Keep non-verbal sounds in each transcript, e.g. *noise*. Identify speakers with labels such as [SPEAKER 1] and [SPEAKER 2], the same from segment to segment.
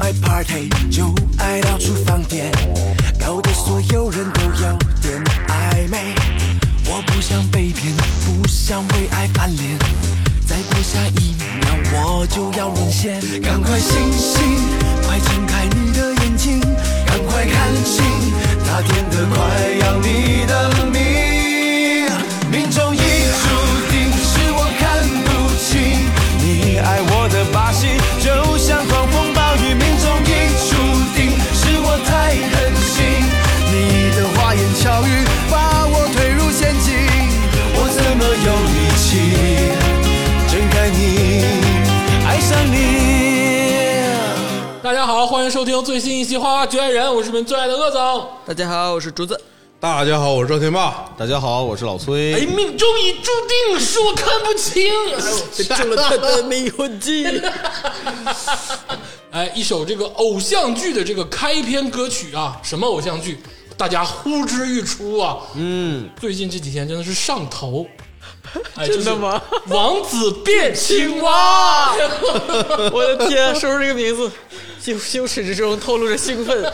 [SPEAKER 1] 爱 party，就爱到处放电，搞得所有人都有点暧昧。我不想被骗，不想为爱翻脸，再过下一秒我就要沦陷。赶快醒醒，快睁开你的眼睛，赶快看清，他甜得快要你的命，命中已注定，是我看不清。你爱我的把戏，就像狂风暴雨，命中已注定，是我太任性。你的花言巧语把我推入陷阱，我怎么有力气睁开你，爱上你？
[SPEAKER 2] 大家好，欢迎收听最新一期《花花局爱人》，我是你们最爱的鄂总。
[SPEAKER 3] 大家好，我是竹 *laughs* 子。
[SPEAKER 4] 大家好，我是赵天霸。
[SPEAKER 5] 大家好，我是老
[SPEAKER 2] 哎，
[SPEAKER 5] 崔。
[SPEAKER 2] 命中已注定，是我看不清。
[SPEAKER 3] 中了他的迷魂计，
[SPEAKER 2] 哎，一首这个偶像剧的这个开篇歌曲啊，什么偶像剧，大家呼之欲出啊。嗯，最近这几天真的是上头。哎、真
[SPEAKER 3] 的吗？
[SPEAKER 2] 王子变青 *laughs* 蛙，
[SPEAKER 3] 我的天！说出这个名字，羞羞耻之中透露着兴奋，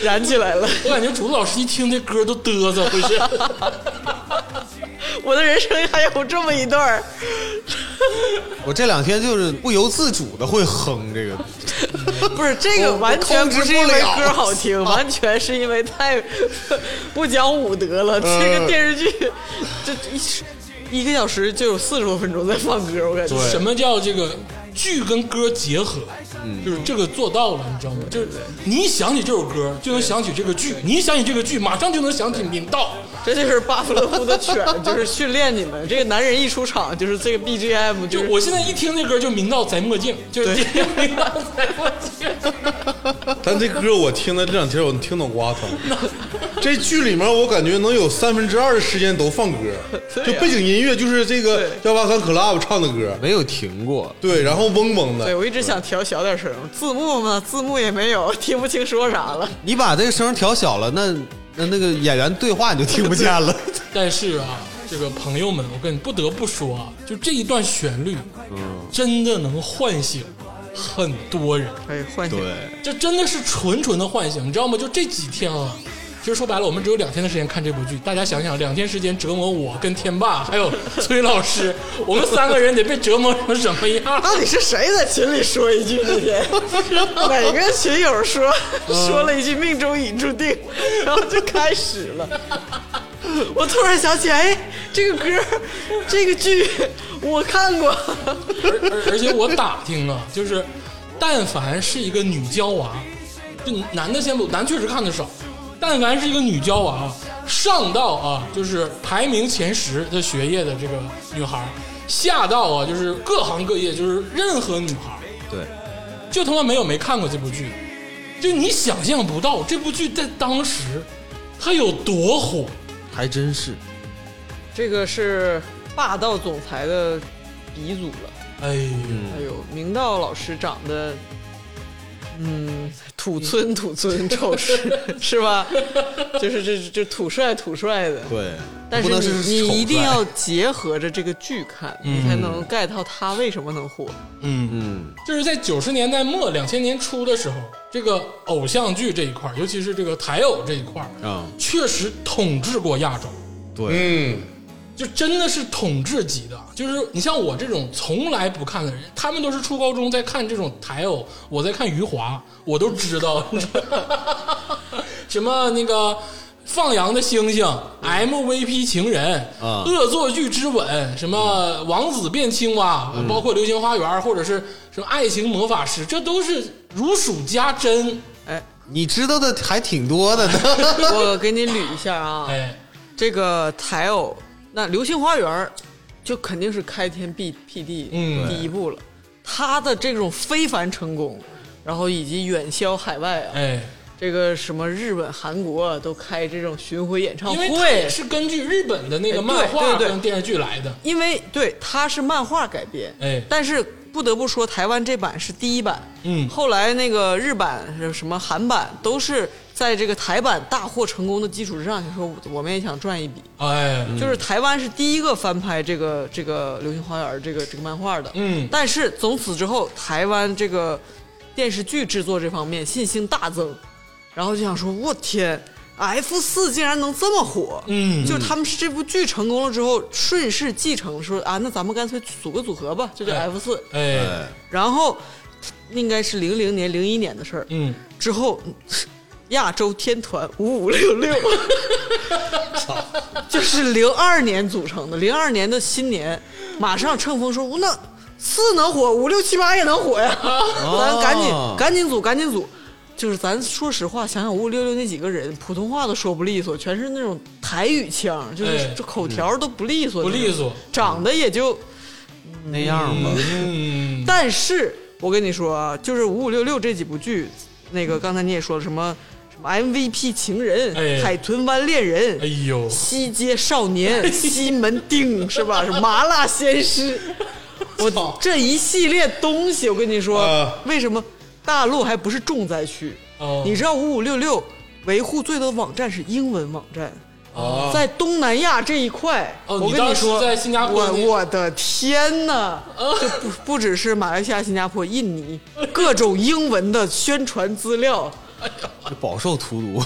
[SPEAKER 3] 燃起来了。
[SPEAKER 2] 我感觉竹子老师一听这歌都嘚瑟，不是？
[SPEAKER 3] 我的人生还有这么一段儿，
[SPEAKER 5] 我这两天就是不由自主的会哼这个，
[SPEAKER 3] 不是这个完全不是因为歌好听，
[SPEAKER 5] 我控制不了
[SPEAKER 3] 完全是因为 *laughs* 太不讲武德了。这个电视剧这一一个小时就有四十多分钟在放歌，我感觉。
[SPEAKER 2] 什么叫这个剧跟歌结合？就是这个做到了，你知道吗？就是你一想起这首歌，就能想起这个剧；你一想起这个剧，马上就能想起明道。
[SPEAKER 3] 这就是巴甫洛夫的犬，就是训练你们。这个男人一出场，就是这个 BGM，就
[SPEAKER 2] 就是我现在一听这歌，就明道摘墨镜，就是明道摘墨镜。
[SPEAKER 4] 但这歌我听的这两天我听脑瓜疼。这剧里面我感觉能有三分之二的时间都放歌，就背景音乐就是这个幺八三 club 唱的歌，
[SPEAKER 5] 没有停过。
[SPEAKER 4] 对，然后嗡嗡
[SPEAKER 3] 对，
[SPEAKER 4] 的。
[SPEAKER 3] 我一直想调小点声，字幕嘛，字幕也没有，听不清说啥了。
[SPEAKER 5] 你把这个声调小了，那那那个演员对话你就听不见了。
[SPEAKER 2] *laughs* 但是啊，这个朋友们，我跟你不得不说啊，就这一段旋律，真的能唤醒很多人。
[SPEAKER 3] 哎，唤
[SPEAKER 5] *laughs*
[SPEAKER 3] 醒，
[SPEAKER 2] 这真的是纯纯的唤醒，你知道吗？就这几天啊，其实说白了，我们只有两天的时间看这部剧。大家想想，两天时间折磨我跟天霸还有崔老师，我们三个人得被折磨成什么样？啊
[SPEAKER 3] 到底是谁在群里说一句那 *laughs* 天？哪个群友说说了一句“命中已注定”，然后就开始了。我突然想起，哎，这个歌，这个剧我看过。
[SPEAKER 2] 而而且我打听啊，就是但凡是一个女娇娃，就男的先不，男确实看的少，但凡是一个女娇娃啊，上到啊就是排名前十的学业的这个女孩儿，下到啊就是各行各业，就是任何女孩儿。
[SPEAKER 5] 对，
[SPEAKER 2] 就他妈没有没看过这部剧，就你想象不到这部剧在当时它有多火。
[SPEAKER 5] 还真是。
[SPEAKER 3] 这个是霸道总裁的鼻祖了。
[SPEAKER 2] 哎呦，
[SPEAKER 3] 哎呦，明道老师长得，嗯，土村土村丑是
[SPEAKER 5] *laughs*
[SPEAKER 3] 是吧？就是这这土帅土帅的，
[SPEAKER 5] 对，
[SPEAKER 3] 但
[SPEAKER 5] 不
[SPEAKER 3] 是
[SPEAKER 5] 能
[SPEAKER 3] 你
[SPEAKER 5] 是丑
[SPEAKER 3] 你一定
[SPEAKER 5] 帅
[SPEAKER 3] 要结合着这个剧看，你才能 get 到他为什么能火。
[SPEAKER 5] 嗯，
[SPEAKER 2] 就是在九十年代末两千年初的时候，这个偶像剧这一块儿，尤其是这个台偶这一块儿，
[SPEAKER 5] 啊，
[SPEAKER 2] 确实统治过亚洲，
[SPEAKER 5] 对，
[SPEAKER 4] 嗯，
[SPEAKER 2] 就真的是统治级的。就是你像我这种从来不看的人，他们都是初高中在看这种台偶，我在看余华，我都知道。 *laughs* 你知道吗什么那个放羊的星星、MVP 情人、
[SPEAKER 5] 啊
[SPEAKER 2] 恶作剧之吻、什么王子变青蛙，
[SPEAKER 3] 嗯
[SPEAKER 2] 包括流星花园或者是什么爱情魔法师，这都是如数家珍。
[SPEAKER 5] *laughs*
[SPEAKER 3] 哎，
[SPEAKER 5] 你知道的还挺多的呢。 *laughs*
[SPEAKER 3] 我给你捋一下啊，
[SPEAKER 2] 哎，
[SPEAKER 3] 这个台偶，那《流星花园》就肯定是开天辟辟地
[SPEAKER 2] 嗯
[SPEAKER 3] 第一步了。他的这种非凡成功，然后以及远销海外啊，
[SPEAKER 2] 哎，
[SPEAKER 3] 这个什么日本、韩国啊都开这种巡回演唱
[SPEAKER 2] 因为它也
[SPEAKER 3] 会，
[SPEAKER 2] 是根据日本的那个
[SPEAKER 3] 哎对
[SPEAKER 2] 漫画
[SPEAKER 3] 对对
[SPEAKER 2] 跟电视剧来的。
[SPEAKER 3] 因为对它是漫画改编，
[SPEAKER 2] 哎
[SPEAKER 3] 但是不得不说，台湾这版是第一版，
[SPEAKER 2] 嗯
[SPEAKER 3] 后来那个日版什么韩版都是在这个台版大获成功的基础之上，就说我我们也想赚一笔，
[SPEAKER 2] 哎，
[SPEAKER 3] 就是台湾是第一个翻拍这个这个《流星花园》这个这个漫画的，
[SPEAKER 2] 嗯
[SPEAKER 3] 但是从此之后，台湾这个电视剧制作这方面信心大增，然后就想说，我天，F 四竟然能这么火，
[SPEAKER 2] 嗯
[SPEAKER 3] 就是他们是这部剧成功了之后，顺势继承说啊，那咱们干脆组个组合吧，就叫
[SPEAKER 2] 哎
[SPEAKER 3] F 四，
[SPEAKER 2] 哎，
[SPEAKER 3] 然后应该是零零年、零一年的事儿，
[SPEAKER 2] 嗯，
[SPEAKER 3] 之后。 *laughs* 亚洲天团五五六六，就是零二年组成的。零二年的新年，马上乘风说：“那四能火，五六七八也能火呀！”
[SPEAKER 2] 哦
[SPEAKER 3] 咱赶紧赶紧组，赶紧组。就是咱说实话，想想五五六六那几个人，普通话都说不利索，全是那种台语腔，就是
[SPEAKER 2] 哎
[SPEAKER 3] 这口条都不利索，
[SPEAKER 2] 不利索，
[SPEAKER 3] 长得也就。
[SPEAKER 5] 那样吧，
[SPEAKER 2] 嗯，
[SPEAKER 3] 但是我跟你说啊，就是五五六六这几部剧，那个刚才你也说了什么什么 MVP 情人、
[SPEAKER 2] 哎
[SPEAKER 3] 海豚湾恋人、
[SPEAKER 2] 哎呦，
[SPEAKER 3] 西街
[SPEAKER 2] *laughs*
[SPEAKER 3] 少年、西门町是吧？是麻辣鲜师，我
[SPEAKER 2] 操呃
[SPEAKER 3] 这一系列东西，我跟你说，
[SPEAKER 4] 啊
[SPEAKER 3] 为什么大陆还不是重灾区？
[SPEAKER 2] 哦
[SPEAKER 3] 你知道五五六六维护最多的网站是英文网站。在东南亚这一块，
[SPEAKER 2] 哦
[SPEAKER 3] 我
[SPEAKER 2] 你
[SPEAKER 3] 跟
[SPEAKER 2] 当时
[SPEAKER 3] 说，
[SPEAKER 2] 在新加坡
[SPEAKER 3] 我
[SPEAKER 2] 那呃
[SPEAKER 3] 我的天呐，就
[SPEAKER 2] *laughs*
[SPEAKER 3] 不不只是马来西亚、新加坡、印尼，各种英文的宣传资料，
[SPEAKER 5] *laughs* 饱受荼毒。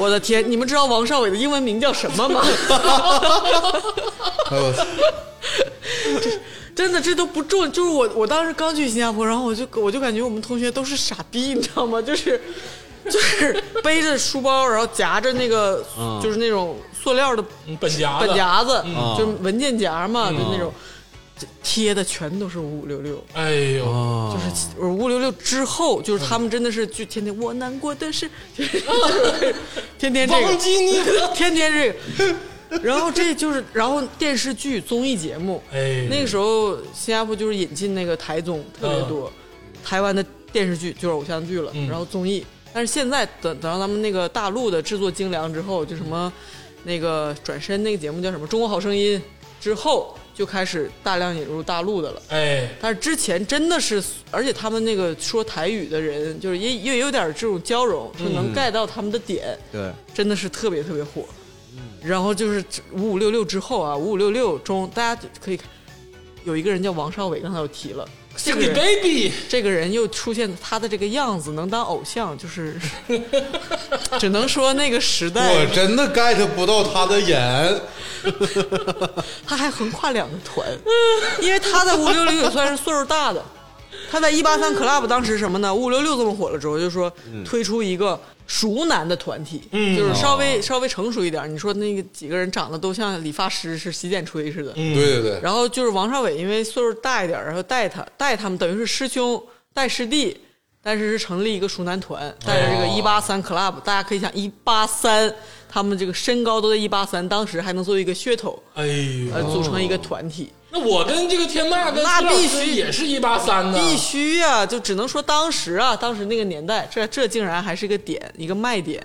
[SPEAKER 3] 我的天！你们知道王少伟的英文名叫什
[SPEAKER 2] *laughs*
[SPEAKER 3] 么吗？
[SPEAKER 4] 哎呦我操
[SPEAKER 3] 真的，这都不重，就是我我当时刚去新加坡，然后我就我就感觉我们同学都是傻逼，你知道吗？就是 *laughs* 就是背着书包，然后夹着那个、
[SPEAKER 5] 嗯
[SPEAKER 3] 就是那种塑料的
[SPEAKER 2] 嗯本夹
[SPEAKER 3] 本
[SPEAKER 2] 的，
[SPEAKER 3] 夹子，
[SPEAKER 5] 嗯
[SPEAKER 3] 就是文件夹嘛，就那种。这贴的全都是五五六六，
[SPEAKER 2] 哎呦，
[SPEAKER 5] 啊，
[SPEAKER 3] 就是五五六六之后，就是他们真的是就天天我难过的
[SPEAKER 5] *laughs*
[SPEAKER 3] 是，就是天天这个
[SPEAKER 2] 忘记你，
[SPEAKER 3] 天天这个， *laughs* 然后这就是然后电视剧综艺节目，
[SPEAKER 2] 哎，
[SPEAKER 3] 那个时候新加坡就是引进那个台综特别多，台湾的电视剧就是偶像剧了，
[SPEAKER 2] 嗯
[SPEAKER 3] 然后综艺。但是现在等等到咱们那个大陆的制作精良之后，就什么那个转身那个节目叫什么《中国好声音》之后，就开始大量引入大陆的了。
[SPEAKER 2] 哎，
[SPEAKER 3] 但是之前真的是，而且他们那个说台语的人，就是也也有点这种交融，就能 get 到他们的点。
[SPEAKER 5] 对，
[SPEAKER 3] 真的是特别特别火。然后就是五五六六之后啊，五五六六中大家就可以看，有一个人叫王少伟，刚才我提了。这个
[SPEAKER 2] Skinny
[SPEAKER 3] 人，
[SPEAKER 2] baby，
[SPEAKER 3] 这个人又出现他的这个样子，能当偶像，就是 *laughs* 只能说那个时代
[SPEAKER 4] 我真的 get 不到他的眼，
[SPEAKER 3] 他还横跨两个团，因为他在五六零也算是岁数大的。他在一八三 club 当时什么呢？五六六这么火了之后，就说推出一个熟男的团体，就是稍微稍微成熟一点。你说那个几个人长得都像理发师是洗剪吹似的，
[SPEAKER 4] 对对对，
[SPEAKER 3] 然后就是王少伟，因为岁数大一点儿，然后带他带他们，等于是师兄带师弟，但是是成立一个熟男团，带着这个一八三 club，、大家可以想一八三，他们这个身高都在一八三，当时还能作为一个噱头，
[SPEAKER 2] 哎
[SPEAKER 3] 呃，
[SPEAKER 2] 呦，
[SPEAKER 3] 组成一个团体，
[SPEAKER 2] 那我跟这个天霸跟
[SPEAKER 3] 那
[SPEAKER 2] 徐老
[SPEAKER 3] 必
[SPEAKER 2] 师
[SPEAKER 3] 须
[SPEAKER 2] 也是一八三的，
[SPEAKER 3] 必须呀、就只能说当时啊，当时那个年代，这这竟然还是一个点，一个卖点。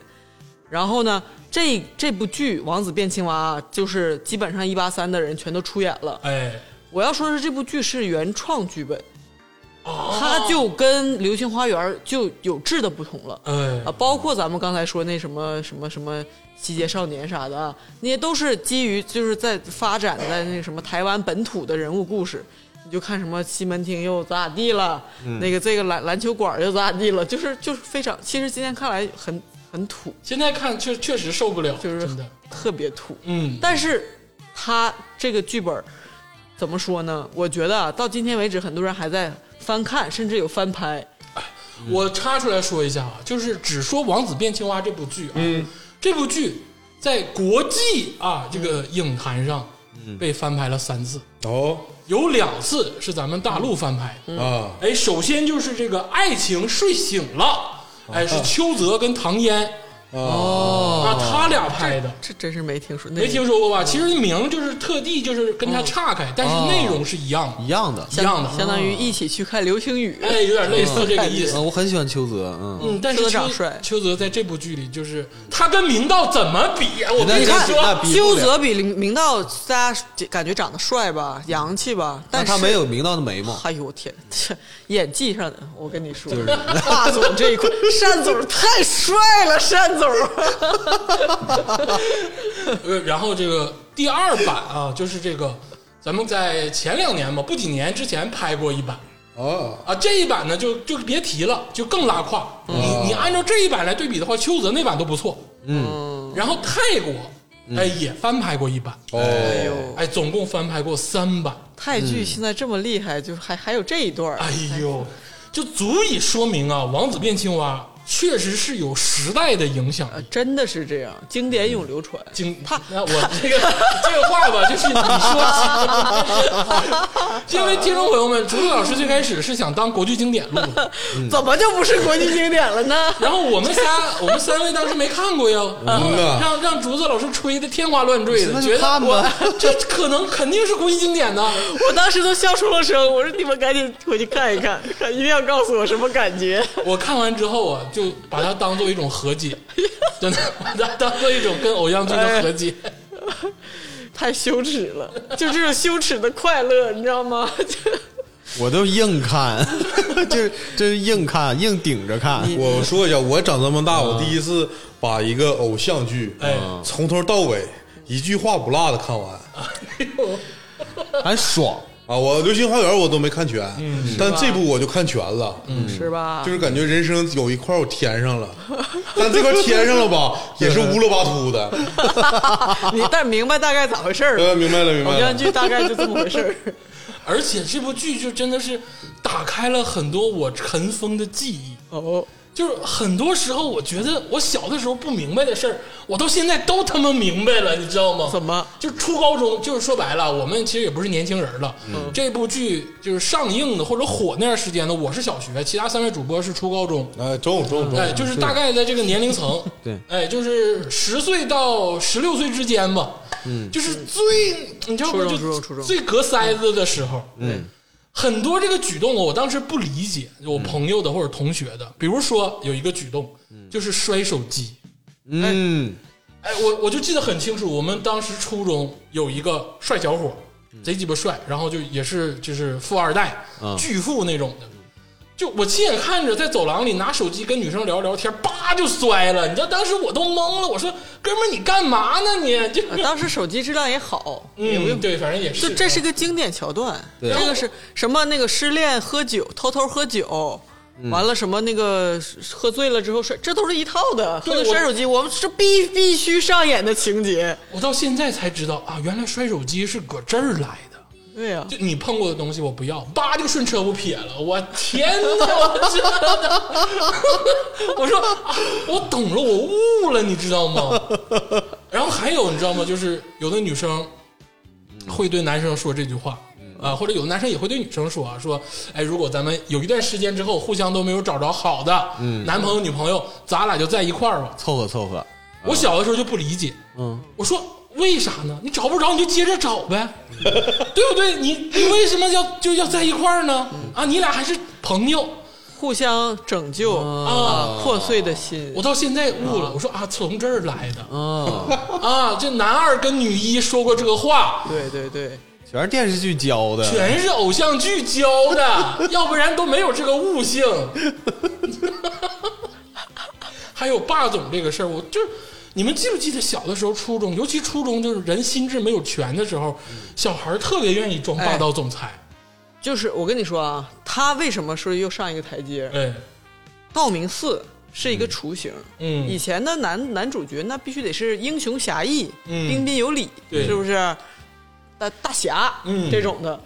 [SPEAKER 3] 然后呢，这这部剧《王子变青蛙》就是基本上一八三的人全都出演了。
[SPEAKER 2] 哎，
[SPEAKER 3] 我要说的是，这部剧是原创剧本，
[SPEAKER 2] 哦
[SPEAKER 3] 它就跟《流星花园》就有质的不同了。
[SPEAKER 2] 哎
[SPEAKER 3] 啊，包括咱们刚才说那什么什么什么西街少年啥的啊，那些都是基于就是在发展在那什么台湾本土的人物故事。你就看什么西门町又咋咋地了，那个这个篮篮球馆又咋咋地了，就是就是非常，其实今天看来很很土，
[SPEAKER 2] 现在看确确实受不了，
[SPEAKER 3] 就是
[SPEAKER 2] 真的，
[SPEAKER 3] 特别土。
[SPEAKER 2] 嗯，
[SPEAKER 3] 但是他这个剧本儿怎么说呢？我觉得啊，到今天为止，很多人还在翻看，甚至有翻拍。嗯
[SPEAKER 2] 我插出来说一下啊，就是只说《王子变青蛙》这部剧啊，
[SPEAKER 3] 嗯
[SPEAKER 2] 这部剧在国际啊这个影坛上
[SPEAKER 3] 嗯
[SPEAKER 2] 被翻拍了三次，
[SPEAKER 4] 哦
[SPEAKER 2] 有两次是咱们大陆翻拍的。
[SPEAKER 4] 啊，
[SPEAKER 2] 哎，首先就是这个《爱情睡醒了》，哎，是邱泽跟唐嫣哦，啊，他俩拍的。
[SPEAKER 3] 这真是没听说，那
[SPEAKER 2] 没听说过吧？其实名就是特地就是跟他岔开，但是内容是一样的。
[SPEAKER 5] 一样的。
[SPEAKER 2] 一样的
[SPEAKER 3] 相当于一起去看流星雨。
[SPEAKER 2] 哎，有点类似这个意思
[SPEAKER 5] 啊，。我很喜欢邱泽，嗯，
[SPEAKER 2] 嗯，但是
[SPEAKER 3] 邱泽
[SPEAKER 2] 邱
[SPEAKER 3] 长帅
[SPEAKER 2] 邱泽在这部剧里就是他跟明道怎么比呀、我跟
[SPEAKER 5] 那
[SPEAKER 2] 你
[SPEAKER 5] 这
[SPEAKER 3] 看
[SPEAKER 5] 是那
[SPEAKER 2] 说，
[SPEAKER 5] 比不
[SPEAKER 3] 邱
[SPEAKER 5] 了
[SPEAKER 3] 泽比明明道，大家感觉长得帅吧，洋气吧，但
[SPEAKER 5] 但
[SPEAKER 3] 是
[SPEAKER 5] 他没。有明道的眉毛，
[SPEAKER 3] 哎呦我天， *laughs* 这演技上的，我跟你说，霸总这一块， *laughs* 单总太帅了，单总。
[SPEAKER 2] 呃，然后这个第二版啊，就是这个咱们在前两年吧，不几年之前拍过一版，
[SPEAKER 4] 啊，
[SPEAKER 2] 啊，这一版呢就就别提了，就更拉胯。你你按照这一版来对比的话，邱泽那版都不错。嗯，然后泰国哎也翻拍过一版，
[SPEAKER 4] 哦，
[SPEAKER 3] 呦，
[SPEAKER 2] 哎，总共翻拍过三版。
[SPEAKER 3] 泰
[SPEAKER 4] 嗯
[SPEAKER 3] 剧现在这么厉害，就还还有这一段儿
[SPEAKER 2] 哎呦，就足以说明啊，《王子变青蛙》确实是有时代的影响力
[SPEAKER 3] 呃，真的是这样，经典永流传。
[SPEAKER 2] 经
[SPEAKER 3] 他
[SPEAKER 2] 那我这个这个话吧，就是你说起， *laughs* 因为听众朋友们，竹子老师最开始是想当国剧经典录的，
[SPEAKER 4] 嗯
[SPEAKER 3] 怎么就不是国际经典了呢？ *laughs*
[SPEAKER 2] *laughs* 然后我们仨 *laughs* 我们三位当时没看过呀，
[SPEAKER 4] 呐
[SPEAKER 2] 让让竹子老师吹的天花乱坠的，
[SPEAKER 5] 那就
[SPEAKER 2] 觉得
[SPEAKER 5] 看吧
[SPEAKER 2] 我 *laughs* 这可能肯定是国际经典的，
[SPEAKER 3] 我当时都笑出了声，我说你们赶紧回去看一看，看一定要告诉我什么感觉。
[SPEAKER 2] 我看完之后啊，就把它当做一种和
[SPEAKER 5] *laughs*
[SPEAKER 2] 解，真的把它当做一种跟偶像剧的和解。
[SPEAKER 5] 哎
[SPEAKER 3] 太羞耻了，就这种羞耻的快乐，你知道吗？
[SPEAKER 5] 我都硬看， *laughs* 就是就是硬看，硬顶着看。
[SPEAKER 4] 我说一下，我长这么大，我第一次把一个偶像剧，嗯
[SPEAKER 2] 哎
[SPEAKER 4] 从头到尾一句话不落的看完
[SPEAKER 5] 还爽，
[SPEAKER 4] 啊！我《流星花园》我都没看全，但这部我就看全了，
[SPEAKER 3] 是吧
[SPEAKER 4] 嗯就？是感觉人生有一块我填上了， *laughs* 但这块填上了吧，
[SPEAKER 3] *laughs*
[SPEAKER 4] 也是乌了巴秃的。
[SPEAKER 3] 你但明白大概咋回事儿了。
[SPEAKER 4] 呃，明白了，明白
[SPEAKER 3] 偶像
[SPEAKER 4] 了。
[SPEAKER 3] 剧大概就这么回事儿。
[SPEAKER 2] 而且这部剧就真的是打开了很多我尘封的记忆。
[SPEAKER 3] 哦，
[SPEAKER 2] 就是很多时候，我觉得我小的时候不明白的事儿，我到现在都他妈明白了，你知道吗？
[SPEAKER 3] 怎么
[SPEAKER 2] 就初高中，就是说白了，我们其实也不是年轻人了。
[SPEAKER 3] 嗯
[SPEAKER 2] 这部剧就是上映的或者火那段时间呢，我是小学，其他三位主播是初高中。
[SPEAKER 4] 哎，中中中，
[SPEAKER 2] 哎，就是大概在这个年龄层， *laughs*
[SPEAKER 5] 对
[SPEAKER 2] 哎，就是十岁到十六岁之间吧，嗯，就是最你知道不
[SPEAKER 3] 初中初
[SPEAKER 2] 就
[SPEAKER 3] 中初中
[SPEAKER 2] 最隔腮子的时候，嗯，很多这个举动我当时不理解，我朋友的或者同学的，比如说有一个举动就是摔手机，
[SPEAKER 5] 嗯，
[SPEAKER 2] 哎，我我就记得很清楚，我们当时初中有一个帅小伙，贼鸡巴帅，然后就也是就是富二代、
[SPEAKER 5] 嗯
[SPEAKER 2] 巨富那种的。就我亲眼看着在走廊里拿手机跟女生聊聊天，叭就摔了。你知道当时我都懵了，我说哥们儿你干嘛呢你？这
[SPEAKER 3] 啊当时手机质量也好，
[SPEAKER 2] 嗯对，反正也是
[SPEAKER 3] 就这是个经典桥段。
[SPEAKER 5] 对
[SPEAKER 3] 这个是什么？那个失恋喝酒，偷偷喝酒。
[SPEAKER 2] 嗯
[SPEAKER 3] 完了什么那个喝醉了之后摔，这都是一套的。喝
[SPEAKER 2] 对
[SPEAKER 3] 醉摔
[SPEAKER 2] 我
[SPEAKER 3] 手机，我们是必必须上演的情节。
[SPEAKER 2] 我到现在才知道啊，原来摔手机是搁这儿来的。
[SPEAKER 3] 对呀、
[SPEAKER 2] 就你碰过的东西我不要，叭就顺车不撇了，我天哪！我真的， *laughs* 我说、啊我懂了，我悟了，你知道吗？然后还有你知道吗？就是有的女生会对男生说这句话。啊，或者有的男生也会对女生说啊，说，哎，如果咱们有一段时间之后互相都没有找着好的、男朋友、女朋友，咱俩就在一块儿吧。
[SPEAKER 5] 凑合凑合。
[SPEAKER 2] 我小的时候就不理解，嗯，我说为啥呢？你找不着你就接着找呗， *laughs* 对不对？你你为什么要就要在一块儿呢？啊，你俩还是朋友
[SPEAKER 3] 互相拯救
[SPEAKER 2] 啊！
[SPEAKER 3] 破碎的心
[SPEAKER 2] 我。到现在悟了，我说啊，从这儿来的啊，这男二跟女一说过这个 *laughs* 话，
[SPEAKER 3] 对对对，
[SPEAKER 5] 全是电视剧教的，
[SPEAKER 2] 全是偶像剧教
[SPEAKER 3] *laughs*
[SPEAKER 2] 的，要不然都没有这个悟性。还有霸总这个事儿，我就是你们记不记得小的时候，初中，尤其初中，就是人心智没有全的时候，
[SPEAKER 3] 嗯
[SPEAKER 2] 小孩儿特别愿意装霸道总裁。
[SPEAKER 3] 就是我跟你说啊，他为什么说又上一个台阶？
[SPEAKER 2] 哎，
[SPEAKER 3] 道明寺是一个雏形。
[SPEAKER 2] 嗯
[SPEAKER 3] 以前的男男主角那必须得是英雄侠义，
[SPEAKER 2] 嗯
[SPEAKER 3] 彬彬有礼，
[SPEAKER 2] 对
[SPEAKER 3] 是不是？大大侠，
[SPEAKER 2] 嗯
[SPEAKER 3] 这种的。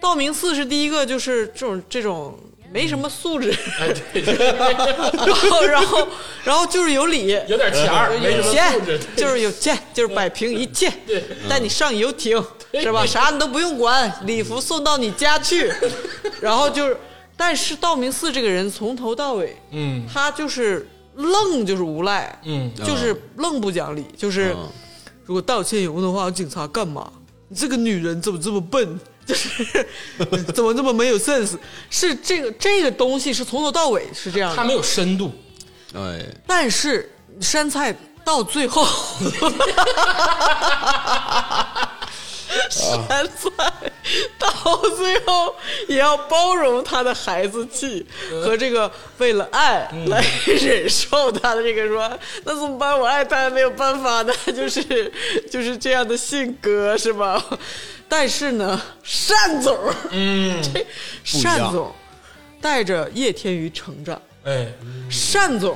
[SPEAKER 3] 道明寺是第一个，就是这种这种没什么素质，
[SPEAKER 2] 哎，对，对
[SPEAKER 3] *laughs* 然后然后然后就是有理，
[SPEAKER 2] 哎 *laughs* 有点钱儿，没
[SPEAKER 3] 有
[SPEAKER 2] 什么素
[SPEAKER 3] 钱
[SPEAKER 2] 质，
[SPEAKER 3] 就是有钱，就是摆平一切
[SPEAKER 2] 对，
[SPEAKER 3] 带你上游艇是吧？啥你都不用管，礼服送到你
[SPEAKER 2] *laughs*
[SPEAKER 3] 家去，然后就是，但是道明寺这个人从头到尾，
[SPEAKER 2] 嗯
[SPEAKER 3] 他就是愣就是无赖，
[SPEAKER 2] 嗯，
[SPEAKER 3] 就是愣不讲理，就是
[SPEAKER 5] 嗯
[SPEAKER 3] 如果道歉有用的话，警察干嘛？你这个女人怎么这么笨？就是 *laughs* 怎么这么没有 sense？是这个这个东西是从头到尾是这样的，
[SPEAKER 2] 他没有深度。
[SPEAKER 5] 哎，
[SPEAKER 3] 但是山菜到最后，山菜到最后也要包容他的孩子气和这个为了爱来忍受他的这个说，那怎么办？我爱他没有办法的，就是就是这样的性格 *laughs* 是吧？但是呢，单总，嗯，这
[SPEAKER 5] 不一样
[SPEAKER 3] 单总带着叶天宇成长。
[SPEAKER 2] 哎，
[SPEAKER 3] 单总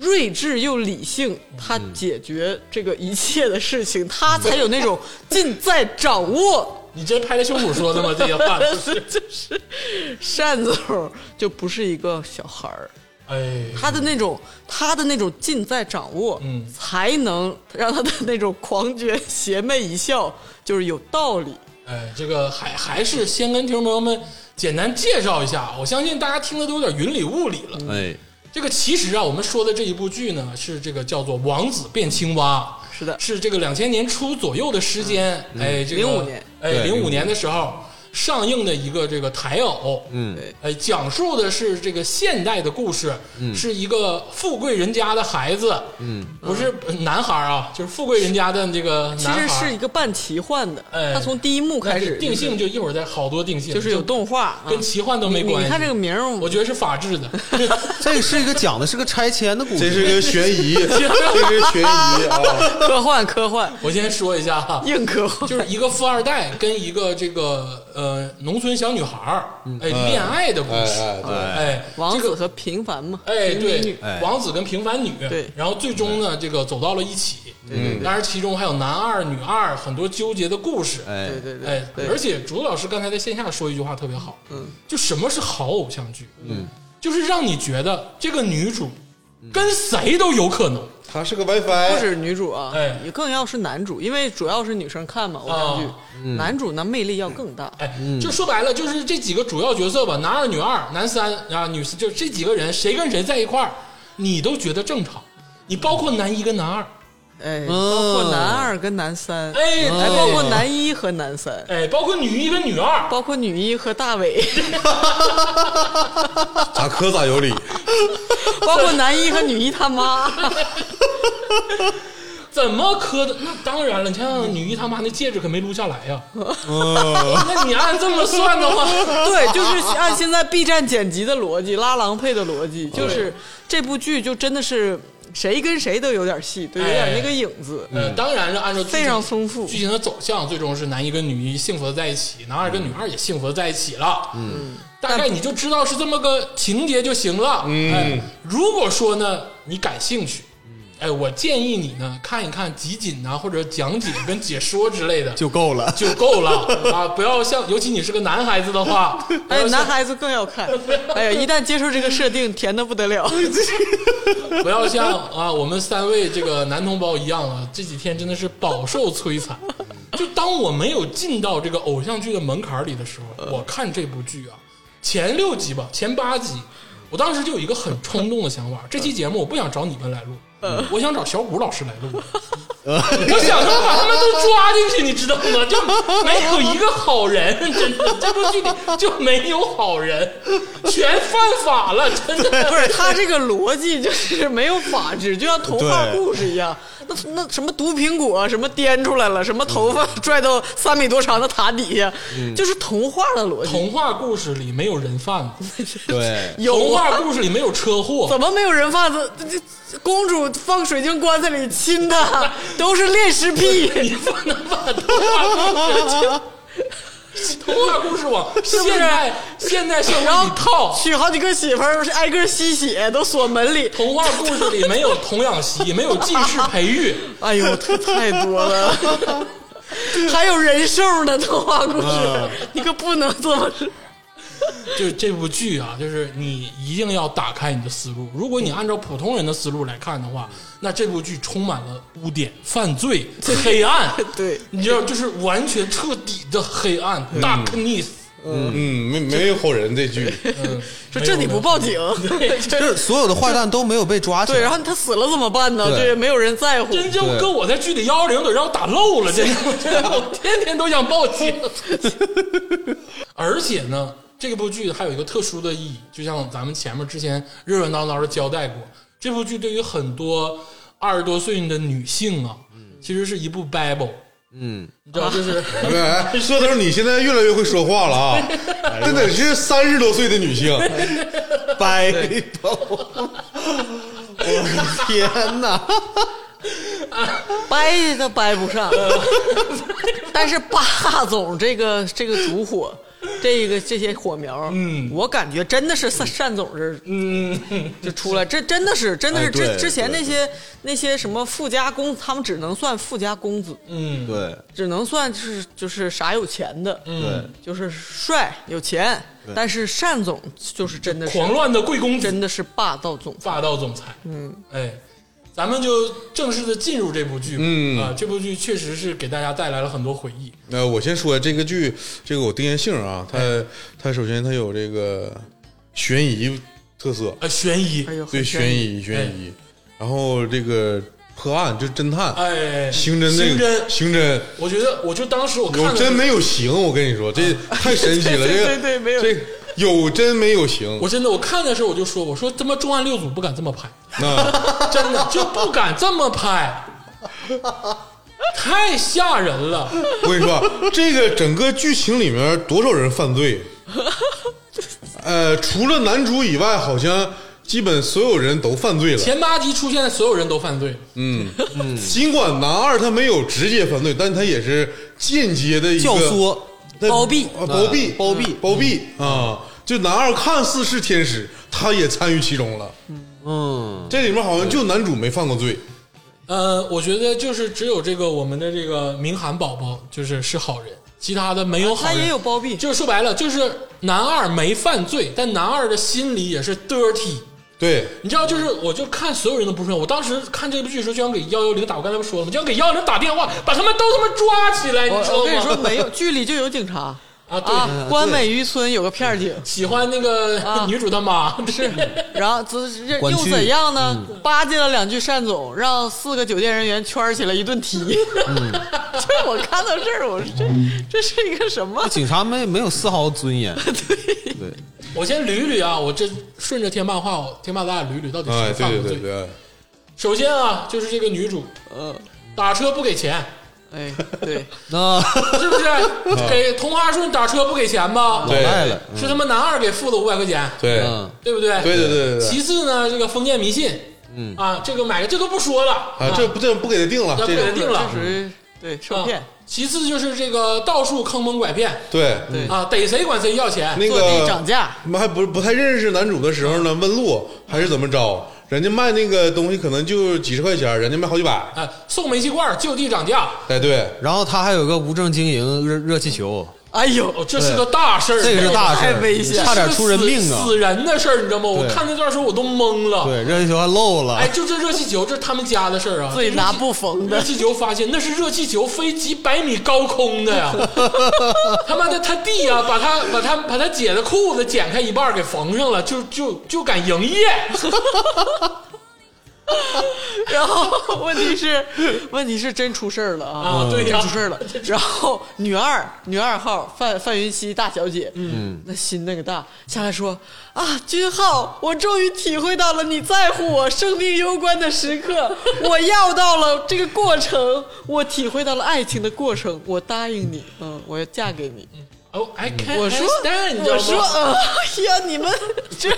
[SPEAKER 3] 睿智又理性，他
[SPEAKER 2] 嗯
[SPEAKER 3] 解决这个一切的事情，他才有
[SPEAKER 2] *laughs*
[SPEAKER 3] 那种尽在掌握。
[SPEAKER 2] 你这拍着胸脯说的吗？这些
[SPEAKER 3] *laughs*
[SPEAKER 2] 话都啊是，
[SPEAKER 3] 就是单总就不是一个小孩儿，
[SPEAKER 2] 哎，
[SPEAKER 3] 他的那种他的那种尽在掌握，
[SPEAKER 2] 嗯
[SPEAKER 3] 才能让他的那种狂狷邪魅一笑就是有道理。
[SPEAKER 2] 哎，这个还还是先跟听众朋友们简单介绍一下，我相信大家听的都有点云里雾里了。
[SPEAKER 5] 哎，
[SPEAKER 2] 这个其实啊，我们说的这一部剧呢，是这个叫做《王子变青蛙》，
[SPEAKER 3] 是的
[SPEAKER 2] 是这个两千年初左右的时间，哎，这个
[SPEAKER 3] 05年，
[SPEAKER 2] 哎，
[SPEAKER 5] 对
[SPEAKER 2] 零五年的时候上映的一个这个台偶，嗯，哎，讲述的是这个现代的故事，
[SPEAKER 3] 嗯
[SPEAKER 2] 是一个富贵人家的孩子，嗯，不是男孩啊，就是富贵人家的这个
[SPEAKER 3] 其
[SPEAKER 2] 男孩，
[SPEAKER 3] 实是一个半奇幻的，
[SPEAKER 2] 哎
[SPEAKER 3] 他从第一幕开
[SPEAKER 2] 但是
[SPEAKER 3] 始
[SPEAKER 2] 定性就一会儿再好多定性，
[SPEAKER 3] 就是有动画，啊
[SPEAKER 2] 跟奇幻都没
[SPEAKER 3] 你
[SPEAKER 2] 关系。
[SPEAKER 3] 你看这个，名儿，
[SPEAKER 2] 我觉得是法治
[SPEAKER 3] *laughs*
[SPEAKER 2] 的，
[SPEAKER 5] 这个是一个讲的是个拆迁的故
[SPEAKER 4] 这
[SPEAKER 5] 事，
[SPEAKER 4] 是个
[SPEAKER 3] *laughs*
[SPEAKER 4] 悬疑，这是个悬疑啊！
[SPEAKER 3] 科幻科幻
[SPEAKER 2] 我先说一下哈、
[SPEAKER 3] 硬科幻，
[SPEAKER 2] 就是一个富二代跟一个这个呃农村小女孩儿，哎，恋爱的故
[SPEAKER 4] 哎
[SPEAKER 2] 事，
[SPEAKER 4] 哎，对，
[SPEAKER 2] 哎，
[SPEAKER 3] 王
[SPEAKER 2] 这个
[SPEAKER 3] 子和平凡嘛，
[SPEAKER 2] 哎，
[SPEAKER 3] 平民
[SPEAKER 2] 对
[SPEAKER 3] 女，
[SPEAKER 2] 王子跟平凡女，
[SPEAKER 3] 对
[SPEAKER 2] 然后最终呢，这个走到了一起，嗯，当然其中还有男二、女二很多纠结的故事，
[SPEAKER 5] 哎
[SPEAKER 3] 对，对对
[SPEAKER 2] 哎，而且竹子老师刚才在线下说一句话特别好，嗯，就什么是好偶像剧，嗯，就是让你觉得这个女主跟谁都有可能，
[SPEAKER 4] 他是个
[SPEAKER 3] 不
[SPEAKER 4] WiFi，
[SPEAKER 3] 止女主啊，
[SPEAKER 2] 哎啊
[SPEAKER 3] 也更要是男主，因为主要是女生看嘛，偶像剧，
[SPEAKER 2] 嗯
[SPEAKER 3] 男主呢魅力要更大。
[SPEAKER 2] 哎，就说白了，就是这几个主要角色吧，男二、女二、男三啊，女四，就这几个人，谁跟谁在一块儿，你都觉得正常。你包括男一跟男二，
[SPEAKER 3] 哎，包括男二跟男三，
[SPEAKER 2] 嗯哎
[SPEAKER 3] 还
[SPEAKER 2] 对
[SPEAKER 3] 包括男一和男三，
[SPEAKER 2] 哎，包括女一跟女二，
[SPEAKER 3] 包括女一和
[SPEAKER 2] *laughs*
[SPEAKER 3] 大伟，
[SPEAKER 4] 咋磕咋有理，
[SPEAKER 3] 包括男一和女一他
[SPEAKER 2] *laughs*
[SPEAKER 3] 妈。
[SPEAKER 2] 怎么磕的？那当然了，你像女一他妈那戒指可没撸下来呀。 *laughs* 那你按这么算的话，
[SPEAKER 3] 对，就是按现在 B 站剪辑的逻辑，拉郎配的逻辑，就是这部剧就真的是谁跟谁都有点戏，
[SPEAKER 2] 哎
[SPEAKER 3] 对，有点那个影子。
[SPEAKER 2] 呃，当然是按照剧情
[SPEAKER 3] 非常丰富
[SPEAKER 2] 剧情的走向，最终是男一跟女一幸福的在一起，男二跟女二也幸福的在一起了。嗯，大概你就知道是这么个情节就行了。嗯，哎、如果说呢你感兴趣，哎，我建议你呢看一看集锦呐、或者讲解跟解说之类的就
[SPEAKER 5] 就够了。
[SPEAKER 2] 就够了啊，不要像，尤其你是个男孩子的 *laughs* 话，不
[SPEAKER 3] 哎
[SPEAKER 2] 要，像
[SPEAKER 3] 男孩子更要看。哎呀，一旦接受这个设定，甜的不得
[SPEAKER 2] *laughs*
[SPEAKER 3] 了。
[SPEAKER 2] 不要像啊，我们三位这个男同胞一样啊，这几天真的是饱受摧残。就当我没有进到这个偶像剧的门槛里的时候，我看这部剧啊，前六集吧，前八集，我当时就有一个很冲动的想法，这期节目我不想找你们来录。我想找小谷老师来录， *laughs* 我想要把他们都抓进去，你知道吗？就没有一个好人，真的，这部剧里就没有好人，全犯法了，真的。
[SPEAKER 3] *laughs* 不是他这个逻辑就是没有法治，就像童话故事一样。那那什么毒苹果，啊什么颠出来了，什么头发
[SPEAKER 2] 嗯
[SPEAKER 3] 拽到三米多长的塔底下，就是童话的逻辑。
[SPEAKER 2] 童话故事里没有人贩子，
[SPEAKER 5] 对，
[SPEAKER 3] *laughs* 有
[SPEAKER 2] 童
[SPEAKER 3] 啊，
[SPEAKER 2] 话故事里没有车祸，
[SPEAKER 3] 怎么没有人贩子？这这公主放水晶棺材里亲她，都是恋尸癖。
[SPEAKER 2] 你不能把 *laughs* 童话故事童话故事往现代现代社会
[SPEAKER 3] 然
[SPEAKER 2] 里
[SPEAKER 3] 后
[SPEAKER 2] 套。
[SPEAKER 3] 娶好几个媳妇儿，挨个吸血，都锁门里。
[SPEAKER 2] 童话故事里没有童养
[SPEAKER 3] *laughs*
[SPEAKER 2] 媳，没有近视培育，
[SPEAKER 3] 哎呦，太太多了， *laughs* 还有人兽呢，童话故
[SPEAKER 2] 嗯
[SPEAKER 3] 事，你可不能这么说。
[SPEAKER 2] 就是这部剧啊，就是你一定要打开你的思路。如果你按照普通人的思路来看的话，那这部剧充满了污点、犯罪、黑暗，
[SPEAKER 3] *laughs* 对，
[SPEAKER 2] 你知道，就是完全彻底的黑暗，darkness。
[SPEAKER 4] 嗯，没没有好人这 *laughs* 剧，
[SPEAKER 2] 嗯，
[SPEAKER 3] 说这你不报警， *laughs*
[SPEAKER 5] 就是所有的坏蛋都没有被抓起来。
[SPEAKER 3] 对，然后他死了怎么办呢？
[SPEAKER 5] 对
[SPEAKER 3] 这也没有人在乎。
[SPEAKER 2] 真正搁我在剧里幺幺零都让我打漏了， *laughs* 真的，我天天都想报警。而且呢，这部剧还有一个特殊的意义，就像咱们前面之前热热闹闹的交代过，这部剧对于很多二十多岁的女性啊，其实是一部 bible。
[SPEAKER 5] 嗯，
[SPEAKER 2] 你知道，就是
[SPEAKER 4] 哎，说头，你现在越来越会说话了啊！这得是三十多岁的女性，
[SPEAKER 5] 掰头，我的天哪！
[SPEAKER 3] 掰
[SPEAKER 2] 呃
[SPEAKER 3] *laughs* 都掰不上。但是霸总这个这个烛火，这个这些火苗，
[SPEAKER 2] 嗯
[SPEAKER 3] 我感觉真的是单单总是
[SPEAKER 2] 嗯，
[SPEAKER 3] 就出来，这真的是真的是
[SPEAKER 5] 哎对
[SPEAKER 3] 之之前
[SPEAKER 5] 对
[SPEAKER 3] 那些那些什么富家公子，他们只能算富家公子，
[SPEAKER 2] 嗯，
[SPEAKER 5] 对
[SPEAKER 3] 只能算就是就是啥有钱的，
[SPEAKER 5] 对，
[SPEAKER 3] 就是帅有钱，但是单总就是真的是
[SPEAKER 2] 狂乱的贵公子，
[SPEAKER 3] 真的是霸道总裁。
[SPEAKER 2] 霸道总裁。嗯，哎，咱们就正式的进入这部剧吧。
[SPEAKER 4] 嗯
[SPEAKER 2] 啊，这部剧确实是给大家带来了很多回忆。
[SPEAKER 4] 呃，我先说这个剧，这个我定义性啊，它它首先它有这个悬疑特色，
[SPEAKER 2] 啊，悬疑
[SPEAKER 3] 哎，呦，
[SPEAKER 4] 对
[SPEAKER 3] 很
[SPEAKER 4] 悬
[SPEAKER 3] 疑，
[SPEAKER 4] 疑悬疑，然后这个破案就是侦探，
[SPEAKER 2] 哎，
[SPEAKER 4] 刑侦那
[SPEAKER 2] 刑
[SPEAKER 4] 个
[SPEAKER 2] 侦，
[SPEAKER 4] 刑侦，
[SPEAKER 2] 我觉得，我就当时我看
[SPEAKER 4] 有
[SPEAKER 2] 了
[SPEAKER 4] 真没有形，我跟你说，这太神奇了，这个
[SPEAKER 3] 对对没有
[SPEAKER 4] 这个有真没有形，
[SPEAKER 2] 我真的我看的时候我就说，我说他妈重案六组不敢这么拍，*laughs*
[SPEAKER 4] 那
[SPEAKER 2] 真的就不敢这么拍，太吓人了。
[SPEAKER 4] 我跟你说，啊这个整个剧情里面多少人犯罪？呃，除了男主以外，好像基本所有人都犯罪了。
[SPEAKER 2] 前八集出现的所有人都犯罪，
[SPEAKER 4] 尽管男二他没有直接犯罪，但他也是间接的一个
[SPEAKER 5] 教唆
[SPEAKER 4] 他
[SPEAKER 3] 包庇
[SPEAKER 4] 啊包庇、
[SPEAKER 2] 嗯
[SPEAKER 5] 包庇
[SPEAKER 4] 包庇啊！就男二看似是天使，他也参与其中了。
[SPEAKER 5] 嗯，
[SPEAKER 4] 这里面好像就男主没犯过罪，
[SPEAKER 2] 呃，我觉得就是只有这个我们的这个明涵宝宝就是是好人，其他的没有好
[SPEAKER 3] 他
[SPEAKER 2] 人。
[SPEAKER 3] 也有包庇，
[SPEAKER 2] 就是说白了，就是男二没犯罪，但男二的心里也是 dirty。
[SPEAKER 4] 对，
[SPEAKER 2] 你知道，就是我就看所有人都不顺眼。我当时看这部剧的时候，就想给幺幺零打，我刚才不说了吗？就想给幺幺零打电话，把他们都他妈抓起来，
[SPEAKER 3] 我
[SPEAKER 2] 你知道
[SPEAKER 3] 我
[SPEAKER 2] 吗？
[SPEAKER 3] 跟你说没有，剧里就有警察
[SPEAKER 2] 啊，对，
[SPEAKER 3] 啊，关美渔村有个片儿警，
[SPEAKER 2] 喜欢那个、
[SPEAKER 3] 啊
[SPEAKER 2] *laughs* 女主他妈，
[SPEAKER 3] 是，然后这这
[SPEAKER 5] 管
[SPEAKER 3] 又
[SPEAKER 5] 区
[SPEAKER 3] 怎样呢？巴结了两句单总，让四个酒店人员圈起来一顿踢。 *laughs* 这我看到这儿，我说这这是一个什么？
[SPEAKER 5] 警察没没有丝毫尊严， *laughs* 对
[SPEAKER 2] *laughs* 我先捋一捋啊，我这顺着天霸话，我天霸咱俩捋一捋到底谁
[SPEAKER 4] 哎，对
[SPEAKER 2] 犯
[SPEAKER 4] 对
[SPEAKER 2] 过罪。
[SPEAKER 4] 对对，
[SPEAKER 2] 首先啊，就是这个女主
[SPEAKER 3] 嗯，
[SPEAKER 2] 打车不给钱，
[SPEAKER 3] 哎，对，
[SPEAKER 5] 那
[SPEAKER 2] 是
[SPEAKER 4] *laughs*
[SPEAKER 2] 不是？给同花顺打车不给钱吧？
[SPEAKER 4] 啊对
[SPEAKER 5] 赖了，
[SPEAKER 2] *laughs* 是他妈男二给付的五百块钱，
[SPEAKER 4] 对
[SPEAKER 5] 嗯，
[SPEAKER 2] 对不对？
[SPEAKER 4] 对对对对对
[SPEAKER 2] 其次呢，这个封建迷信，嗯啊，这个买个这都不说了
[SPEAKER 4] 啊，这不这不给他定了，
[SPEAKER 2] 这不
[SPEAKER 4] 这
[SPEAKER 2] 给他
[SPEAKER 4] 个
[SPEAKER 2] 定了
[SPEAKER 3] 这，属于对受骗
[SPEAKER 2] 啊。其次就是这个到处坑蒙拐骗
[SPEAKER 4] 对
[SPEAKER 3] 对
[SPEAKER 2] 啊，逮谁管谁要钱。
[SPEAKER 4] 那
[SPEAKER 3] 坐地涨
[SPEAKER 4] 个
[SPEAKER 3] 价，
[SPEAKER 4] 我们还不不太认识男主的时候呢，问路还是怎么着？人家卖那个东西可能就几十块钱，人家卖好几百，
[SPEAKER 2] 啊，送煤气罐儿就地涨价，
[SPEAKER 4] 哎，对，
[SPEAKER 5] 然后他还有个无证经营热热气球，
[SPEAKER 3] 哎呦，
[SPEAKER 2] 哦，这是个大事儿，
[SPEAKER 5] 这个是大事
[SPEAKER 3] 太
[SPEAKER 5] 儿，
[SPEAKER 3] 危险
[SPEAKER 5] 差点出人命啊
[SPEAKER 2] 死！死人的事儿，你知道吗？我
[SPEAKER 5] 对
[SPEAKER 2] 看那段时候我都懵了。
[SPEAKER 5] 对，热气球还漏了
[SPEAKER 2] 哎，，就这热气球，这是他们家的事儿啊。
[SPEAKER 3] 自己拿不缝
[SPEAKER 2] 热
[SPEAKER 3] 的，
[SPEAKER 2] 气球发现那是热气球飞几百米高空的
[SPEAKER 5] *laughs*
[SPEAKER 2] 呀！他妈的，他弟呀、把他把他把他姐的裤子剪开一半儿给缝上了，就就就敢营
[SPEAKER 5] *laughs*
[SPEAKER 2] 业。
[SPEAKER 3] *laughs* 然后问题是，问题是真出事儿了啊！
[SPEAKER 2] 啊对呀
[SPEAKER 3] 真出事儿了。然后女二，女二号范范云熙大小姐，嗯，那心那个大，下来说啊，君浩，我终于体会到了你在乎我生命攸关的时刻，我要到了这个过程，我体会到了爱情的过程，我答应你，嗯，我要嫁给你。
[SPEAKER 2] 哦，哎，
[SPEAKER 3] 我说，
[SPEAKER 2] 你知道
[SPEAKER 3] 我说，
[SPEAKER 2] 吗？
[SPEAKER 3] 呃，哎呀，你们这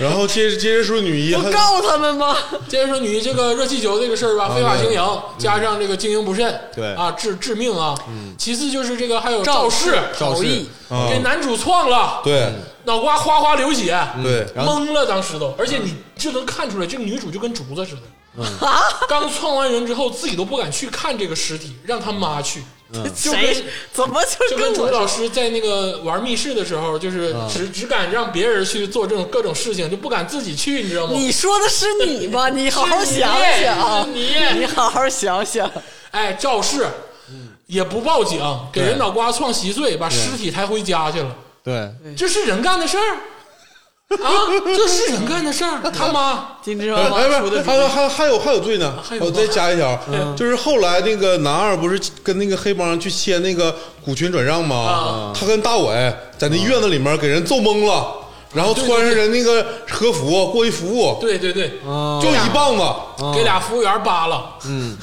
[SPEAKER 4] 然后接着接着说女一，
[SPEAKER 3] 不
[SPEAKER 4] 还
[SPEAKER 3] 告他们吗？
[SPEAKER 2] 接着说，你这个热气球这个事儿吧，非法经营，加上这个经营不慎，
[SPEAKER 5] 啊嗯对嗯
[SPEAKER 2] 啊，致致命啊。其次就是这个还有肇事，
[SPEAKER 5] 肇
[SPEAKER 3] 逃
[SPEAKER 5] 事嗯
[SPEAKER 3] 逸，
[SPEAKER 4] 啊
[SPEAKER 2] 给男主撞了，
[SPEAKER 4] 对
[SPEAKER 2] 脑瓜哗哗流血，
[SPEAKER 4] 对，
[SPEAKER 5] 嗯然后嗯
[SPEAKER 2] 懵了，当时都，而且你就能看出来，这个女主就跟竹子似的，
[SPEAKER 3] 啊
[SPEAKER 2] 刚撞完人之后，自己都不敢去看这个尸体，让他妈去，就跟
[SPEAKER 3] 谁怎么
[SPEAKER 2] 就
[SPEAKER 3] 就跟
[SPEAKER 2] 跟
[SPEAKER 3] 我
[SPEAKER 2] 竹老师在那个玩密室的时候，就是
[SPEAKER 5] 嗯
[SPEAKER 2] 只只敢让别人去做这种各种事情，就不敢自己去，你知道吗？
[SPEAKER 3] *laughs* 你说的是你吧？你好好想
[SPEAKER 2] 是
[SPEAKER 3] 想，
[SPEAKER 2] 你是你
[SPEAKER 3] 好好想想。
[SPEAKER 2] 哎，肇事，也不报警，给人脑瓜撞稀碎，把尸体抬回家去了，
[SPEAKER 5] 对，
[SPEAKER 2] 这是人干的事儿啊，这是人干的事儿，他妈。
[SPEAKER 3] 金枝
[SPEAKER 4] 哎
[SPEAKER 3] 妈妈
[SPEAKER 4] 哎，不
[SPEAKER 3] 出
[SPEAKER 4] 是，
[SPEAKER 3] 的主
[SPEAKER 4] 还
[SPEAKER 3] 意
[SPEAKER 4] 有还有还有还有罪呢
[SPEAKER 2] 啊还！有
[SPEAKER 4] 我
[SPEAKER 2] 吗嗯
[SPEAKER 4] 再加一条，就是后来那个男二不是跟那个黑帮去签那个股权转让
[SPEAKER 2] 啊
[SPEAKER 4] 吗？他跟大伟在那院子里面给人揍懵了，然后穿上人那个和服过去服务，
[SPEAKER 2] 对嗯对对，
[SPEAKER 4] 就一棒子，
[SPEAKER 2] 给俩服务员扒了，嗯，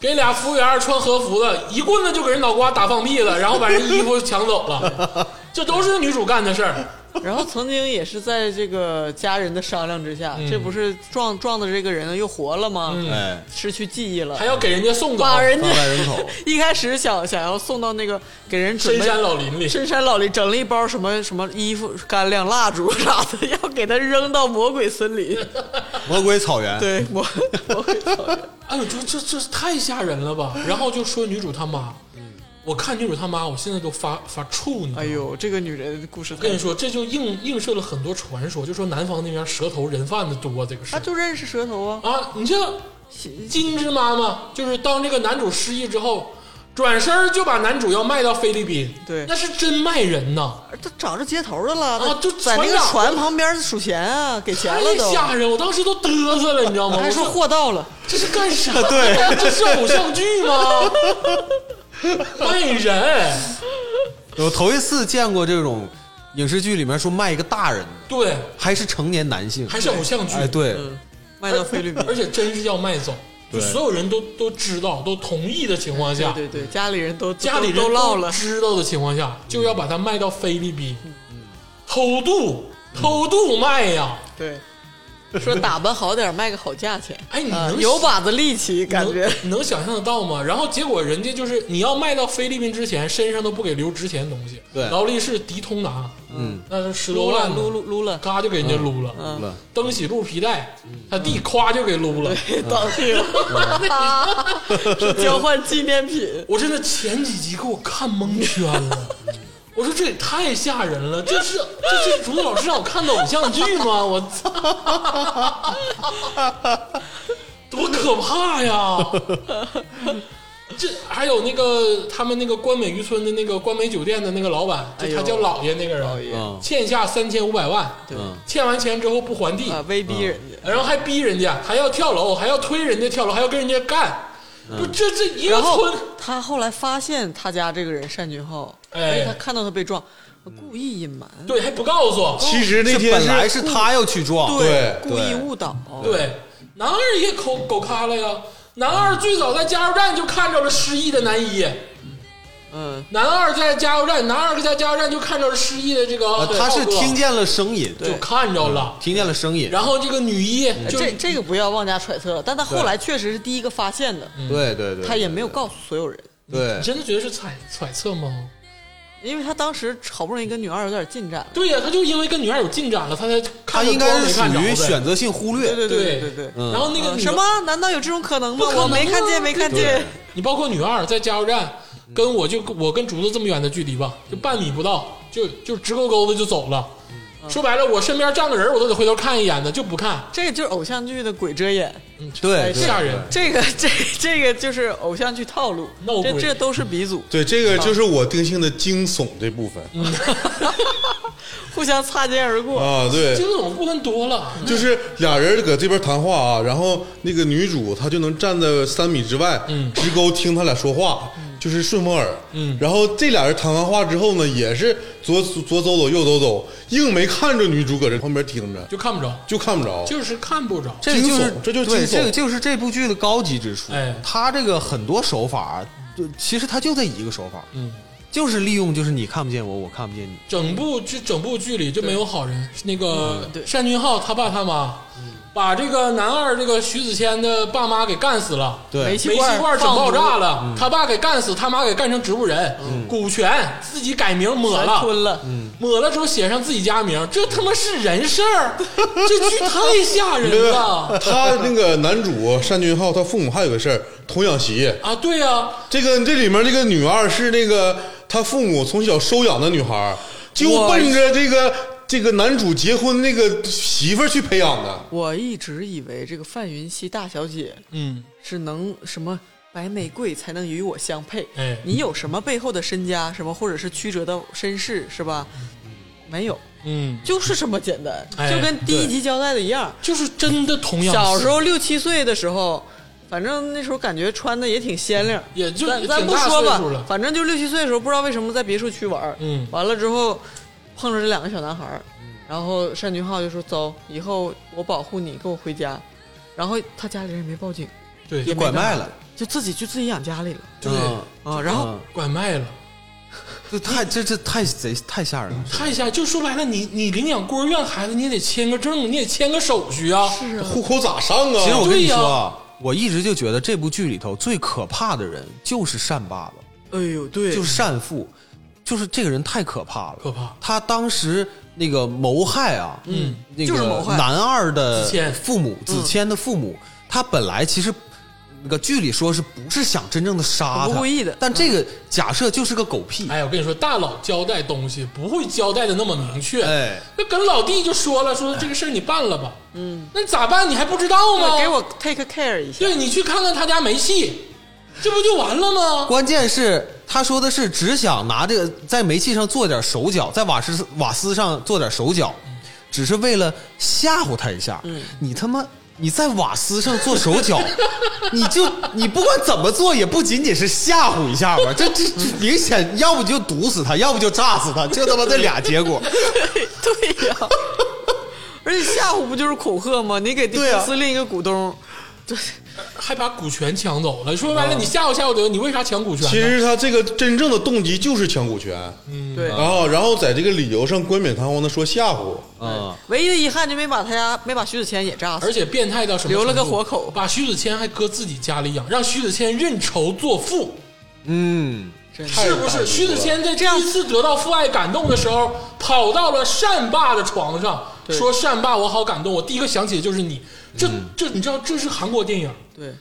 [SPEAKER 2] 给俩服务员穿和服的，一棍子就给人脑瓜打放屁了，然后把人衣服抢走了，这都是女主干的事儿。
[SPEAKER 3] 然后曾经也是在这个家人的商量之
[SPEAKER 2] 嗯
[SPEAKER 3] 下，这不是撞撞的这个人又活了吗？
[SPEAKER 5] 哎，
[SPEAKER 3] 失去记忆了
[SPEAKER 2] 还，要给人家送走，
[SPEAKER 3] 把人家
[SPEAKER 5] 八百人口
[SPEAKER 3] *laughs* 一开始想想要送到那个给人准
[SPEAKER 2] 深
[SPEAKER 3] 备
[SPEAKER 2] 山老林里，
[SPEAKER 3] 深山老林整了一包什么什么衣服、干粮、蜡烛啥的，要给他扔到魔鬼
[SPEAKER 2] *laughs*
[SPEAKER 3] 森林。
[SPEAKER 5] 魔鬼草原，
[SPEAKER 3] 对，魔魔鬼草原。
[SPEAKER 2] 哎呦，这这这太吓人了吧！然后就说女主他妈，我看女主他妈，我现在都发发怵呢。
[SPEAKER 3] 哎呦，这个女人的故事太
[SPEAKER 2] 跟你，说，这就映映射了很多传说，就说南方那边蛇头人贩子多这个事
[SPEAKER 3] 她
[SPEAKER 2] 儿
[SPEAKER 3] 就认识蛇头啊。
[SPEAKER 2] 啊。你像金枝妈妈，就是当这个男主失忆之后，转身儿就把男主要卖到菲律宾，
[SPEAKER 3] 对
[SPEAKER 2] 那是真卖人呐，
[SPEAKER 3] 她找着接头的了，
[SPEAKER 2] 啊
[SPEAKER 3] 她
[SPEAKER 2] 就
[SPEAKER 3] 在那个
[SPEAKER 2] 船长
[SPEAKER 3] 船旁边数钱啊，给钱了
[SPEAKER 2] 太
[SPEAKER 3] 都。
[SPEAKER 2] 吓人！我当时都嘚瑟了，你知道吗？
[SPEAKER 3] 还
[SPEAKER 2] 我
[SPEAKER 3] 说
[SPEAKER 2] 说
[SPEAKER 3] 货
[SPEAKER 2] *laughs*
[SPEAKER 3] 到了，
[SPEAKER 2] 这是干
[SPEAKER 3] *laughs*
[SPEAKER 2] 啥？对，这是偶像剧吗？卖人，
[SPEAKER 5] 我头一次见过这种影视剧里面说卖一个大人的，
[SPEAKER 2] 对，
[SPEAKER 5] 还是成年男性，
[SPEAKER 2] 还是偶像剧，
[SPEAKER 5] 哎，对，
[SPEAKER 3] 卖到菲律宾。
[SPEAKER 2] 而且真是要卖走，就
[SPEAKER 5] 对
[SPEAKER 2] 所有人都都知道、都同意的情况下，
[SPEAKER 3] 对对，家里人都
[SPEAKER 2] 家里人
[SPEAKER 3] 都唠
[SPEAKER 2] *laughs*
[SPEAKER 3] 了，
[SPEAKER 2] 知道的情况下，就要把它卖到菲律宾，偷渡，偷渡卖呀！
[SPEAKER 3] 对，说打扮好点，卖个好价钱。
[SPEAKER 2] 哎，你
[SPEAKER 3] 啊
[SPEAKER 2] 能
[SPEAKER 3] 有把子力气，感
[SPEAKER 2] 能
[SPEAKER 3] 觉
[SPEAKER 2] 你能想象得到吗？然后结果人家就是你要卖到菲律宾之前，身上都不给留值钱的东西，
[SPEAKER 5] 对
[SPEAKER 2] 劳力士、迪通拿，
[SPEAKER 5] 嗯，
[SPEAKER 2] 那是 *laughs* 十多
[SPEAKER 3] 撸了
[SPEAKER 2] 万呢，
[SPEAKER 3] 撸撸撸
[SPEAKER 4] *laughs*
[SPEAKER 3] 了，
[SPEAKER 2] 嘎就给人家撸了，
[SPEAKER 3] 嗯，
[SPEAKER 5] 了
[SPEAKER 2] 登喜路皮带，他弟夸就给撸了。
[SPEAKER 3] 倒闭
[SPEAKER 4] 嗯
[SPEAKER 3] *laughs* 了，啊是交换纪念品。
[SPEAKER 2] 我真的前几集给我看蒙圈了，我说这也太吓人了，这是这是主老师让我看的偶像剧吗？我操，多可怕呀！这还有那个他们那个关美渔村的那个关美酒店的那个老板，就
[SPEAKER 3] 哎
[SPEAKER 2] 他
[SPEAKER 3] 呦
[SPEAKER 2] 叫老爷那个
[SPEAKER 3] 老
[SPEAKER 2] 人，
[SPEAKER 3] 爷
[SPEAKER 5] 嗯
[SPEAKER 2] 欠下三千五百万，
[SPEAKER 5] 嗯，
[SPEAKER 2] 欠完钱之后不还地，
[SPEAKER 3] 啊，威逼人家，
[SPEAKER 2] 然后还逼人家，还要跳楼，还要推人家跳楼，还要跟人家干，不这这一个
[SPEAKER 3] 嗯然后
[SPEAKER 2] 村。
[SPEAKER 3] 他后来发现他家这个人单俊浩，
[SPEAKER 2] 哎
[SPEAKER 3] 哎，他看到他被撞，故意隐瞒，
[SPEAKER 2] 对，还不告诉。
[SPEAKER 4] 其实那
[SPEAKER 5] 这
[SPEAKER 4] 天
[SPEAKER 5] 本来
[SPEAKER 4] 是
[SPEAKER 5] 是他要去撞，
[SPEAKER 4] 对
[SPEAKER 3] 故意误导，
[SPEAKER 2] 对，男二也狗狗咖了呀。男二最早在加油站就看着了失忆的男一，
[SPEAKER 3] 嗯，
[SPEAKER 2] 男二在加油站，男二在加油站就看着了失忆的这个呃浩
[SPEAKER 5] 啊
[SPEAKER 2] 哥，
[SPEAKER 5] 他是听见嗯了声音，
[SPEAKER 2] 就看着了。
[SPEAKER 5] 听见了声
[SPEAKER 2] *laughs*
[SPEAKER 5] 音，
[SPEAKER 2] 然后这个女一
[SPEAKER 5] 嗯
[SPEAKER 2] 就
[SPEAKER 3] 呃这这个不要妄加揣测了，但他后来确实是第一个发现的，
[SPEAKER 5] 对对对，
[SPEAKER 3] 他也没有告诉所有人，
[SPEAKER 5] 对
[SPEAKER 2] 你，真的觉得是揣揣测吗？
[SPEAKER 3] 因为他当时好不容易跟女二有点进展，
[SPEAKER 2] 对呀、他就因为跟女二有进展了，他才
[SPEAKER 5] 他
[SPEAKER 2] 看着
[SPEAKER 5] 应该
[SPEAKER 2] 光
[SPEAKER 5] 是
[SPEAKER 2] 没
[SPEAKER 5] 属
[SPEAKER 2] 看着
[SPEAKER 5] 于
[SPEAKER 2] 呗
[SPEAKER 5] 选择性忽略，
[SPEAKER 3] 对对
[SPEAKER 2] 对
[SPEAKER 3] 对对。
[SPEAKER 5] 嗯
[SPEAKER 2] 然后那个
[SPEAKER 3] 啊
[SPEAKER 2] 女
[SPEAKER 3] 什么？难道有这种可能
[SPEAKER 2] 不
[SPEAKER 3] 吗
[SPEAKER 2] 可？能啊
[SPEAKER 3] 我没看见，没看见
[SPEAKER 5] 对。
[SPEAKER 2] 你包括女二在加油站，跟我就我跟竹子这么远的距离吧，就半米不到，就就直勾勾的就走了。说白了，我身边站个人，我都得回头看一眼的，就不看，
[SPEAKER 3] 这个就是偶像剧的鬼遮眼，
[SPEAKER 5] 哎对，
[SPEAKER 2] 吓人。
[SPEAKER 3] 这个这这个就是偶像剧套路
[SPEAKER 2] 闹，鬼
[SPEAKER 3] 这这都是
[SPEAKER 2] *laughs*
[SPEAKER 3] 鼻祖，
[SPEAKER 4] 对这个就是我定性的惊悚这部分
[SPEAKER 2] 嗯
[SPEAKER 3] 互相擦肩而
[SPEAKER 2] 哦
[SPEAKER 3] 过。
[SPEAKER 4] 啊，对，
[SPEAKER 2] 惊悚部分多了，
[SPEAKER 4] 就是俩人搁这边谈话啊，然后那个女主她就能站在三米之外，
[SPEAKER 2] 嗯
[SPEAKER 4] 直勾听他俩说话，就是顺风耳，嗯，然后这俩人谈完话之后呢，也是左左走走右走走，硬没看着女主搁这旁边听着，
[SPEAKER 2] 就看不着，
[SPEAKER 4] 就看不着，
[SPEAKER 2] 就是看不着。
[SPEAKER 5] 这就是
[SPEAKER 4] 惊悚这就是
[SPEAKER 5] 对
[SPEAKER 4] 惊悚
[SPEAKER 5] 这个就是这部剧的高级之处
[SPEAKER 2] 哎。
[SPEAKER 5] 他这个很多手法，就其实他就这一个手法，
[SPEAKER 2] 嗯，
[SPEAKER 5] 就是利用就是你看不见我，我看不见你。
[SPEAKER 2] 整部剧整部剧里就没有好人。那个
[SPEAKER 3] 对
[SPEAKER 2] 单俊浩他爸他妈把这个男二这个徐子谦的爸妈给干死了。
[SPEAKER 5] 对
[SPEAKER 3] 煤
[SPEAKER 2] 煤气
[SPEAKER 3] 罐
[SPEAKER 2] 罐整
[SPEAKER 3] 放
[SPEAKER 2] 爆
[SPEAKER 3] 毒
[SPEAKER 2] 炸了，他爸给干死，他妈给干成植物人，股权自己改名抹
[SPEAKER 3] 全
[SPEAKER 2] 了，嗯
[SPEAKER 3] 吞了，
[SPEAKER 2] 抹了之后写上自己家名，这他妈是人事儿， *laughs* 这剧太吓人
[SPEAKER 5] *laughs*
[SPEAKER 2] 了
[SPEAKER 4] 他那个男主单俊浩，他父母还有个事儿，童养媳。
[SPEAKER 2] 啊！对呀、
[SPEAKER 4] 这个这里面这个女二是那个他父母从小收养的女孩儿，就奔着这个这个男主结婚那个媳妇儿去培养的。
[SPEAKER 3] 我一直以为这个范云西大小姐
[SPEAKER 2] 嗯，
[SPEAKER 3] 是能什么白玫瑰才能与我相配，
[SPEAKER 2] 哎
[SPEAKER 3] 你有什么背后的身家什么，或者是曲折的身世是吧？没有，
[SPEAKER 2] 嗯，
[SPEAKER 3] 就是这么简单，
[SPEAKER 2] 哎
[SPEAKER 3] 就跟第一集交代的一样。
[SPEAKER 2] 就是真的童养媳
[SPEAKER 3] 小时候六七岁的时候，反正那时候感觉穿的也挺鲜亮，
[SPEAKER 2] 也就
[SPEAKER 3] 咱
[SPEAKER 2] 也
[SPEAKER 3] 咱
[SPEAKER 2] 挺
[SPEAKER 3] 不
[SPEAKER 2] 大
[SPEAKER 3] 说
[SPEAKER 2] 岁数了
[SPEAKER 3] 吧，反正就六七岁的时候，不知道为什么在别墅区玩，
[SPEAKER 2] 嗯
[SPEAKER 3] 完了之后碰着这两个小男孩儿，然后单俊浩就说走，以后我保护你，跟我回家，然后他家里人也没报警，
[SPEAKER 2] 对
[SPEAKER 5] 就拐卖了，
[SPEAKER 3] 就自己就自己养家里了
[SPEAKER 2] 对、
[SPEAKER 5] 嗯
[SPEAKER 3] 啊，然后
[SPEAKER 5] 嗯
[SPEAKER 2] 拐卖了，
[SPEAKER 5] 这太这这太贼太吓人了。
[SPEAKER 2] 看一下，就说白了，你你领养孤儿院孩子，你也得签个证，你也签个手续啊。是
[SPEAKER 4] 户口咋上
[SPEAKER 5] 其实
[SPEAKER 4] 啊？
[SPEAKER 5] 我跟你
[SPEAKER 2] 对呀
[SPEAKER 5] 说啊，我一直就觉得这部剧里头最可怕的人就是善爸爸。
[SPEAKER 3] 哎呦，对，
[SPEAKER 5] 就是善父，就是这个人太可怕了，
[SPEAKER 2] 可怕
[SPEAKER 5] 他当时那个谋害啊，嗯，那
[SPEAKER 3] 就是
[SPEAKER 5] 个
[SPEAKER 3] 谋害
[SPEAKER 5] 男二的
[SPEAKER 2] 子谦嗯
[SPEAKER 5] 父母，子谦的父母，他本来其实那个剧里说是不是想真正的杀他，
[SPEAKER 3] 不故意的
[SPEAKER 5] 但这个假设就是个狗屁，
[SPEAKER 2] 哎，我跟你说，大佬交代东西不会交代的那么明确。
[SPEAKER 5] 哎，
[SPEAKER 2] 那跟老弟就说了，说这个事儿你办了吧。嗯，那咋办？你还不知道吗？
[SPEAKER 3] 给我 take care 一下。 *laughs*
[SPEAKER 2] 对你去看看他家煤气，这不就完了吗？
[SPEAKER 5] 关键是他说的是只想拿这个在煤气上做点手脚，在瓦斯瓦斯上做点手脚，只是为了吓唬他一下。你他妈！你在瓦斯上做手脚， *laughs* 你就你不管怎么做，也不仅仅是吓唬一下吧，这这这明显，要不就毒死他，要不就炸死他，就他妈这俩结果。
[SPEAKER 3] 对呀、而且吓唬不就是恐吓吗？你给公
[SPEAKER 5] 对呀
[SPEAKER 3] 司另一个股东，
[SPEAKER 2] 还把股权抢走了，说白
[SPEAKER 3] 啊
[SPEAKER 2] 了，你吓唬吓唬得，你为啥抢股权呢？
[SPEAKER 4] 其实他这个真正的动机就是抢股权，
[SPEAKER 5] 嗯
[SPEAKER 2] 嗯
[SPEAKER 3] 对，
[SPEAKER 2] 啊
[SPEAKER 4] 然后然后在这个理由上冠冕堂皇的说吓唬，
[SPEAKER 5] 嗯，
[SPEAKER 3] 唯一的遗憾就没把他家没把徐子谦也炸死
[SPEAKER 2] 而。且变态到什么程度？
[SPEAKER 3] 留了个活口
[SPEAKER 2] 把徐子谦还搁自己家里养，让徐子谦认仇作父，
[SPEAKER 5] 嗯
[SPEAKER 2] 是不是？徐子谦在
[SPEAKER 3] 这样
[SPEAKER 2] 第一次得到父爱感动的时候，跑到了善爸的床上，说：“善爸，我好感动，我第一个想起的就是你。这”
[SPEAKER 3] 嗯
[SPEAKER 2] 这你知道，这是韩国电影，
[SPEAKER 3] 对，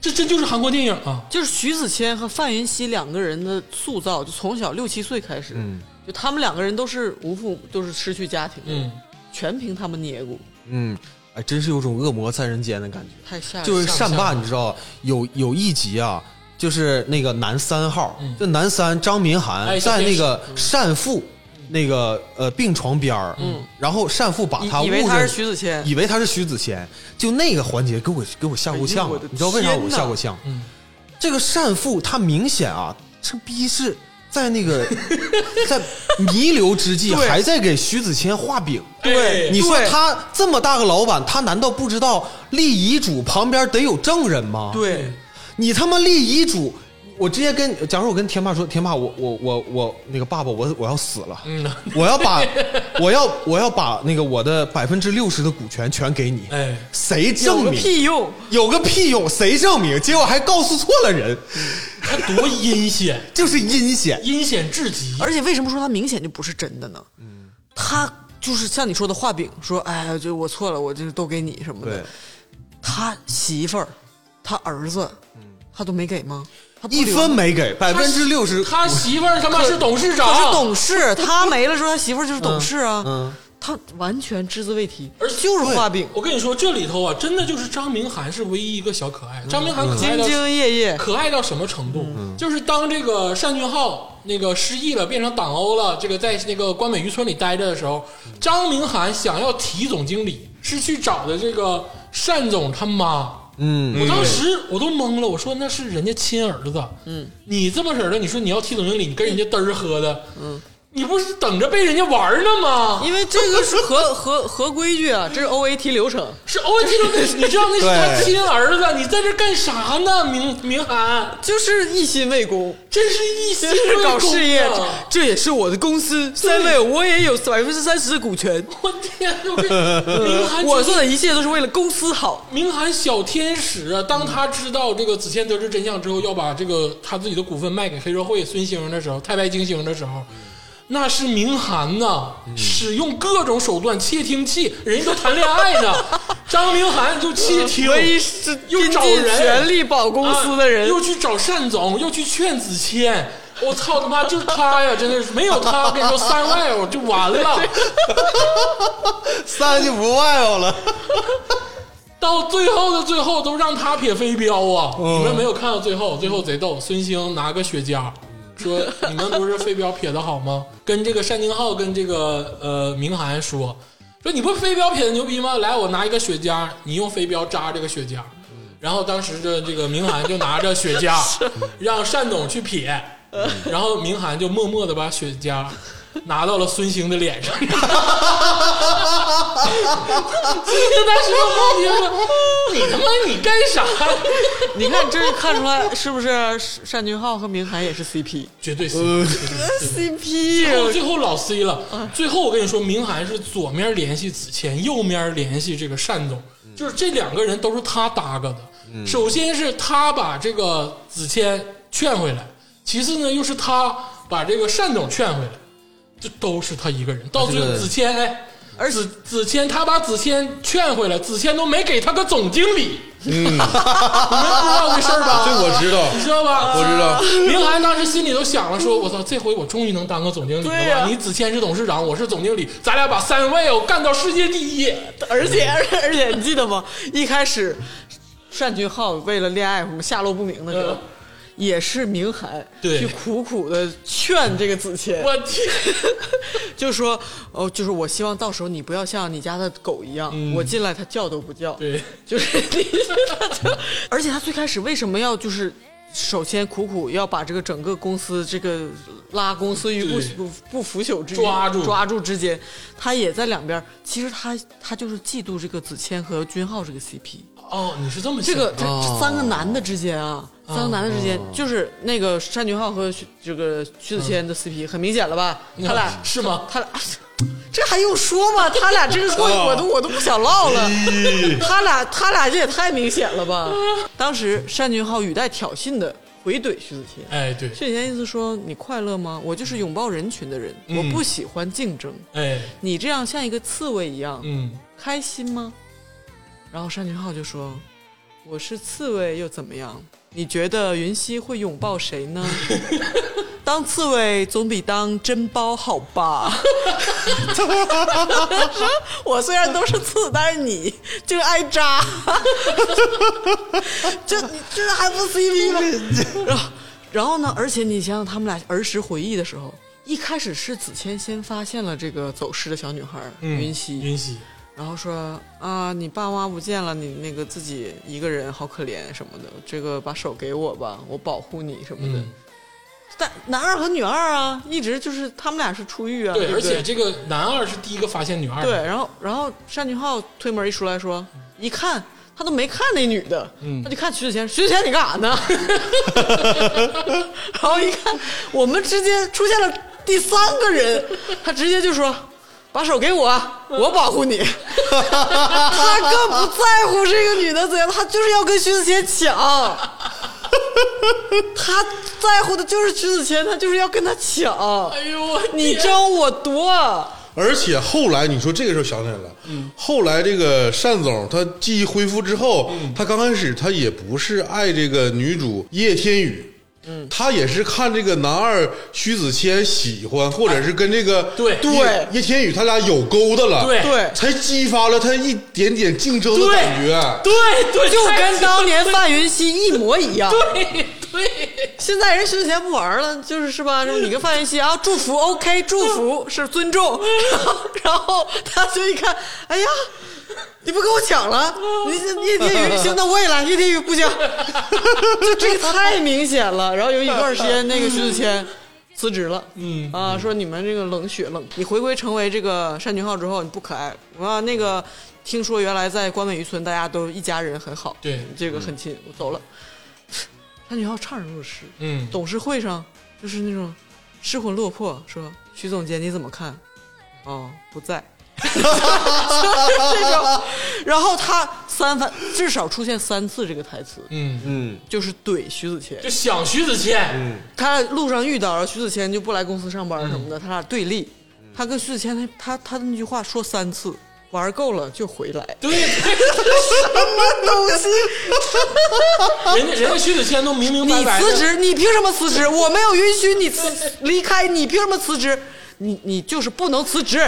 [SPEAKER 2] 这真就是韩国电影啊！
[SPEAKER 3] 就是徐子谦和范云熙两个人的塑造，就从小六七岁开始，
[SPEAKER 5] 嗯
[SPEAKER 3] 就他们两个人都是无父，都是失去家庭，
[SPEAKER 2] 嗯，
[SPEAKER 3] 全凭他们捏骨，
[SPEAKER 5] 嗯，哎，真是有种恶魔在人间的感觉。
[SPEAKER 3] 太吓人了。
[SPEAKER 5] 就是善
[SPEAKER 2] 吓
[SPEAKER 5] 霸，
[SPEAKER 2] 不吓
[SPEAKER 5] 你知道有有一集啊，就是那个男三号，就男三张明
[SPEAKER 2] 哎
[SPEAKER 5] 涵在那个善父那个呃病床边儿，然后善父把他
[SPEAKER 3] 以以为
[SPEAKER 5] 捂着
[SPEAKER 3] 他是徐子谦
[SPEAKER 5] 以为他是徐子谦，就那个环节给我给我吓够
[SPEAKER 3] 哎
[SPEAKER 5] 呛
[SPEAKER 3] 呦我
[SPEAKER 5] 了
[SPEAKER 3] 的，
[SPEAKER 5] 你知道为啥
[SPEAKER 3] 天
[SPEAKER 5] 我
[SPEAKER 3] 哪
[SPEAKER 5] 吓够呛？这个善父他明显啊，这逼是在那
[SPEAKER 3] *laughs*
[SPEAKER 5] 个在弥留之际
[SPEAKER 3] 对
[SPEAKER 5] 还在给徐子谦画饼。
[SPEAKER 2] 对
[SPEAKER 5] 你说
[SPEAKER 3] 对
[SPEAKER 5] 他这么大个老板，他难道不知道立遗嘱旁边得有证人吗？，
[SPEAKER 3] 对，
[SPEAKER 5] 你他妈立遗嘱，我直接跟，假如我跟田爸说，田爸，我我我我那个爸爸，我我要死了，
[SPEAKER 2] 嗯，
[SPEAKER 5] 我
[SPEAKER 3] *laughs*
[SPEAKER 5] 要把我要我要把那个我的百分之六十的股权全给你，
[SPEAKER 2] 哎
[SPEAKER 5] 谁
[SPEAKER 3] 有
[SPEAKER 5] 证
[SPEAKER 3] 个
[SPEAKER 5] 明？
[SPEAKER 3] 屁用！
[SPEAKER 5] 有个屁用！谁证明？结果还告诉错了人，
[SPEAKER 2] 他多阴险，
[SPEAKER 5] 就是阴险。
[SPEAKER 2] 阴险至极。
[SPEAKER 3] 而且为什么说他明显就不是真的呢？
[SPEAKER 5] 嗯
[SPEAKER 3] 他就是像你说的画饼，说哎呀，就我错了，我就都给你什么的。他媳妇儿，他儿子，他都没给吗？他不
[SPEAKER 5] 嗯一
[SPEAKER 3] 留
[SPEAKER 5] 分没给，百分之六十
[SPEAKER 2] 他媳妇儿他妈是董事长，
[SPEAKER 3] 他是董事，他没了之后，他媳妇儿就是董事啊。
[SPEAKER 5] 嗯嗯
[SPEAKER 3] 他完全只字未提，
[SPEAKER 2] 而
[SPEAKER 3] 就是画饼，
[SPEAKER 2] 我跟你说，这里头啊，真的就是张明涵是唯一一个小可
[SPEAKER 5] 嗯
[SPEAKER 2] 爱。张明涵可爱
[SPEAKER 3] 兢
[SPEAKER 2] 到
[SPEAKER 3] 兢业业。
[SPEAKER 2] 可爱到什么程度？就是当这个单俊浩那个失忆了，变成党欧了，这个在那个关美渔村里待着的时候，
[SPEAKER 5] 嗯
[SPEAKER 2] 张明涵想要提总经理，是去找的这个单总他妈。
[SPEAKER 5] 嗯，
[SPEAKER 2] 我当时我都懵了，我说那是人家亲儿子，嗯，你这么式儿的，你说你要提总经理，你跟人家嘚儿喝的，嗯，你不是等着被人家玩儿呢吗？
[SPEAKER 3] 因为这个是合 *laughs* 合合规矩啊，这是 OAT 流程。
[SPEAKER 2] 是哦欧文听众，你知道那是他
[SPEAKER 5] 对
[SPEAKER 2] 亲儿子，你在这干啥呢？明明涵，
[SPEAKER 3] 就是一心为公，
[SPEAKER 2] 真是一心
[SPEAKER 3] 真是
[SPEAKER 2] 为
[SPEAKER 3] 搞
[SPEAKER 2] 公
[SPEAKER 3] 事业
[SPEAKER 2] 啊，
[SPEAKER 3] 这也是我的公司，三位我也有百分之三十的股权，
[SPEAKER 2] 我天，我这明涵，
[SPEAKER 3] 我做的一切都是为了公司好。
[SPEAKER 2] 明涵小天使啊！当他知道这个子谦得知真相之后，要把这个他自己的股份卖给黑社会孙兴的时候，太白金星的时候，那是明涵呐，使用各种手段窃听器，人家都谈恋爱呢，张明涵就窃听，
[SPEAKER 3] 唯一是
[SPEAKER 2] 又
[SPEAKER 3] 拼
[SPEAKER 2] 找
[SPEAKER 3] 尽
[SPEAKER 2] 人
[SPEAKER 3] 全力保公司的
[SPEAKER 2] 啊
[SPEAKER 3] 人，
[SPEAKER 2] 又去找单总，又去劝子谦。我操他妈，就他呀，真的是没有他，我跟你说三外我就完了。
[SPEAKER 5] 三就不外头了。
[SPEAKER 2] 到最后的最后，都让他撇飞镖啊！你们没有看到最后，最后贼逗，孙兴拿个雪茄。说你们不是飞镖撇的好吗？跟这个单廷浩跟这个呃明涵说，说你不是飞镖撇的牛逼吗？来，我拿一个雪茄，你用飞镖扎这个雪茄。然后当时的这个明涵就拿着雪茄，让单总去撇，然后明涵就默默的把雪茄拿到了孙兴的脸上。孙 *laughs* 兴当时就懵逼了，你他妈你干啥？
[SPEAKER 3] 你看，这是看出来是不是单俊浩和明涵也是 CP？
[SPEAKER 2] 绝对 C，最 *laughs* 后
[SPEAKER 3] CP，
[SPEAKER 2] 最后老 C 了。最后我跟你说，明涵是左面联系子谦，右面联系这个单总，就是这两个人都是他搭嘎的。首先是他把这个子谦劝回来，其次呢又是他把这个单总劝回来，这都是他一个人。到最后
[SPEAKER 5] 这个
[SPEAKER 2] 子谦哎。
[SPEAKER 3] 而
[SPEAKER 2] 子子谦，他把子谦劝回来，子谦都没给他个总经理， *laughs* 嗯，你们不知道这事儿吧？
[SPEAKER 4] *laughs* 这我知道，
[SPEAKER 2] 啊你知道吧？
[SPEAKER 4] 我知道。
[SPEAKER 2] 明涵当时心里都想了，说：“我操，这回我终于能当个总经理了吧？
[SPEAKER 3] 对呀
[SPEAKER 2] 你子谦是董事长，我是总经理，咱俩把三位我干到世界第一。
[SPEAKER 3] *laughs* 而且而而且你记得吗？一开始单俊浩为了恋爱什么下落不明的时候
[SPEAKER 2] 嗯，
[SPEAKER 3] 也是明涵
[SPEAKER 2] 对
[SPEAKER 3] 去苦苦的劝这个子谦，
[SPEAKER 2] 我天，
[SPEAKER 3] *laughs* 就说哦，就是我希望到时候你不要像你家的狗一样，我进来它叫都不叫。
[SPEAKER 2] 嗯对，
[SPEAKER 3] *laughs*
[SPEAKER 2] *laughs*
[SPEAKER 3] 就是你，而且他最开始为什么要就是首先苦苦要把这个整个公司这个拉公司于不
[SPEAKER 2] 对
[SPEAKER 3] 不不腐朽之
[SPEAKER 2] 抓住
[SPEAKER 3] 抓住之间，他也在两边儿。其实他他就是嫉妒这个子谦和君浩这个 CP，
[SPEAKER 2] 哦，你是这么
[SPEAKER 3] 这
[SPEAKER 2] 想
[SPEAKER 3] 个
[SPEAKER 2] 的
[SPEAKER 3] 这这三个男的之间
[SPEAKER 2] 哦
[SPEAKER 3] 啊。三个男的之间，就是那个单俊浩和徐这个徐子谦的 CP，很明显了吧？
[SPEAKER 2] 哦
[SPEAKER 3] 他俩
[SPEAKER 2] 是吗
[SPEAKER 3] 他俩这还用说吗？他俩这个过去我都我都不想唠了。他俩他俩这也太明显了吧！当时单俊浩语带挑衅的回怼徐子谦，
[SPEAKER 2] 哎，对，
[SPEAKER 3] 徐子谦意思说：“你快乐吗？我就是拥抱人群的人，我不喜欢竞争。
[SPEAKER 2] 哎，
[SPEAKER 3] 你这样像一个刺猬一样，
[SPEAKER 2] 嗯，
[SPEAKER 3] 开心吗？”然后单俊浩就说：“我是刺猬又怎么样？你觉得云溪会拥抱谁 *laughs* 呢？当刺猬总比当真包好吧？我虽然都是刺，但是你就是挨扎， *laughs* 这你这还不 CP 吗？然后然后呢？而且你想想，他们俩儿时回忆的时候，一开始是子谦先发现了这个走失的小女孩、
[SPEAKER 2] 嗯
[SPEAKER 3] 云溪，
[SPEAKER 2] 云溪，
[SPEAKER 3] 然后说啊，你爸妈不见了，你那个自己一个人好可怜什么的，这个把手给我吧，我保护你什么的。
[SPEAKER 2] 嗯，
[SPEAKER 3] 但男二和女二啊，一直就是他们俩是出狱啊，对
[SPEAKER 2] 对，
[SPEAKER 3] 不
[SPEAKER 2] 而
[SPEAKER 3] 对，
[SPEAKER 2] 且这个男二是第一个发现女二的，
[SPEAKER 3] 对，然后然后单俊浩推门一出来说，一看他都没看那女的，
[SPEAKER 2] 嗯
[SPEAKER 3] 他就看徐子谦，徐子谦你干啥呢？ *laughs* 然后一看我们之间出现了第三个人，他直接就说。把手给我，啊我保护你。 *laughs* 他更不在乎这个女的怎样，他就是要跟徐子谦抢。他在乎的就是徐子谦，他就是要跟他抢。
[SPEAKER 2] 哎呦，我
[SPEAKER 3] 你
[SPEAKER 2] 天
[SPEAKER 3] 争我夺，
[SPEAKER 4] 而且后来你说这个时候想起来了，
[SPEAKER 2] 嗯
[SPEAKER 4] 后来这个单总他记忆恢复之后，
[SPEAKER 2] 嗯
[SPEAKER 4] 他刚开始他也不是爱这个女主叶天宇。
[SPEAKER 2] 嗯
[SPEAKER 4] 他也是看这个男二徐子谦喜欢，或者是跟这个
[SPEAKER 2] 哎对
[SPEAKER 3] 对
[SPEAKER 4] 叶叶天宇他俩有勾搭了，
[SPEAKER 2] 对
[SPEAKER 3] 对
[SPEAKER 4] 才激发了他一点点竞争的
[SPEAKER 2] 对
[SPEAKER 4] 感觉。
[SPEAKER 2] 对对，
[SPEAKER 3] 就
[SPEAKER 2] 太
[SPEAKER 3] 跟当年范云西一模一样。
[SPEAKER 2] 对对，
[SPEAKER 3] 现在人徐子谦不玩了，就是是吧？你跟范云西啊，祝福 OK，祝 *laughs* 福是尊重。然后然后他就一看，哎呀，你不跟我抢 *laughs* 了？你这叶天宇行，那我也来。叶天宇不行， *laughs* 就这个太明显了。然后有一段时间，那个徐子谦。辞职了，嗯啊，说你们这个冷血冷，你回归成为这个单俊浩之后，你不可爱了。我要那个听说原来在关美渔村，大家都一家人很好，
[SPEAKER 2] 对
[SPEAKER 3] 这个很亲，我走了。单俊浩怅然若失，
[SPEAKER 2] 嗯，
[SPEAKER 3] 董事会上就是那种失魂落魄，说徐总监你怎么看？哦，不在，就是这种。然后他三番至少出现三次这个台词，
[SPEAKER 2] 嗯，
[SPEAKER 3] 就是怼徐子谦
[SPEAKER 2] 就。想徐子谦，
[SPEAKER 3] 嗯他俩路上遇到，然后徐子谦就不来公司上班什么的，他俩对立。他跟徐子谦那他他的那句话说三次，玩够了就回来。
[SPEAKER 2] 对， *laughs* 人家人家徐子谦都明明白
[SPEAKER 3] 你
[SPEAKER 2] 白的，
[SPEAKER 3] 辞职，你凭什么辞职？我没有允许你辞离开，你凭什么辞职？你你就是不能辞职。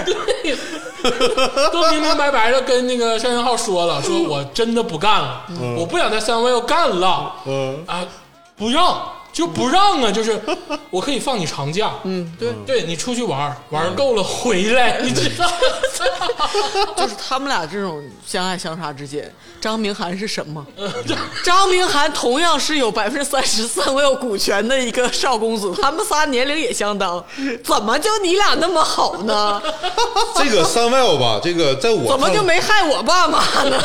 [SPEAKER 2] 都明明白白的跟那个单元浩说了，说我真的不干了，嗯我不想在三位要干了，
[SPEAKER 4] 嗯
[SPEAKER 2] 啊，不让就不让啊，就是我可以放你长假，嗯，
[SPEAKER 3] 对，
[SPEAKER 2] *laughs* 对你出去玩儿玩够了回来，你知道，
[SPEAKER 3] 就是他们俩这种相爱相杀之间，张明涵是什么？ *laughs* 张明涵同样是有百分之三十三有股权的一个少公子，他们仨年龄也相当，怎么就你俩那么好呢？
[SPEAKER 4] 这个三 L 吧，这个在我
[SPEAKER 3] 怎么
[SPEAKER 4] 看
[SPEAKER 3] 就没害我爸妈呢？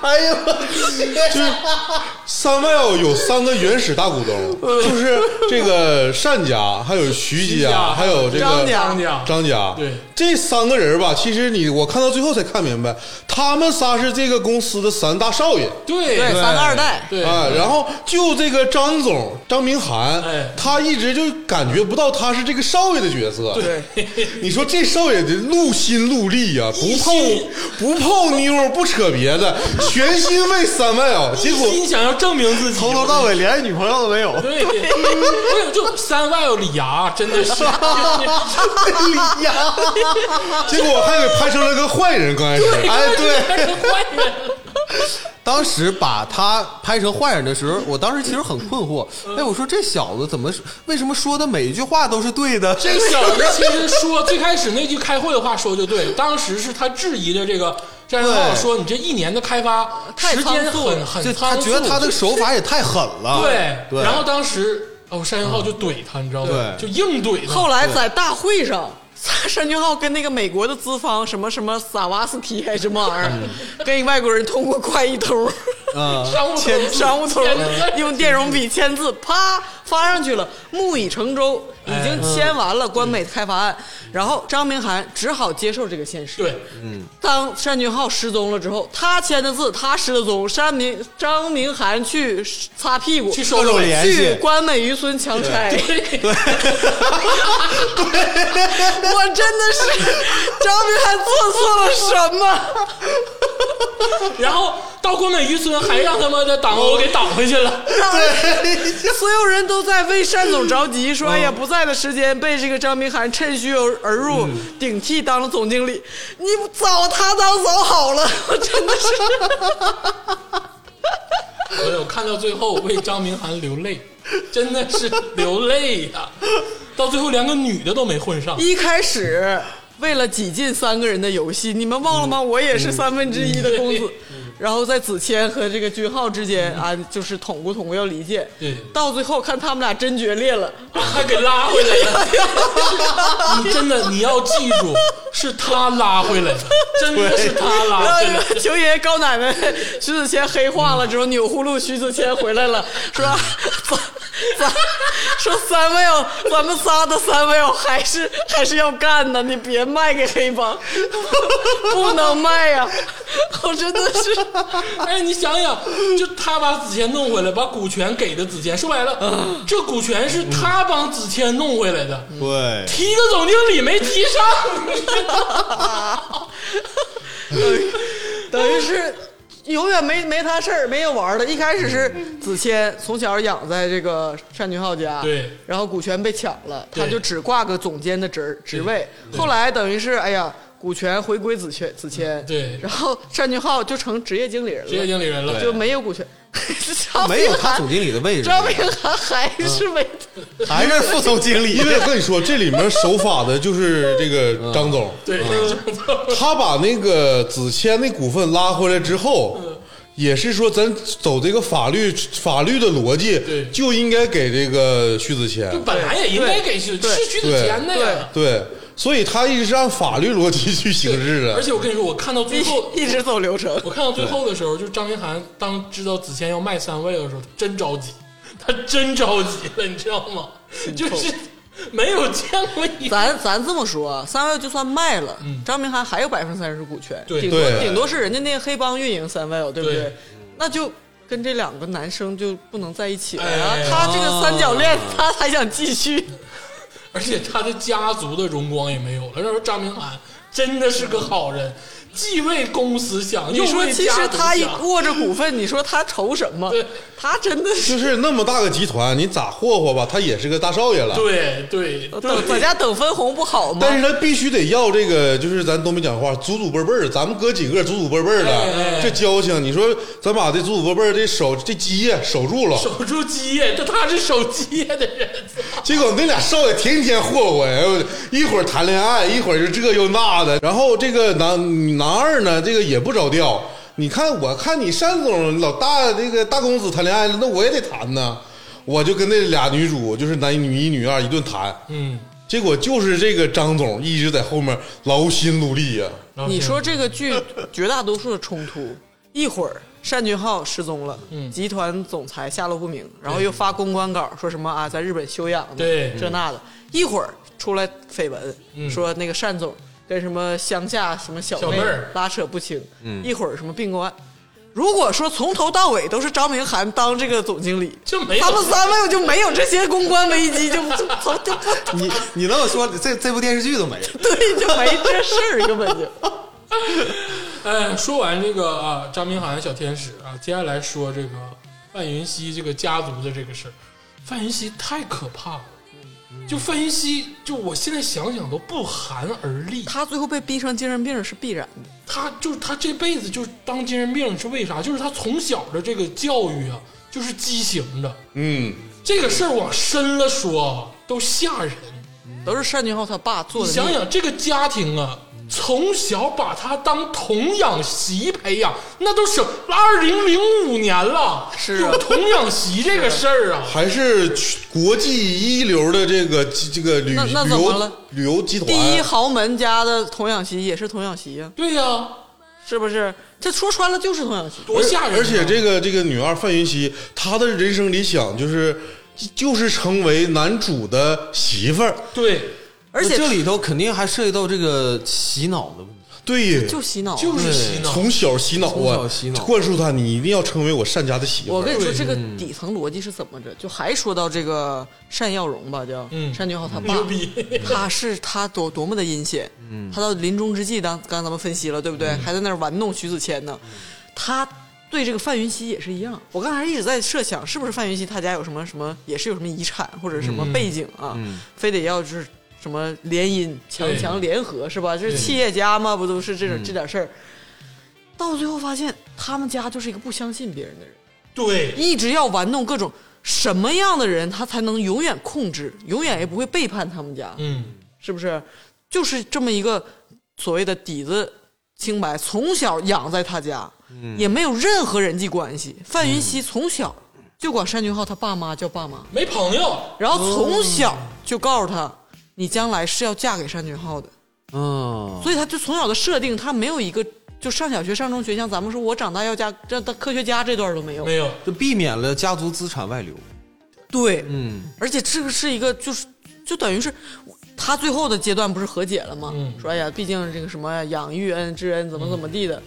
[SPEAKER 4] 哎呦，就是三 L 有三个原始大股东，就是这个单家，还有徐
[SPEAKER 2] 徐家
[SPEAKER 4] 家，还有这个
[SPEAKER 3] 张家
[SPEAKER 2] 张家
[SPEAKER 4] 张家。
[SPEAKER 2] 对
[SPEAKER 4] 这三个人吧，其实你我看到最后才看明白，他们仨是这个公司的三大少爷。
[SPEAKER 2] 对
[SPEAKER 3] 对，三个二代。
[SPEAKER 2] 对
[SPEAKER 4] 哎，然后就这个张总张明涵，
[SPEAKER 2] 哎
[SPEAKER 4] 他一直就感觉不到他是这个少爷的角色。
[SPEAKER 3] 对，
[SPEAKER 4] *laughs* 你说这少爷得怒心怒力呀、不
[SPEAKER 2] 心
[SPEAKER 4] 泡不泡妞，不扯别
[SPEAKER 5] *laughs*
[SPEAKER 4] 的，全心为三万啊！结
[SPEAKER 2] *laughs*
[SPEAKER 4] 果
[SPEAKER 2] 心想要证明自己，
[SPEAKER 5] 从头到尾连女朋友都没有。
[SPEAKER 2] 对，我有就三 L 李涯，真的是，
[SPEAKER 5] 李阳，
[SPEAKER 4] 结果还给拍成了个坏人。刚开始，
[SPEAKER 5] 哎，
[SPEAKER 2] *laughs*
[SPEAKER 5] 对，
[SPEAKER 2] 坏人，
[SPEAKER 5] 当时把他拍成坏人的时候，我当时其实很困惑。哎，我说这小子怎么为什么说的每一句话都是对的？
[SPEAKER 2] 这小子其实说最开始那句开会的话说就对，当时是他质疑的这个战胜浩
[SPEAKER 5] 对
[SPEAKER 2] 说你这一年的开发
[SPEAKER 3] 太
[SPEAKER 2] 时间
[SPEAKER 3] 仓促
[SPEAKER 2] 很很
[SPEAKER 5] 就
[SPEAKER 2] 仓
[SPEAKER 5] 他
[SPEAKER 2] 促，
[SPEAKER 5] 觉得他的手法也太狠了。
[SPEAKER 2] 对，
[SPEAKER 5] 对，
[SPEAKER 2] 然后当时哦，单云浩就怼他，你知道吗？
[SPEAKER 5] 对
[SPEAKER 2] 就硬怼他。
[SPEAKER 3] 后来在大会上，单俊浩跟那个美国的资方什么什么萨瓦斯提还是什么玩意儿，跟一外国人通过快译通、
[SPEAKER 5] 嗯，
[SPEAKER 2] 商务头
[SPEAKER 3] 签商务通
[SPEAKER 2] 签字
[SPEAKER 3] 用电容笔签字，啪发上去了，木已成舟，已经
[SPEAKER 2] 哎
[SPEAKER 3] 签完了关美开发案。然后张明涵只好接受这个现实。
[SPEAKER 2] 对，
[SPEAKER 3] 当单俊浩失踪了之后，他签的字，他失了踪，单明张明涵去擦屁股，
[SPEAKER 2] 去收
[SPEAKER 5] 嗯各种
[SPEAKER 2] 尾。
[SPEAKER 5] 联
[SPEAKER 3] 去
[SPEAKER 5] 系，
[SPEAKER 3] 关美渔村强拆。对， *laughs* 我真的是张明涵做错了什么？
[SPEAKER 2] 然后到关美渔村还让他妈的党欧给挡回去了。 *laughs*
[SPEAKER 3] *laughs* 所有人都在为单总着急，说哎呀，不在的时间被这个张明涵趁虚而而入，顶替当了总经理。你早他当早好了， *laughs* 我真的是。
[SPEAKER 2] 我有看到最后为张明涵流泪，真的是流泪呀、到最后连个女的都没混上，
[SPEAKER 3] 一开始为了挤进三个人的游戏，你们忘了吗？我也是三分之一的公子。然后在子谦和这个君浩之间啊，就是捅咕捅咕要离间。
[SPEAKER 2] 对
[SPEAKER 3] 到最后看他们俩真决裂了。
[SPEAKER 2] 还给拉回来
[SPEAKER 3] *laughs*
[SPEAKER 2] 了。你真的你要记住，是他拉回来的，真的是他
[SPEAKER 3] 然
[SPEAKER 2] 拉
[SPEAKER 3] 后
[SPEAKER 2] 回来的。
[SPEAKER 3] 球爷告奶奶徐子谦黑化了之后，钮祜禄徐子谦回来了，说 *laughs* 咱咱说三位哦，咱们仨的三位哦，还是还是要干的，你别卖给黑帮， *laughs* 不能卖呀、我真的是。
[SPEAKER 2] *laughs* 哎，你想想，就他把子谦弄回来，把股权给的子谦，说白
[SPEAKER 3] 嗯
[SPEAKER 2] 了，这股权是他帮子谦弄回来的，
[SPEAKER 5] 对，
[SPEAKER 2] 提个总经理没提
[SPEAKER 3] *laughs*
[SPEAKER 2] 上，
[SPEAKER 3] 等于是永远没没他事儿，没有玩儿的。一开始是
[SPEAKER 2] 嗯
[SPEAKER 3] 子谦从小养在这个单俊浩家，
[SPEAKER 2] 对
[SPEAKER 3] 然后股权被抢了，他
[SPEAKER 2] 对
[SPEAKER 3] 就只挂个总监的职职位。后来等于是哎呀，股权回归子谦，子谦
[SPEAKER 2] 嗯对
[SPEAKER 3] 然后单俊浩就成职业经理人了，
[SPEAKER 2] 职业经理人了，
[SPEAKER 3] 就没有股 *laughs* 权，张
[SPEAKER 5] 没有
[SPEAKER 3] 明
[SPEAKER 5] 他
[SPEAKER 3] 涵
[SPEAKER 5] 总经理的位置，
[SPEAKER 3] *laughs* 张明涵还是没。
[SPEAKER 5] *laughs*
[SPEAKER 2] 嗯
[SPEAKER 5] 还是副总经理
[SPEAKER 4] 因。为我跟你说，这里面手法的就是这个张总，
[SPEAKER 2] 对，
[SPEAKER 3] 嗯
[SPEAKER 5] 嗯
[SPEAKER 4] 他把那个子谦那股份拉回来之后。
[SPEAKER 5] 嗯
[SPEAKER 4] 也是说，咱走这个法律法律的逻辑
[SPEAKER 2] 对，
[SPEAKER 4] 就应该给这个徐子谦。
[SPEAKER 2] *laughs* 本来也应该给徐
[SPEAKER 3] 对
[SPEAKER 2] 是徐子谦的呀。
[SPEAKER 4] 对，所以他一直是按法律逻辑去行事的。
[SPEAKER 2] 而且我跟你说，我看到最
[SPEAKER 3] *laughs*
[SPEAKER 2] 后，
[SPEAKER 3] 一直走流程，
[SPEAKER 2] 我看到最后的时候，就是张明涵当知道子谦要卖三位的时候，他真着急，他真着急了，你知道吗？就是没有见过一个
[SPEAKER 3] 咱咱这么说啊，三位就算卖了，张明涵还有百分之三十股权，
[SPEAKER 2] 嗯对
[SPEAKER 3] 顶多
[SPEAKER 4] 对
[SPEAKER 3] 顶多是人家那个黑帮运营三位哦，对不对？
[SPEAKER 2] 对
[SPEAKER 3] 那就跟这两个男生就不能在一起了呀、
[SPEAKER 2] 哎哦
[SPEAKER 3] 他这个三角恋，他还想继续，
[SPEAKER 2] 而且他的家族的荣光也没有了。要说张明涵真的是个好人，既为公私享，又
[SPEAKER 3] 你说
[SPEAKER 2] 为
[SPEAKER 3] 其
[SPEAKER 2] 家
[SPEAKER 3] 实
[SPEAKER 2] 族
[SPEAKER 3] 他一
[SPEAKER 2] 想
[SPEAKER 3] 握着股份，你说他愁什么
[SPEAKER 2] 对？
[SPEAKER 3] 他真的是
[SPEAKER 4] 就是那么大个集团，你咋霍霍吧，他也是个大少爷了。
[SPEAKER 2] 对对
[SPEAKER 3] 等在
[SPEAKER 2] 对，
[SPEAKER 3] 家等分红不好吗？
[SPEAKER 4] 但是他必须得要这个，就是咱东北讲话，祖祖辈辈儿，咱们哥几个祖祖辈辈儿
[SPEAKER 2] 哎哎
[SPEAKER 4] 的，这交情，你说咱把这祖祖辈辈儿这手这基业守住了，
[SPEAKER 2] 守住基业，这他是守基业的人，
[SPEAKER 4] 结果那俩少爷天天霍霍呀，一会儿谈恋爱，一会儿就这又那的。然后这个男男二呢，这个也不着调。你看，我看你单总老大这个大公子谈恋爱了，那我也得谈呢。我就跟那俩女主，就是男女一女二一顿谈，
[SPEAKER 2] 嗯，
[SPEAKER 4] 结果就是这个张总一直在后面劳心努力呀、
[SPEAKER 3] 你说这个 *laughs* 剧绝大多数的冲突，一会儿单俊浩失踪了，集团总裁下落不明，然后又发公关稿说什么啊，在日本休养呢，
[SPEAKER 2] 对
[SPEAKER 3] 这那的，一会儿出来绯闻，说那个单总跟什么乡下什么嗯小
[SPEAKER 2] 小妹儿
[SPEAKER 3] 拉扯不清，一会儿什么并购案。如果说从头到尾都是张明涵当这个总经理，
[SPEAKER 2] 就没有
[SPEAKER 3] 他们三位就没有这些公关危机，就就从就不
[SPEAKER 5] 你你那么说，这这部电视剧都没了。
[SPEAKER 3] *laughs* 对就没这事儿，根本就。
[SPEAKER 2] 哎，说完这个啊，张明涵小天使啊，接下来说这个范云熙这个家族的这个事儿。范云熙太可怕了，就范云熙，就我现在想想都不寒而栗。
[SPEAKER 3] 他最后被逼成精神病是必然的，
[SPEAKER 2] 他就是他这辈子就是当精神病是为啥？就是他从小的这个教育啊，就是畸形的。
[SPEAKER 4] 嗯，
[SPEAKER 2] 这个事儿往深了说啊，都吓人。
[SPEAKER 3] 都是单俊浩他爸做
[SPEAKER 2] 你
[SPEAKER 3] 的。
[SPEAKER 2] 想，想这个家庭啊，从小把他当童养媳培养，那都是二零零五年了，
[SPEAKER 3] 是啊
[SPEAKER 2] 有童养
[SPEAKER 4] *laughs*
[SPEAKER 2] 媳这个事儿啊。
[SPEAKER 4] 还是国际一流的这个这个旅
[SPEAKER 3] 那那
[SPEAKER 4] 旅
[SPEAKER 3] 怎么
[SPEAKER 4] 游
[SPEAKER 3] 了
[SPEAKER 4] 旅游集团，
[SPEAKER 2] 啊
[SPEAKER 3] 第一豪门家的童养媳也是童养媳呀、啊
[SPEAKER 2] 对呀、
[SPEAKER 3] 是不是？这说穿了就是童养媳。
[SPEAKER 2] 多吓人啊、
[SPEAKER 4] 而且这个这个女二范云熙，她的人生理想就是就是成为男主的媳妇儿。
[SPEAKER 2] 对，
[SPEAKER 3] 而且
[SPEAKER 5] 这里头肯定还涉及到这个洗脑的问题，
[SPEAKER 4] 对，
[SPEAKER 3] 就洗脑。啊
[SPEAKER 2] 就是洗脑。
[SPEAKER 4] 从小洗脑啊，
[SPEAKER 5] 从小洗脑
[SPEAKER 4] 灌输她，你一定要成为我单家的媳妇
[SPEAKER 3] 我
[SPEAKER 4] 儿。
[SPEAKER 3] 跟你说，这个
[SPEAKER 2] 嗯
[SPEAKER 3] 底层逻辑是怎么着？就还说到这个单耀荣吧，叫
[SPEAKER 2] 嗯
[SPEAKER 3] 单俊浩他爸，
[SPEAKER 2] 牛逼
[SPEAKER 3] 他是他多多么的阴险，
[SPEAKER 2] 嗯
[SPEAKER 3] 他到临终之际，当刚刚咱们分析了，对不对？还在那儿玩弄徐子谦呢，他。对这个范云熙也是一样，我刚才一直在设想，是不是范云熙他家有什么什么，也是有什么遗产或者什
[SPEAKER 2] 嗯
[SPEAKER 3] 么背景啊，非得要就是什么联姻、强
[SPEAKER 2] 对
[SPEAKER 3] 强联合是吧？这是
[SPEAKER 2] 对嗯
[SPEAKER 3] 企业家嘛，不都是这种、这点事儿？到最后发现，他们家就是一个不相信别人的人，
[SPEAKER 2] 对，
[SPEAKER 3] 一直要玩弄各种什么样的人，他才能永远控制，永远也不会背叛他们家，
[SPEAKER 2] 嗯，
[SPEAKER 3] 是不是？就是这么一个所谓的底子清白，从小养在他家，也没有任何人际关系。范云熙从小就管单俊浩他爸妈叫爸妈，
[SPEAKER 2] 没朋友，
[SPEAKER 3] 然后从小就告诉他，你将来是要嫁给单俊浩的。
[SPEAKER 5] 嗯，
[SPEAKER 3] 所以他就从小的设定，他没有一个就上小学、上中学，像咱们说我长大要嫁这他科学家这段都没有。
[SPEAKER 2] 没有。
[SPEAKER 5] 就避免了家族资产外流。
[SPEAKER 3] 对，
[SPEAKER 5] 嗯，
[SPEAKER 3] 而且这个是一个就是就等于是他最后的阶段不是和解了吗？
[SPEAKER 2] 嗯
[SPEAKER 3] 说哎呀，毕竟这个什么养育恩之恩怎么怎么地的。
[SPEAKER 2] 嗯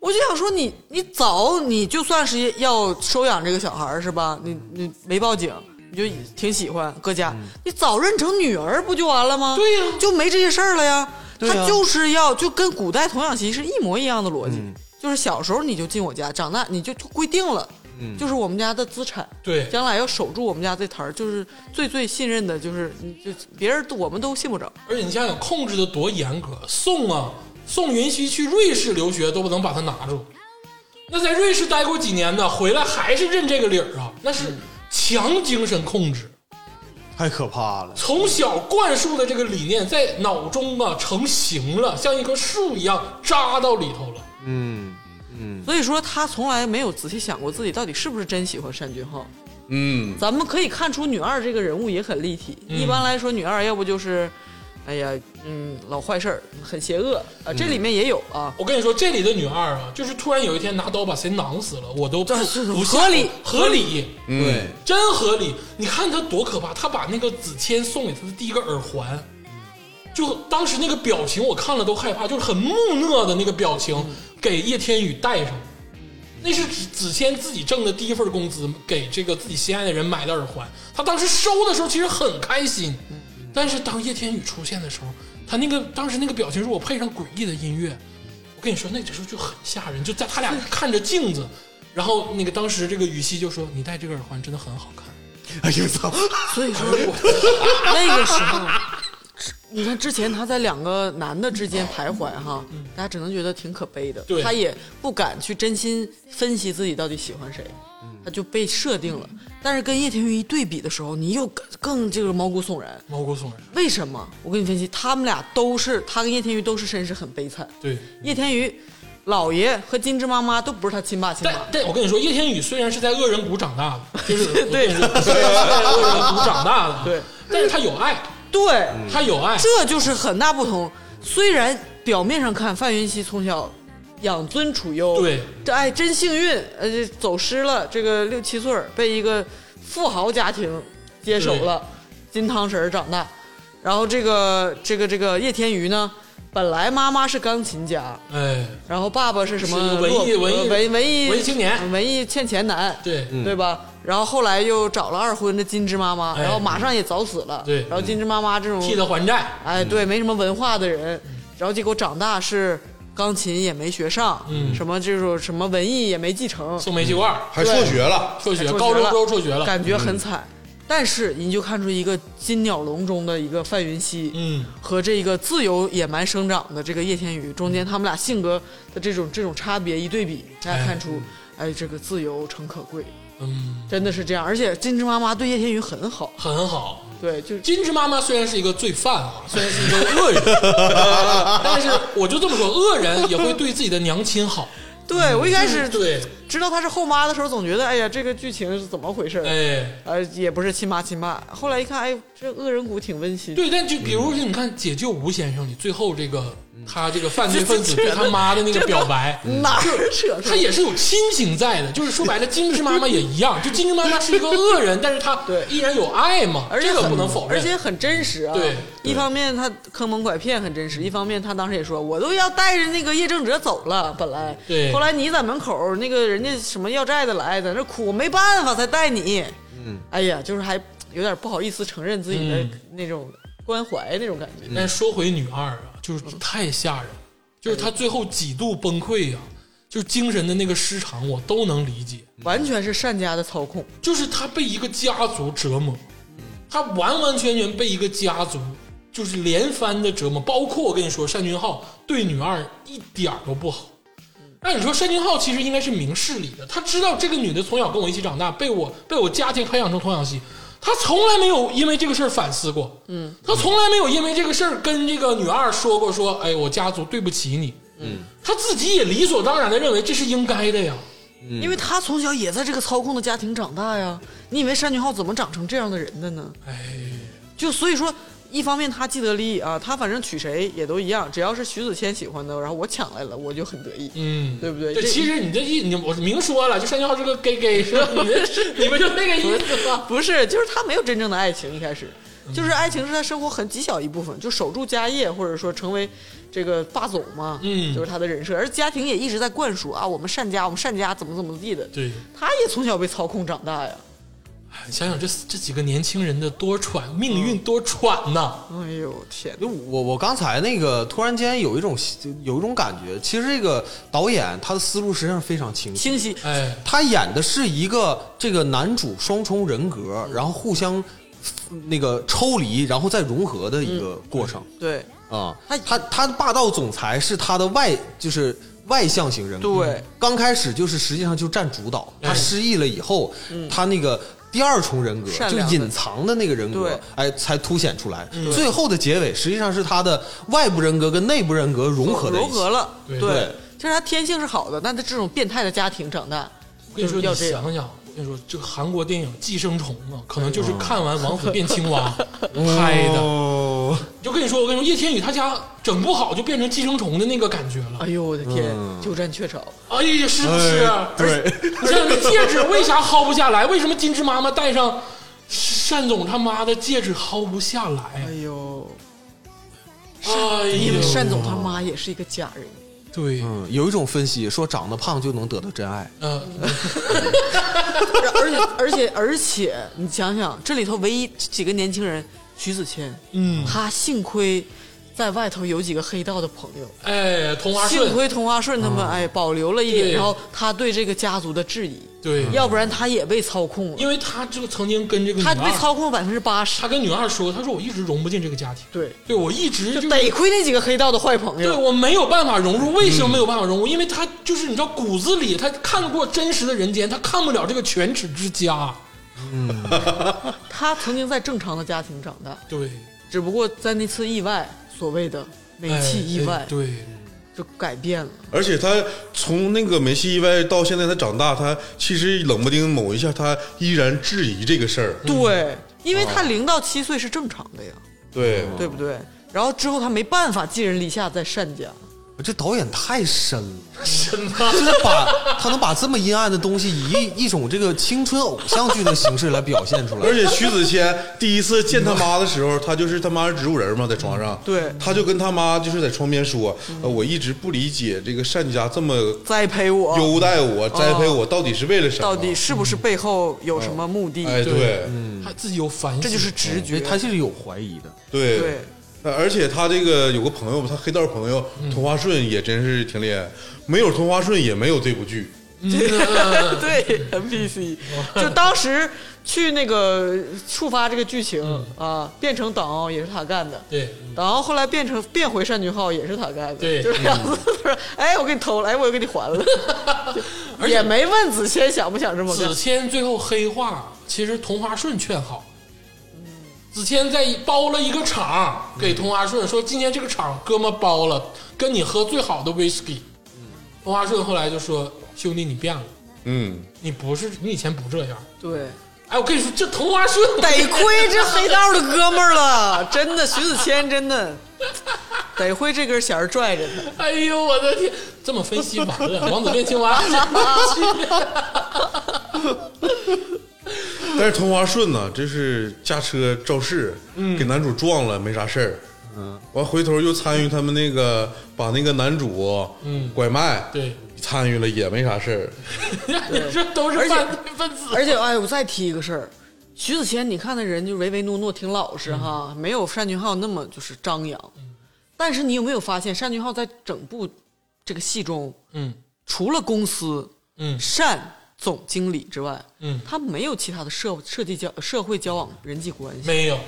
[SPEAKER 3] 我就想说你，你早你就算是要收养这个小孩儿是吧？你你没报警，你就挺喜欢搁家，你早认成女儿不就完了吗？
[SPEAKER 2] 嗯对呀
[SPEAKER 3] 就没这些事儿了呀。
[SPEAKER 5] 对呀啊
[SPEAKER 3] 他就是要就跟古代童养媳是一模一样的逻辑，
[SPEAKER 5] 嗯
[SPEAKER 3] 就是小时候你就进我家，长大你就就规定了，
[SPEAKER 5] 嗯
[SPEAKER 3] 就是我们家的资产。
[SPEAKER 2] 对
[SPEAKER 3] 将来要守住我们家这台儿，就是最最信任的，就是你就别人都我们都信不着。
[SPEAKER 2] 而且你想想，控制的多严格。宋啊，宋云熙去瑞士留学都不能把他拿住。那在瑞士待过几年呢，回来还是认这个理儿啊，那
[SPEAKER 4] 嗯
[SPEAKER 2] 是强精神控制，
[SPEAKER 5] 太可怕了。
[SPEAKER 2] 从小灌输的这个理念在脑中啊成型了，像一棵树一样扎到里头了。
[SPEAKER 5] 嗯，
[SPEAKER 3] 所以说他从来没有仔细想过自己到底是不是真喜欢单俊浩。
[SPEAKER 4] 嗯，
[SPEAKER 3] 咱们可以看出女二这个人物也很立体。一般来说，女二要不就是，哎呀，嗯，老坏事儿，很邪恶啊，这里面也有啊。
[SPEAKER 2] 我跟你说，这里的女二啊，就是突然有一天拿刀把谁囊死了，我都不
[SPEAKER 3] 这是
[SPEAKER 2] 不
[SPEAKER 3] 合理
[SPEAKER 2] 合理，
[SPEAKER 5] 对，
[SPEAKER 2] 真合理。你看他多可怕，他把那个子谦送给他的第一个耳环，就当时那个表情，我看了都害怕，就是很木讷的那个表
[SPEAKER 3] 嗯
[SPEAKER 2] 情，给叶天宇戴上。那是子子谦自己挣的第一份工资，给这个自己心爱的人买的耳环。他当时收的时候其实很开心，
[SPEAKER 3] 嗯
[SPEAKER 2] 但是当叶天宇出现的时候，他那个当时那个表情，如果配上诡异的音乐，我跟你说，那个时候就很吓人，就在他俩看着镜子，然后那个当时这个雨熙就说：“你戴这个耳环真的很好看。
[SPEAKER 5] 哎呦操！
[SPEAKER 2] *laughs*
[SPEAKER 3] 所以说，那个时候，你看之前他在两个男的之间徘徊哈，大家只能觉得挺可悲的
[SPEAKER 2] 嗯对。
[SPEAKER 3] 他也不敢去真心分析自己到底喜欢谁，
[SPEAKER 2] 嗯
[SPEAKER 3] 他就被设定了。但是跟叶天宇一对比的时候，你又更更这个毛骨悚然”。
[SPEAKER 2] 毛骨悚然，
[SPEAKER 3] 为什么？我跟你分析，他们俩都是他跟叶天宇都是身世很悲惨。
[SPEAKER 2] 对。
[SPEAKER 3] 叶天宇老爷和金枝妈妈都不是他亲爸亲
[SPEAKER 2] 但
[SPEAKER 3] 妈，
[SPEAKER 2] 但我跟你说，叶天宇虽然是在恶人谷长大的，就是我跟
[SPEAKER 3] 对
[SPEAKER 2] 你说虽然是在恶人谷长大的，
[SPEAKER 3] 对，
[SPEAKER 2] 但是他有爱，
[SPEAKER 3] 对，
[SPEAKER 2] 他有爱，
[SPEAKER 3] 这就是很大不同。虽然表面上看范云熙从小养尊处优，
[SPEAKER 2] 对，
[SPEAKER 3] 这哎真幸运，呃，这走失了，这个六七岁儿被一个富豪家庭接手了，金汤匙儿长大。然后这个这个这个叶天瑜呢，本来妈妈是钢琴家，
[SPEAKER 2] 哎，
[SPEAKER 3] 然后爸爸是什么
[SPEAKER 2] 是文艺
[SPEAKER 3] 落
[SPEAKER 2] 文艺
[SPEAKER 3] 文文艺
[SPEAKER 2] 文艺青年
[SPEAKER 3] 文艺欠钱男，
[SPEAKER 2] 对，
[SPEAKER 3] 对吧？然后后来又找了二婚的金枝妈妈，
[SPEAKER 2] 哎
[SPEAKER 3] 然后马上也早死了。
[SPEAKER 2] 对
[SPEAKER 3] 然后金枝妈妈这种
[SPEAKER 2] 替他还债，
[SPEAKER 3] 哎，对，没什么文化的
[SPEAKER 2] 嗯
[SPEAKER 3] 人，然后结果长大是钢琴也没学上，
[SPEAKER 2] 嗯
[SPEAKER 3] 什么这种什么文艺也没继承，
[SPEAKER 2] 送煤气罐儿，
[SPEAKER 4] 嗯还辍学了，
[SPEAKER 2] 辍学，
[SPEAKER 3] 辍学
[SPEAKER 2] 高中
[SPEAKER 3] 了
[SPEAKER 2] 之后辍学了，嗯
[SPEAKER 3] 感觉很惨。但是你就看出一个金鸟笼中的一个范云熙，
[SPEAKER 2] 嗯，
[SPEAKER 3] 和这个自由野蛮生长的这个叶天宇
[SPEAKER 2] 嗯
[SPEAKER 3] 中间，他们俩性格的这种这种差别一对比，大家看出，哎，这个自由诚可贵，
[SPEAKER 2] 嗯，
[SPEAKER 3] 真的是这样。而且金枝妈妈对叶天宇很好，
[SPEAKER 2] 很好。
[SPEAKER 3] 对，就
[SPEAKER 2] 金枝妈妈虽然是一个罪犯啊，虽然是一个恶
[SPEAKER 4] *laughs*
[SPEAKER 2] 人，啊但是我就这么说，恶人也会对自己的娘亲好。
[SPEAKER 3] 对我一开始
[SPEAKER 2] 对，
[SPEAKER 3] 知道她是后妈的时候，总觉得哎呀，这个剧情是怎么回事儿？
[SPEAKER 2] 哎，
[SPEAKER 3] 呃，也不是亲妈亲爸。后来一看，哎，这恶人谷挺温馨。
[SPEAKER 2] 对，但就比如说，你看《解救吴先生》里，最后这个
[SPEAKER 4] 嗯
[SPEAKER 2] 他这个犯罪分子对他妈的那个表白，
[SPEAKER 3] 哪儿扯出
[SPEAKER 2] 他也是有亲情在的，就是说白了，金枝妈妈也一样，就金枝妈妈是一个恶人，但是她
[SPEAKER 3] 对
[SPEAKER 2] 依然有爱嘛，
[SPEAKER 3] 而且
[SPEAKER 2] 这个
[SPEAKER 3] 很
[SPEAKER 2] 不能否认。
[SPEAKER 3] 而且很真实啊。
[SPEAKER 2] 对，
[SPEAKER 3] 一方面他坑蒙拐骗很真实，一方面他当时也说，我都要带着那个叶正哲走了，本来。
[SPEAKER 2] 对
[SPEAKER 3] 后来你在门口，那个人家什么要债的来，在那哭，我没办法才带你。嗯。哎呀，就是还有点不好意思承认自己的
[SPEAKER 2] 嗯
[SPEAKER 3] 那种关怀那种感觉。
[SPEAKER 2] 但说回女二啊，就是太吓人，就是她最后几度崩溃啊，就是精神的那个失常，我都能理解。
[SPEAKER 3] 完全是善家的操控，
[SPEAKER 2] 就是她被一个家族折磨，她完完全全被一个家族就是连番的折磨，包括我跟你说，单俊浩对女二一点儿都不好。那你说单俊浩其实应该是明事理的，他知道这个女的从小跟我一起长大，被我被我家庭培养成童养媳，他从来没有因为这个事儿反思过，嗯，他从来没有因为这个事儿跟这个女二说过说，哎，我家族对不起你，嗯，他自己也理所当然的认为这是应该的呀，嗯
[SPEAKER 3] 因为他从小也在这个操控的家庭长大呀。你以为单俊浩怎么长成这样的人的呢？
[SPEAKER 2] 哎，
[SPEAKER 3] 就所以说，一方面他既得利益啊，他反正娶谁也都一样，只要是徐子谦喜欢的，然后我抢来了，我就很得意。
[SPEAKER 2] 嗯，
[SPEAKER 3] 对不对
[SPEAKER 2] 这
[SPEAKER 3] 这
[SPEAKER 2] 其实你这一你我明说了，就单俊浩是个 gay gay
[SPEAKER 3] *laughs*
[SPEAKER 2] 是吧？你这你们就那个意思吗？
[SPEAKER 3] *laughs* 不是，就是他没有真正的爱情，一开始
[SPEAKER 2] 嗯
[SPEAKER 3] 就是爱情是他生活很极小一部分，就守住家业，或者说成为这个霸总嘛，
[SPEAKER 2] 嗯
[SPEAKER 3] 就是他的人设，而家庭也一直在灌输啊，我们善家，我们善家怎么怎么地的，
[SPEAKER 2] 对，
[SPEAKER 3] 他也从小被操控长大呀。
[SPEAKER 2] 哎想想这这几个年轻人的多舛，命运多舛呐！
[SPEAKER 3] 哎呦天哪，
[SPEAKER 5] 我我刚才那个突然间有一种有一种感觉，其实这个导演他的思路实际上非常清晰，
[SPEAKER 3] 清晰，
[SPEAKER 2] 哎，
[SPEAKER 5] 他演的是一个这个男主双重人格，然后互相呃那个抽离，然后再融合的一个过程
[SPEAKER 3] 对
[SPEAKER 5] 啊、
[SPEAKER 3] 他
[SPEAKER 5] 他他的霸道总裁是他的外就是外向型人格，
[SPEAKER 3] 对，
[SPEAKER 5] 刚开始就是实际上就占主导，
[SPEAKER 2] 哎
[SPEAKER 5] 他失忆了以后，他那个。第二重人格
[SPEAKER 3] 嗯善
[SPEAKER 5] 就
[SPEAKER 3] 良的
[SPEAKER 5] 隐藏的那个人格
[SPEAKER 3] 对，嗯
[SPEAKER 5] 哎，才凸显出来。最后的结尾实际上是他的外部人格跟内部人格融合在一起。
[SPEAKER 3] 融合了，
[SPEAKER 2] 对
[SPEAKER 5] 对
[SPEAKER 3] 其实他天性是好的，但他这种变态的家庭长大，
[SPEAKER 2] 我跟你说，
[SPEAKER 3] 就是要
[SPEAKER 2] 你
[SPEAKER 3] 这样哎
[SPEAKER 2] 想想，我跟你说，这个韩国电影《寄生虫》啊，可能就是看完《王子变青蛙》
[SPEAKER 3] *laughs*
[SPEAKER 2] 拍的。
[SPEAKER 5] 哦，
[SPEAKER 2] 就跟你说，我跟你说，叶天宇他家整不好就变成寄生虫的那个感觉了
[SPEAKER 3] 哎。呦我的天，
[SPEAKER 5] 嗯
[SPEAKER 3] 鸠占鹊巢，
[SPEAKER 2] 哎呀，是不是？啊 *laughs*
[SPEAKER 5] 对
[SPEAKER 2] 而且你像这戒指为啥薅不下来？为什么金枝妈妈戴上单总他妈的戒指薅不下来啊
[SPEAKER 3] 哎？呦，
[SPEAKER 2] 哎
[SPEAKER 3] 因为
[SPEAKER 2] 呦，
[SPEAKER 3] 单总他妈也是一个假人，
[SPEAKER 2] 对，
[SPEAKER 5] 嗯，有一种分析说长得胖就能得到真爱。
[SPEAKER 3] 嗯
[SPEAKER 2] 呃，
[SPEAKER 3] 而且而且而且你想想，这里头唯一几个年轻人，徐子谦，
[SPEAKER 2] 嗯，
[SPEAKER 3] 他幸亏在外头有几个黑道的朋友，
[SPEAKER 2] 哎，同花顺嗯
[SPEAKER 3] 幸，亏同花顺他们哎保留了一点，
[SPEAKER 2] 对
[SPEAKER 3] 然后他对这个家族的质疑，
[SPEAKER 2] 对，
[SPEAKER 3] 要不然他也被操控了，
[SPEAKER 2] 因为他这个曾经跟这个女
[SPEAKER 3] 他被
[SPEAKER 2] 二，
[SPEAKER 3] 操控百分之八十
[SPEAKER 2] 他。跟女二说，他说我一直融不进这个家庭，
[SPEAKER 3] 对，
[SPEAKER 2] 对我一直就
[SPEAKER 3] 就是得亏那几个黑道的坏朋
[SPEAKER 2] 对
[SPEAKER 3] 友，
[SPEAKER 2] 我没有办法融入，为什么
[SPEAKER 3] 嗯
[SPEAKER 2] 没有办法融入？因为他就是你知道骨子里他看过真实的人间，他看不了这个犬齿之家。
[SPEAKER 3] 他曾经在正常的家庭长大，
[SPEAKER 2] 对，
[SPEAKER 3] 只不过在那次意外，所谓的煤
[SPEAKER 2] 哎
[SPEAKER 3] 气意外
[SPEAKER 2] 哎，对，
[SPEAKER 3] 就改变了。
[SPEAKER 4] 而且他从那个梅西意外到现在，他长大，他其实冷不丁某一下，他依然质疑这个事儿。
[SPEAKER 3] 对，因为他零到七岁是正常的呀，
[SPEAKER 4] 对，
[SPEAKER 3] 对不对？然后之后他没办法寄人篱下再善家，
[SPEAKER 5] 我这导演太深了，
[SPEAKER 2] 真
[SPEAKER 3] 嗯
[SPEAKER 2] 的
[SPEAKER 5] 就是把他能把这么阴暗的东西以一一种这个青春偶像剧的形式来表现出
[SPEAKER 4] *laughs*
[SPEAKER 3] *laughs*
[SPEAKER 4] 而
[SPEAKER 5] 来。
[SPEAKER 4] 且徐子谦第一次见他妈的时候，他就是他妈是植物人嘛，在床上，
[SPEAKER 3] 对
[SPEAKER 4] 他就跟他妈就是在床边说，呃，我一直不理解这个单家这么
[SPEAKER 3] 栽培我，
[SPEAKER 4] 优待我、栽培我，到底是为了什么？
[SPEAKER 3] 哦到底是嗯不是背后有什么目的？
[SPEAKER 4] 哎，对
[SPEAKER 2] 他自己有反省，
[SPEAKER 3] 这就是直
[SPEAKER 5] 因为
[SPEAKER 3] 觉。
[SPEAKER 5] 哎他是有怀疑的，
[SPEAKER 3] *laughs*
[SPEAKER 4] 对
[SPEAKER 3] 对
[SPEAKER 4] 呃而且他这个有个朋友，他黑道朋友
[SPEAKER 3] 嗯
[SPEAKER 4] 同花顺也真是挺厉害，没有同花顺也没有这部剧。
[SPEAKER 2] 嗯
[SPEAKER 3] *laughs* 对 NPC，就当时去那个触发这个剧情、啊，变成党奥也是他干的。
[SPEAKER 2] 对，
[SPEAKER 3] 党奥后来变成变回单俊浩也是他干的，
[SPEAKER 2] 对
[SPEAKER 3] 就是这样子。他说：“哎，我给你偷了，哎，我又给你还了。
[SPEAKER 2] 而且
[SPEAKER 3] 也没问子谦想不想这么干
[SPEAKER 2] 子。谦最后黑化，其实同花顺劝好。子谦在包了一个场给同花顺，说今天这个场哥们包了，跟你喝最好的 whisky。同花顺后来就说：“兄弟，你变了，
[SPEAKER 4] 嗯，
[SPEAKER 2] 你不是你以前不这样。
[SPEAKER 3] 对，”
[SPEAKER 2] 哎，我跟你说，这同花顺
[SPEAKER 3] 得亏这黑道的哥们儿了，真的，徐子谦真的，得亏这根弦儿拽着他。
[SPEAKER 2] 哎呦，我的天！这么分析完了，王子变青蛙，
[SPEAKER 4] *laughs* 但是同花顺呢，这是驾车肇事，
[SPEAKER 3] 嗯
[SPEAKER 4] 给男主撞了，没啥事儿。嗯，完回头又参与他们那个把那个男主
[SPEAKER 2] 嗯
[SPEAKER 4] 拐卖，
[SPEAKER 2] 对，
[SPEAKER 4] 参与了也没啥事儿。
[SPEAKER 2] 你说都是犯罪分子，
[SPEAKER 3] *laughs* 而且，哎，我再提一个事儿，徐子谦，你看那人就唯唯诺诺，挺老实哈，
[SPEAKER 2] 嗯
[SPEAKER 3] 没有单俊浩那么就是张扬。但是你有没有发现，单俊浩在整部这个戏中，
[SPEAKER 2] 嗯
[SPEAKER 3] 除了公司
[SPEAKER 2] 嗯
[SPEAKER 3] 单总经理之外，
[SPEAKER 2] 嗯，
[SPEAKER 3] 他没有其他的社社际交社会交往人际关系。
[SPEAKER 2] 没有，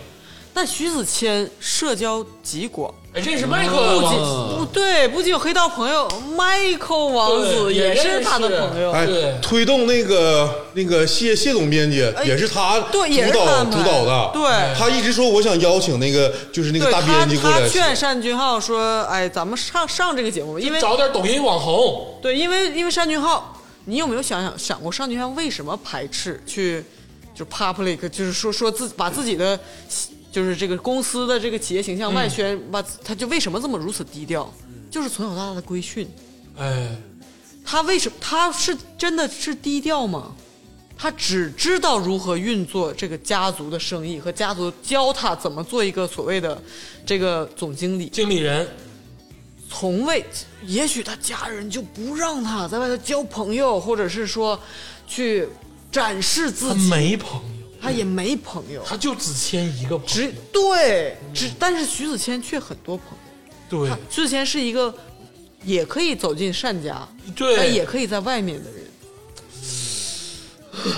[SPEAKER 3] 但徐子谦社交极广，
[SPEAKER 2] 哎，认识麦克王子，
[SPEAKER 3] 不对，不仅有黑道朋友，Michael 王子
[SPEAKER 2] 对也
[SPEAKER 3] 也是
[SPEAKER 2] 认识
[SPEAKER 3] 他的朋友。
[SPEAKER 4] 哎
[SPEAKER 2] 对，
[SPEAKER 4] 推动那个那个谢谢总编辑也是他
[SPEAKER 3] 哎对也是
[SPEAKER 4] 主导
[SPEAKER 3] 他们
[SPEAKER 4] 主导的，
[SPEAKER 3] 对
[SPEAKER 4] 他一直说我想邀请那个就是那个
[SPEAKER 3] 对
[SPEAKER 4] 大
[SPEAKER 3] 他，
[SPEAKER 4] 编辑过
[SPEAKER 3] 他
[SPEAKER 4] 来，
[SPEAKER 3] 劝单俊浩说：“哎，咱们上上这个节目吧，因为
[SPEAKER 2] 找点抖音网红，
[SPEAKER 3] 对，因为因为单俊浩，你有没有想想想过单俊浩为什么排斥去就是 public，就是说说自把自己的就是这个公司的这个企业形象外宣，把他就为什么这么如此低调，就是从小到大的规训。
[SPEAKER 2] 哎，
[SPEAKER 3] 他为什么他是真的是低调吗？他只知道如何运作这个家族的生意和家族教他怎么做一个所谓的这个总经理，
[SPEAKER 2] 经理人，
[SPEAKER 3] 从未，也许他家人就不让他在外头交朋友，或者是说去展示自
[SPEAKER 2] 他
[SPEAKER 3] 己，
[SPEAKER 2] 没朋友，
[SPEAKER 3] 他也没朋友，
[SPEAKER 2] 他就只签一个朋友
[SPEAKER 3] 只，对只，但是徐子谦却很多朋友，
[SPEAKER 2] 对
[SPEAKER 3] 他徐子谦是一个也可以走进单家，但
[SPEAKER 2] 对，
[SPEAKER 3] 也可以在外面的人。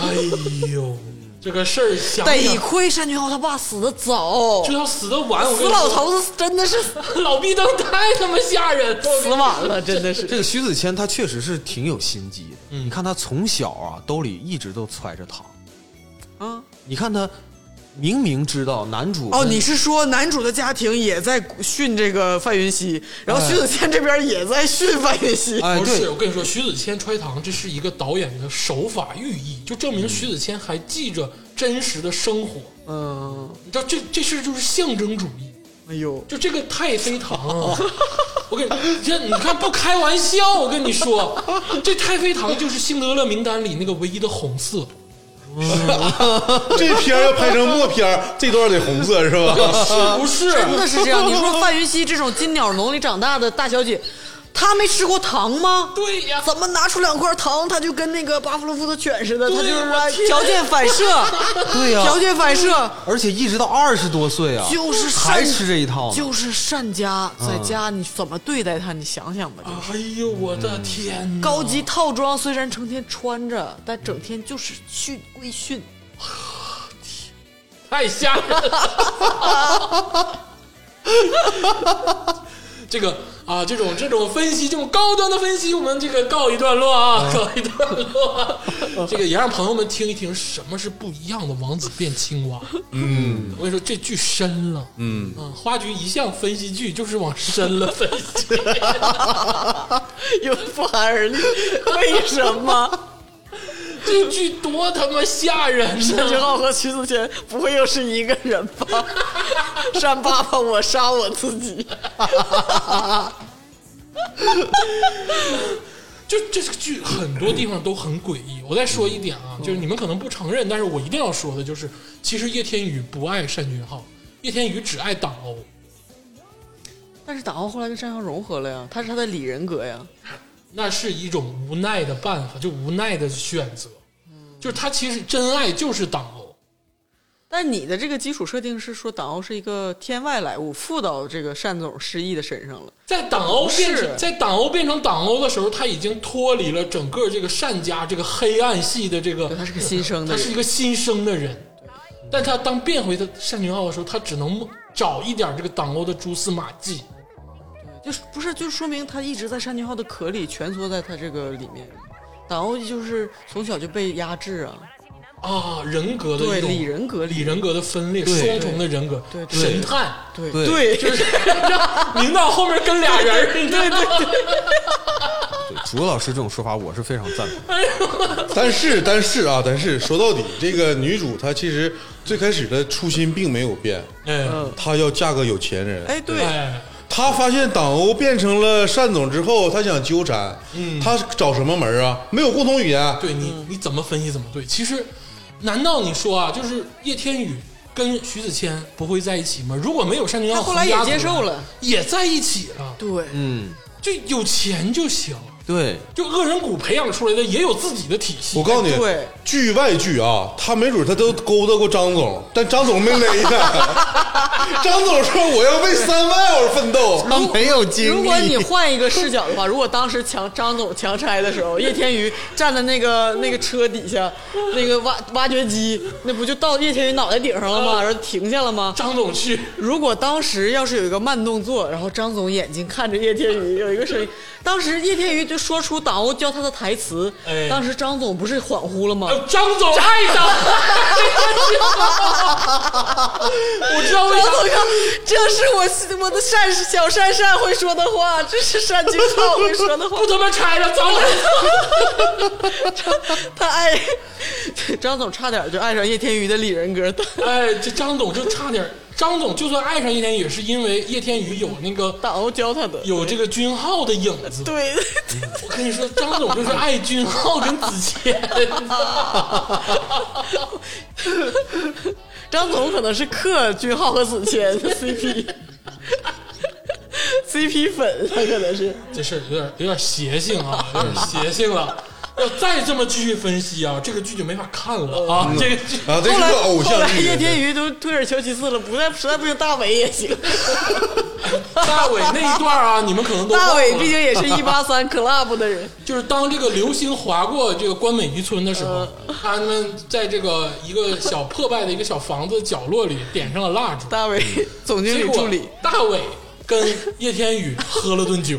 [SPEAKER 2] 哎呦，这个事儿想
[SPEAKER 3] 得
[SPEAKER 2] 想
[SPEAKER 3] 亏单俊浩他爸死的早，
[SPEAKER 2] 就要死的晚，我跟
[SPEAKER 3] 死
[SPEAKER 2] 你
[SPEAKER 3] 老
[SPEAKER 2] 说，
[SPEAKER 3] 头子真的是
[SPEAKER 2] 老逼灯太他妈吓人，
[SPEAKER 3] 死晚了，啊真的是。嗯
[SPEAKER 5] 这个徐子谦他确实是挺有心机的，你看他从小啊兜里一直都揣着糖，
[SPEAKER 3] 啊，
[SPEAKER 5] 你看他明明知道男主
[SPEAKER 3] 哦，
[SPEAKER 5] 跟
[SPEAKER 3] 你是说男主的家庭也在训这个范云熙，然后徐子谦这边也在训范云熙？
[SPEAKER 5] 哎
[SPEAKER 2] 不是，
[SPEAKER 5] 对
[SPEAKER 2] 我跟你说，徐子谦揣糖，这是一个导演的手法寓意，就证明徐子谦还记着真实的生活。
[SPEAKER 3] 嗯，
[SPEAKER 2] 你知道，这这事就是象征主义，
[SPEAKER 3] 哎呦，
[SPEAKER 2] 就这个太妃糖啊。 *laughs* 我跟你这，你看不开玩笑，我跟你说，这太妃糖就是辛德勒名单里那个唯一的红色，
[SPEAKER 4] 这片儿要拍成默片儿， *laughs* 这段得红色是吧？
[SPEAKER 3] *laughs*
[SPEAKER 2] 是不是？
[SPEAKER 3] 真的是这样。你说范云熙这种金鸟笼里长大的大小姐，他没吃过糖吗？
[SPEAKER 2] 对呀
[SPEAKER 3] 怎么拿出两块糖，他就跟那个巴甫洛夫的犬似的，他
[SPEAKER 2] 对
[SPEAKER 3] 就是
[SPEAKER 2] 我
[SPEAKER 3] 说
[SPEAKER 2] 天
[SPEAKER 3] 条件反射，
[SPEAKER 5] 对呀
[SPEAKER 3] 条件反射
[SPEAKER 5] 而且一直到二十多岁啊，
[SPEAKER 3] 就是善
[SPEAKER 5] 还吃这一套呢。
[SPEAKER 3] 就是善家，在家你怎么对待他，你想想吧。就是
[SPEAKER 2] 哎呦我的天 *laughs* 呐，
[SPEAKER 3] 高级套装虽然成天穿着，但整天就是训规训。
[SPEAKER 2] 太哎吓人了！这个啊，这种这种分析，这种高端的分析，我们这个告一段落 *laughs* 啊，告一段落啊、这个也让朋友们听一听什么是不一样的王子变青蛙。嗯，我跟你说，这剧深了。嗯花菊一向分析剧就是往深了分 *laughs* 析。
[SPEAKER 3] 又不寒而栗，为什么？
[SPEAKER 2] 这剧多他妈吓人
[SPEAKER 3] *laughs* 沈
[SPEAKER 2] 呐！
[SPEAKER 3] 俊浩和徐子谦不会又是一个人吧？ *laughs* 扇爸爸，我杀我自己。
[SPEAKER 2] 就这个剧很多地方都很诡异。我再说一点啊，就是你们可能不承认，但是我一定要说的就是，其实叶天宇不爱单俊浩，叶天宇只爱党欧。
[SPEAKER 3] 但是党奥后来跟单向融合了呀，他是他的里人格呀。
[SPEAKER 2] 那是一种无奈的办法，就无奈的选择。
[SPEAKER 3] 嗯
[SPEAKER 2] 就是他其实真爱就是党欧，
[SPEAKER 3] 但你的这个基础设定是说党奥是一个天外来物，附到这个单总失忆的身上了。
[SPEAKER 2] 在党欧变
[SPEAKER 3] 不是
[SPEAKER 2] 成在党欧变成党欧的时候，他已经脱离了整个这个单家这个黑暗系的这个
[SPEAKER 3] 对，他是个新生的
[SPEAKER 2] 他是一
[SPEAKER 3] 人，
[SPEAKER 2] 个新生的人。但他当变回他单俊浩的时候，他只能找一点这个党欧的蛛丝马迹。
[SPEAKER 3] 就是不是就说明他一直在单俊浩的壳里蜷缩在他这个里面。党奥就是从小就被压制啊，
[SPEAKER 2] 啊，人格的
[SPEAKER 3] 对
[SPEAKER 2] 一种
[SPEAKER 3] 理人格
[SPEAKER 2] 理人格的分裂，
[SPEAKER 5] 对
[SPEAKER 2] 双重的人格，
[SPEAKER 3] 对对
[SPEAKER 2] 神探，
[SPEAKER 3] 对
[SPEAKER 5] 对
[SPEAKER 3] 对，
[SPEAKER 2] 领导后面跟俩
[SPEAKER 3] *laughs*
[SPEAKER 2] 人儿，对对
[SPEAKER 5] 对竹老师这种说法，我是非常赞
[SPEAKER 3] *laughs*
[SPEAKER 5] 同。
[SPEAKER 4] 但是但是啊，但是说到底，这个女主她其实最开始的初心并没有变，
[SPEAKER 3] 嗯
[SPEAKER 2] 哎
[SPEAKER 4] 她呃要嫁个有钱人。
[SPEAKER 3] 哎对，
[SPEAKER 2] 哎，
[SPEAKER 4] 她发现党欧变成了单总之后，她想纠缠，嗯，她找什么门儿啊？没有共同语言，
[SPEAKER 2] 对
[SPEAKER 3] 嗯
[SPEAKER 2] 你你怎么分析怎么对。其实，难道你说啊，就是叶天宇跟徐子谦不会在一起吗？如果没有单俊
[SPEAKER 3] 他
[SPEAKER 2] 耀，
[SPEAKER 3] 后来也接受了，
[SPEAKER 2] 也在一起了，
[SPEAKER 3] 对，
[SPEAKER 5] 嗯，
[SPEAKER 2] 就有钱就行。
[SPEAKER 5] 对，
[SPEAKER 2] 就恶人谷培养出来的也有自己的体系，
[SPEAKER 4] 我告诉你，
[SPEAKER 3] 对
[SPEAKER 4] 剧外剧啊，他没准他都勾搭过张总，但张总没勒
[SPEAKER 3] *laughs*
[SPEAKER 4] 他。张总说：“我要为三万而奋斗。
[SPEAKER 5] 他没有经历。
[SPEAKER 3] 如果你换一个视角的话，如果当时强张总强拆的时候，叶天宇站在那个那个车底下，那个挖挖掘机，那不就到叶天宇脑袋顶上了吗？然后停下了吗？
[SPEAKER 2] 张总去，
[SPEAKER 3] 如果当时要是有一个慢动作，然后张总眼睛看着叶天宇，有一个声音，当时叶天宇就说出党欧教他的台词，
[SPEAKER 2] 哎
[SPEAKER 3] 当时张总不是恍惚了吗？
[SPEAKER 2] 呃张总爱党，我知道为啥
[SPEAKER 3] 张总看， *laughs* 这是我心我的善小善善会说的话，这是善金浩会说的话
[SPEAKER 2] 不。他妈拆了，张总
[SPEAKER 3] *laughs* 他爱张总差点就爱上叶天宇的李人格， *laughs*
[SPEAKER 2] 哎，这张总就差点儿，张总就算爱上叶天宇，是因为叶天宇有那个
[SPEAKER 3] 党欧教他的。
[SPEAKER 2] 有这个君浩的影子。
[SPEAKER 3] 对，
[SPEAKER 2] 我跟你说，张总就是爱君浩跟子谦。
[SPEAKER 3] *laughs* 张总可能是克俊浩和子谦 *laughs* CP。CP 粉，他可能是
[SPEAKER 2] 这事儿有点有点邪性啊，有点邪性了。要再这么继续分析啊，这个剧就没法看了啊！这个剧”
[SPEAKER 4] 啊，这是
[SPEAKER 3] 后来
[SPEAKER 4] 个偶
[SPEAKER 3] 后
[SPEAKER 4] 像
[SPEAKER 3] 来
[SPEAKER 4] 剧。
[SPEAKER 3] 叶天宇都退而求其次了，不再实在不行大伟也
[SPEAKER 4] *laughs*
[SPEAKER 3] 行，
[SPEAKER 2] 大伟那一段啊，你们可能都
[SPEAKER 3] 大伟
[SPEAKER 2] 忘了
[SPEAKER 3] 毕竟也是一八三 club 的人，
[SPEAKER 2] 就是当这个流星划过这个关美渔村的时候，他们在这个一个小破败的一个小房子角落里点上了蜡烛，
[SPEAKER 4] *laughs*
[SPEAKER 3] 大伟总经
[SPEAKER 2] 结
[SPEAKER 3] 理
[SPEAKER 2] 果
[SPEAKER 3] 助 *laughs* 理，
[SPEAKER 2] 大伟跟叶天宇喝了顿
[SPEAKER 3] *laughs*
[SPEAKER 2] 酒。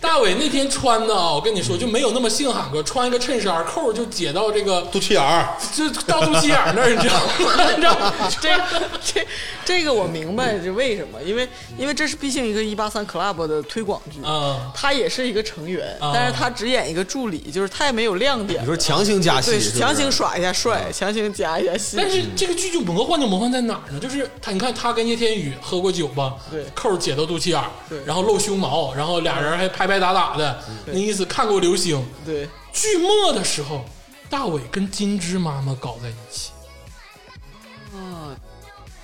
[SPEAKER 2] 大伟那天穿的啊，我跟你说就没有那么性喊哥，穿一个衬衫，扣就解到这个 *laughs*
[SPEAKER 4] 肚脐眼儿，
[SPEAKER 2] 就到肚脐眼儿那儿，你知道吗？你知道吗？
[SPEAKER 3] 啊
[SPEAKER 2] *laughs*
[SPEAKER 3] 这这这个我明白是为什么，因为因为这是毕竟一个一八三 club 的推广剧
[SPEAKER 2] 啊
[SPEAKER 3] 他也是一个成员，
[SPEAKER 2] 啊
[SPEAKER 3] 但是他只演一个助理，就是太没有亮点
[SPEAKER 5] 你。说强行加戏，
[SPEAKER 3] 对，
[SPEAKER 5] 是不是啊
[SPEAKER 3] 强行耍一下帅，强行加一下戏。
[SPEAKER 2] 但是这个剧就魔幻就魔幻在哪儿呢？就是他，你看他跟叶天宇喝过酒吧，
[SPEAKER 3] 对
[SPEAKER 2] 扣儿解到肚脐眼儿
[SPEAKER 3] 对
[SPEAKER 2] 然后露胸毛，然后俩人还拍拍打打的，那意思看过流星。
[SPEAKER 3] 对，
[SPEAKER 2] 剧末的时候，大伟跟金枝妈妈搞在一起，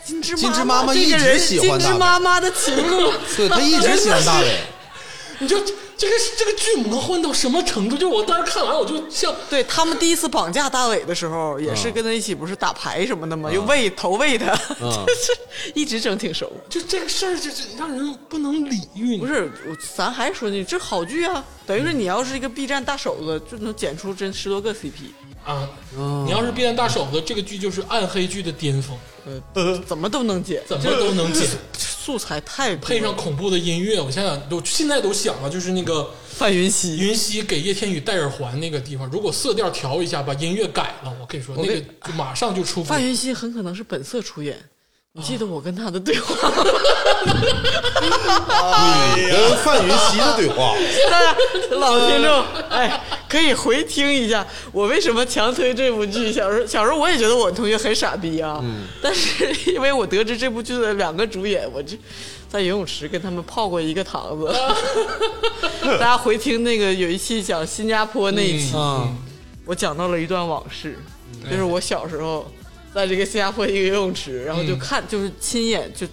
[SPEAKER 3] 金枝
[SPEAKER 5] 金枝妈妈
[SPEAKER 3] 这
[SPEAKER 5] 一
[SPEAKER 3] 个
[SPEAKER 5] 直
[SPEAKER 3] 人，
[SPEAKER 5] 喜欢
[SPEAKER 3] 金枝
[SPEAKER 5] 大伟 *laughs*
[SPEAKER 3] 妈妈的情路， *laughs*
[SPEAKER 5] 对他一直喜欢大伟，
[SPEAKER 2] 你就这个这个剧母能换到什么程度？就我当时看完，我就像
[SPEAKER 3] 对他们第一次绑架大伟的时候，也是跟他一起不是打牌什么的
[SPEAKER 5] 啊
[SPEAKER 3] 嘛，又喂投喂他，就是 *laughs* 一直整挺熟。
[SPEAKER 5] 嗯
[SPEAKER 2] 就这个事儿，就是让人不能理喻。
[SPEAKER 3] 不，是，我咱还说呢，这好剧啊，等于说你要是一个 B 站大手子，就能剪出真十多个 CP。
[SPEAKER 2] 啊，你要是变大手子，这个剧就是暗黑剧的巅峰，
[SPEAKER 3] 呃，怎么都能剪，
[SPEAKER 2] 怎么都能剪，
[SPEAKER 3] 素材太多
[SPEAKER 2] 配上恐怖的音乐。我想想，我现在都想啊，就是那个
[SPEAKER 3] 范云西，
[SPEAKER 2] 云溪给叶天宇戴耳环那个地方，如果色调调一下，把音乐改了，我跟你说，那个就马上就出
[SPEAKER 3] 范云西很可能是本色出演。你记得我跟他的对话吗？哎
[SPEAKER 4] 你跟范云熙的对话，
[SPEAKER 3] *laughs* 老听众，哎，可以回听一下我为什么强推这部剧。小时候，小时候我也觉得我同学很傻逼啊，但是因为我得知这部剧的两个主演，我这在游泳池跟他们泡过一个堂子。大家回听那个有一期讲新加坡那一期，
[SPEAKER 5] 嗯
[SPEAKER 3] 我讲到了一段往事，就是我小时候在这个新加坡一个游泳池，然后就看，就是亲眼就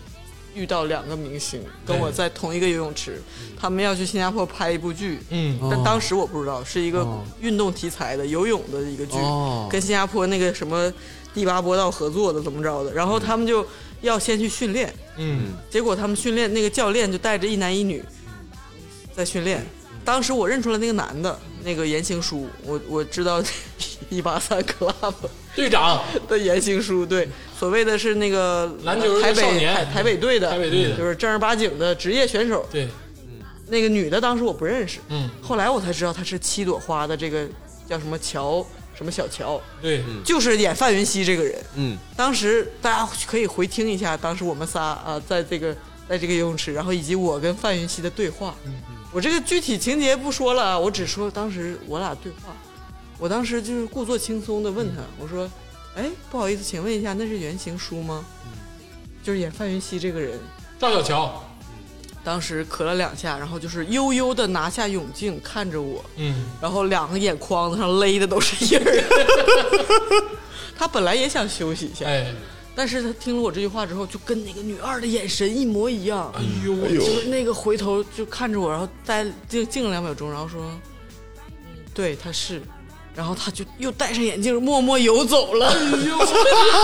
[SPEAKER 3] 遇到两个明星跟我在同一个游泳池，他们要去新加坡拍一部剧，
[SPEAKER 2] 嗯
[SPEAKER 3] 但当时我不知道是一个运动题材的游泳的一个剧
[SPEAKER 5] 哦，
[SPEAKER 3] 跟新加坡那个什么第八波道合作的怎么着的，然后他们就要先去训练，
[SPEAKER 2] 嗯
[SPEAKER 3] 结果他们训练那个教练就带着一男一女在训练。当时我认出来那个男的，那个言情书，我我知道 *laughs* 一八三 club
[SPEAKER 2] 队长，
[SPEAKER 3] 的言情书，对，所谓的是那个
[SPEAKER 2] 篮球
[SPEAKER 3] 台
[SPEAKER 2] 少
[SPEAKER 3] 北
[SPEAKER 2] 年嗯
[SPEAKER 3] 台台北队的，
[SPEAKER 2] 台北队的
[SPEAKER 3] 就是正儿八经的职业选手。
[SPEAKER 2] 对，
[SPEAKER 3] 那个女的当时我不认识，
[SPEAKER 2] 嗯
[SPEAKER 3] 后来我才知道她是七朵花的这个叫什么乔什么小乔，
[SPEAKER 2] 对，
[SPEAKER 3] 就是演范云西这个人。
[SPEAKER 5] 嗯，
[SPEAKER 3] 当时大家可以回听一下，当时我们仨啊，在这个在这个游泳池，然后以及我跟范云熙的对话。我这个具体情节不说了啊，我只说当时我俩对话。我当时就是故作轻松的问他，我说：“哎，不好意思，请问一下，那是原型书吗？”就是演范云熙这个人，
[SPEAKER 2] 赵小乔，
[SPEAKER 3] 当时咳了两下，然后就是悠悠的拿下泳镜看着我，
[SPEAKER 2] 嗯
[SPEAKER 3] 然后两个眼眶子上勒的都是印儿。
[SPEAKER 2] *laughs*
[SPEAKER 3] 他本来也想休息一下，
[SPEAKER 2] 哎，
[SPEAKER 3] 但是他听了我这句话之后，就跟那个女二的眼神一模一样，
[SPEAKER 2] 哎呦，我
[SPEAKER 3] 就是那个回头就看着我，然后呆静静了两秒钟，然后说：“嗯，对，他是。”然后他就又戴上眼镜，默默游走了。
[SPEAKER 2] *laughs*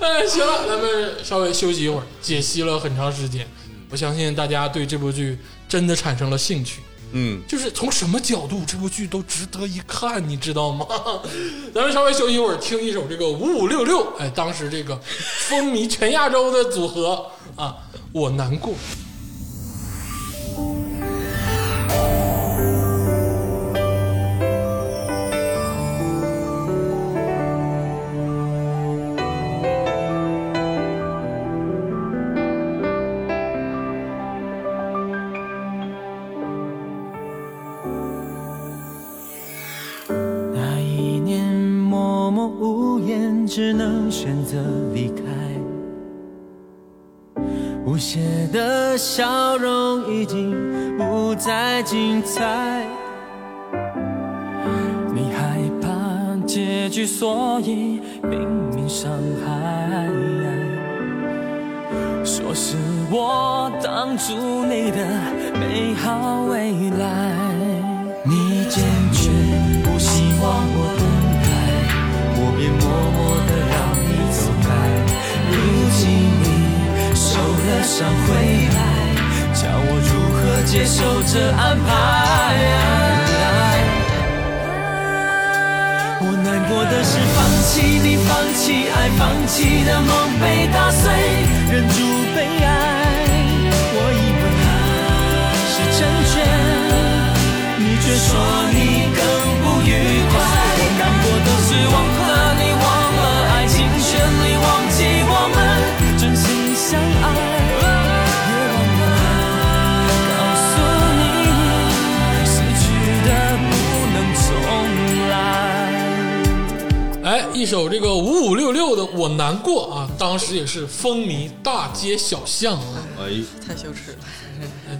[SPEAKER 2] 哎，行了，咱们稍微休息一会儿，解析了很长时间，我相信大家对这部剧真的产生了兴趣。
[SPEAKER 4] 嗯，
[SPEAKER 2] 就是从什么角度这部剧都值得一看，你知道吗？ *laughs* 咱们稍微休息一会儿，听一首这个五五六六，哎，当时这个风靡全亚洲的组合啊，我难过。
[SPEAKER 6] 那一年默默无言，只能选择离开。无邪的笑容已经不再精彩。你害怕结局，所以拼命伤害。说是我挡住你的美好未来，你坚决不希望我等待，我便默默的让你走开。如今你受了伤回来，叫我如何接受这安排？我难过的是放弃你，放弃爱，放弃的梦被打碎，忍住悲哀。我以为爱是成全，你却说你更不愉快。我难过都是忘了你，忘了爱情，全力忘记我们真心相爱，也忘了告诉你，失去的不能重来。
[SPEAKER 2] 哎，一首这个五五六六的《我难过》啊，当时也是风靡大街小巷啊。
[SPEAKER 5] 嗯
[SPEAKER 4] 哎，
[SPEAKER 3] *laughs* 太羞耻了，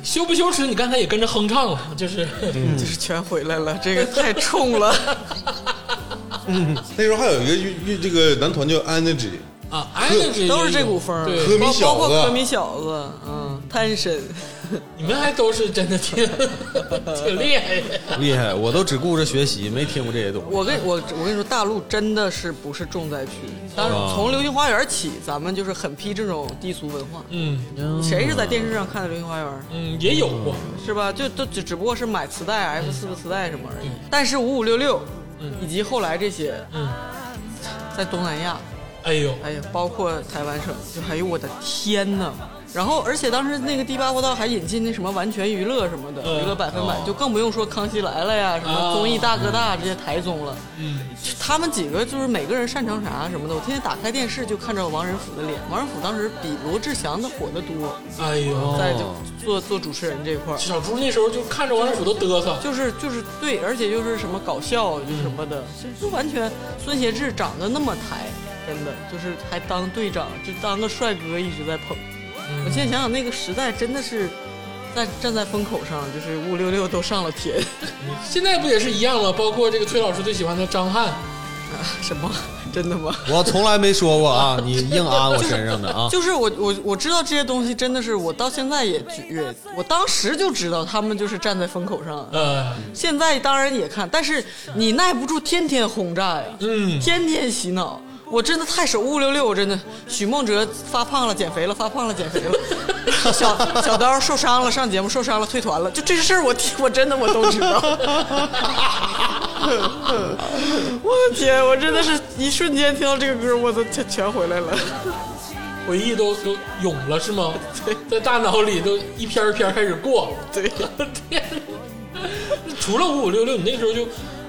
[SPEAKER 2] 羞不羞耻？你刚才也跟着哼唱了，就是
[SPEAKER 3] 就是全回来了，这个太冲了。
[SPEAKER 4] 那时候还有一个乐乐这个男团叫 Energy，
[SPEAKER 2] 啊，哎，
[SPEAKER 3] 都是这股风儿
[SPEAKER 2] 对，
[SPEAKER 3] *laughs*
[SPEAKER 4] 科米
[SPEAKER 3] 包包
[SPEAKER 4] 小
[SPEAKER 3] 括科
[SPEAKER 4] 子，
[SPEAKER 3] 米小子，嗯，贪神，
[SPEAKER 2] 你们还都是真的
[SPEAKER 3] *laughs*
[SPEAKER 2] 挺挺厉害的。
[SPEAKER 5] 厉害，我都只顾着学习，没听过这些东西。
[SPEAKER 3] 我跟我我跟你说，大陆真的是不是重灾区？当然，
[SPEAKER 5] 啊
[SPEAKER 3] 从《流星花园》起，咱们就是狠批这种低俗文化。
[SPEAKER 2] 嗯
[SPEAKER 3] 谁是在电视上看的《流星花园》？
[SPEAKER 2] 嗯，也有过，
[SPEAKER 3] 是吧？就都只只不过是买磁带、F 四磁带什么而已。但是五五六六，以及后来这些，
[SPEAKER 2] 嗯
[SPEAKER 3] 在东南亚，
[SPEAKER 2] 哎呦，
[SPEAKER 3] 哎呀，包括台湾省，就哎呦我的天呐！然后，而且当时那个第八国道还引进那什么完全娱乐什么的，
[SPEAKER 2] 嗯
[SPEAKER 3] 娱乐百分百，就更不用说《康熙来了》呀，什
[SPEAKER 2] 啊
[SPEAKER 3] 么综艺大哥大这些台综了。
[SPEAKER 2] 嗯，
[SPEAKER 3] 就他们几个就是每个人擅长啥什么的，我天天打开电视就看着王仁甫的脸。王仁甫当时比罗志祥的火得多，
[SPEAKER 2] 哎呦，
[SPEAKER 3] 在就做做主持人这块儿。
[SPEAKER 2] 小猪那时候就看着王仁甫都嘚瑟，
[SPEAKER 3] 就是就是对，而且就是什么搞笑，就是什么的，就完全孙协志长得那么抬，真的就是还当队长，就当个帅哥一直在捧。我现在想想那个时代真的是在站在风口上，就是五六六都上了天， *laughs*
[SPEAKER 2] 现在不也是一样吗？包括这个崔老师最喜欢的张翰，
[SPEAKER 3] 什么真的吗？
[SPEAKER 5] 我从来没说过啊，你硬安我身上的啊。
[SPEAKER 3] 就是我我我知道这些东西真的是我到现在也也，我当时就知道他们就是站在风口上，
[SPEAKER 2] 呃，
[SPEAKER 3] 现在当然也看，但是你耐不住天天轰炸呀，
[SPEAKER 2] 嗯
[SPEAKER 3] 天天洗脑。我真的太手五六六，我真的。许梦哲发胖了，减肥了，发胖了，减肥 *laughs* 了。小小刀受伤了，上节目受伤了，退团了，就这事儿我 *laughs* 听我真的我都知 *laughs* 道。我的天，我真的是一瞬间听到这个歌，我都全全回来了。
[SPEAKER 2] 回忆都都涌了是吗？在大脑里都一篇一篇开始过。
[SPEAKER 3] 对，
[SPEAKER 2] 天哪，除了五五六六，你那时候就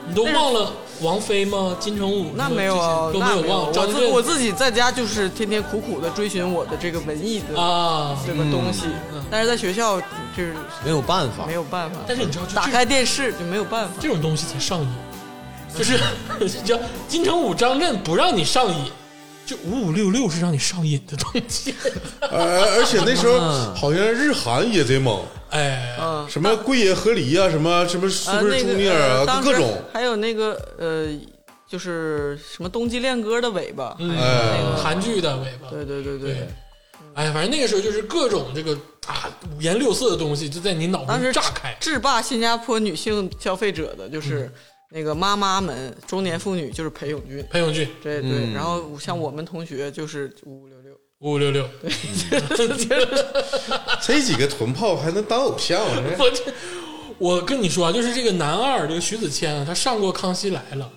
[SPEAKER 2] 你都忘了王菲吗？金城武
[SPEAKER 3] 那没有啊，
[SPEAKER 2] 都
[SPEAKER 3] 那
[SPEAKER 2] 没有忘。
[SPEAKER 3] 我
[SPEAKER 2] 张
[SPEAKER 3] 自我
[SPEAKER 2] 震
[SPEAKER 3] 自己在家就是天天苦苦的追寻我的这个文艺的
[SPEAKER 2] 啊，
[SPEAKER 3] 这个东西，但是在学校就是
[SPEAKER 5] 没有办法
[SPEAKER 3] 没，有办法。
[SPEAKER 2] 嗯但是你知道就
[SPEAKER 3] 打
[SPEAKER 2] 这
[SPEAKER 3] 开电视就没有办法，
[SPEAKER 2] 这种东西才上瘾，就是 *laughs* 你知道金城武、张震不让你上瘾，就五五六六是让你上瘾的东西。
[SPEAKER 4] 呃而而且那时候好像日韩也贼猛，
[SPEAKER 2] 哎，
[SPEAKER 3] 嗯，
[SPEAKER 4] 什么龟爷和梨啊，什么什么
[SPEAKER 3] 呃，
[SPEAKER 4] Super
[SPEAKER 3] 那个
[SPEAKER 4] Junior
[SPEAKER 3] 呃
[SPEAKER 4] 啊，
[SPEAKER 3] 当
[SPEAKER 4] 各
[SPEAKER 3] 时 *laughs*
[SPEAKER 4] 种。
[SPEAKER 3] 还有那个呃，就是什么冬季恋歌的尾巴，
[SPEAKER 2] 嗯
[SPEAKER 4] 哎
[SPEAKER 2] 韩剧的尾巴。
[SPEAKER 3] 对对对
[SPEAKER 2] 对，哎，反正那个时候就是各种这个啊五颜六色的东西就在你脑
[SPEAKER 3] 当
[SPEAKER 2] 中
[SPEAKER 3] 时
[SPEAKER 2] 炸开。
[SPEAKER 3] 制霸新加坡女性消费者的就是那个妈妈们，中年妇女就是裴勇俊，
[SPEAKER 2] 裴勇俊
[SPEAKER 3] 对
[SPEAKER 2] 嗯
[SPEAKER 3] 对，然后像我们同学就是五五六六，
[SPEAKER 2] 五五六六，
[SPEAKER 4] 这几个臀炮还能当偶像？这
[SPEAKER 2] 我这我跟你说啊，就是这个男二这个徐子谦啊，他上过《康熙来了》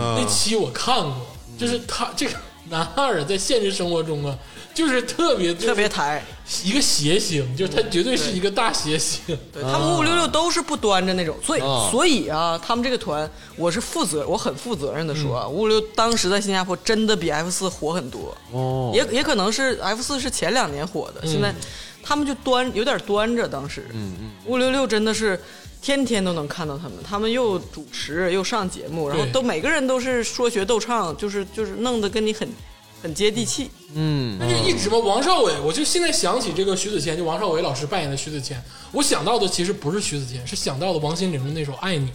[SPEAKER 4] 啊
[SPEAKER 2] 那期我看过，就是他这个男二啊，在现实生活中啊，就是特别
[SPEAKER 3] 特别抬，
[SPEAKER 2] 一个邪星，就是他绝对是一个大邪星。
[SPEAKER 3] 对他们五五六六都是不端着那种，所以、
[SPEAKER 5] 啊
[SPEAKER 3] 所以啊，他们这个团我是负责，我很负责任的说啊，五五六当时在新加坡真的比 F 四火很多，
[SPEAKER 5] 哦
[SPEAKER 3] 也也可能是 F 四是前两年火的，现在他们就端有点端着，当时嗯嗯，五五六六真的是。天天都能看到他们，他们又主持又上节目，然后
[SPEAKER 2] 对
[SPEAKER 3] 都每个人都是说学逗唱，就是就是弄得跟你很很接地 *laughs* 气。
[SPEAKER 5] 嗯，
[SPEAKER 2] 那就一直嘛，王少伟，我就现在想起这个徐子谦，就王少伟老师扮演的徐子谦，我想到的其实不是徐子谦，是想到的王心凌的那首《爱你》，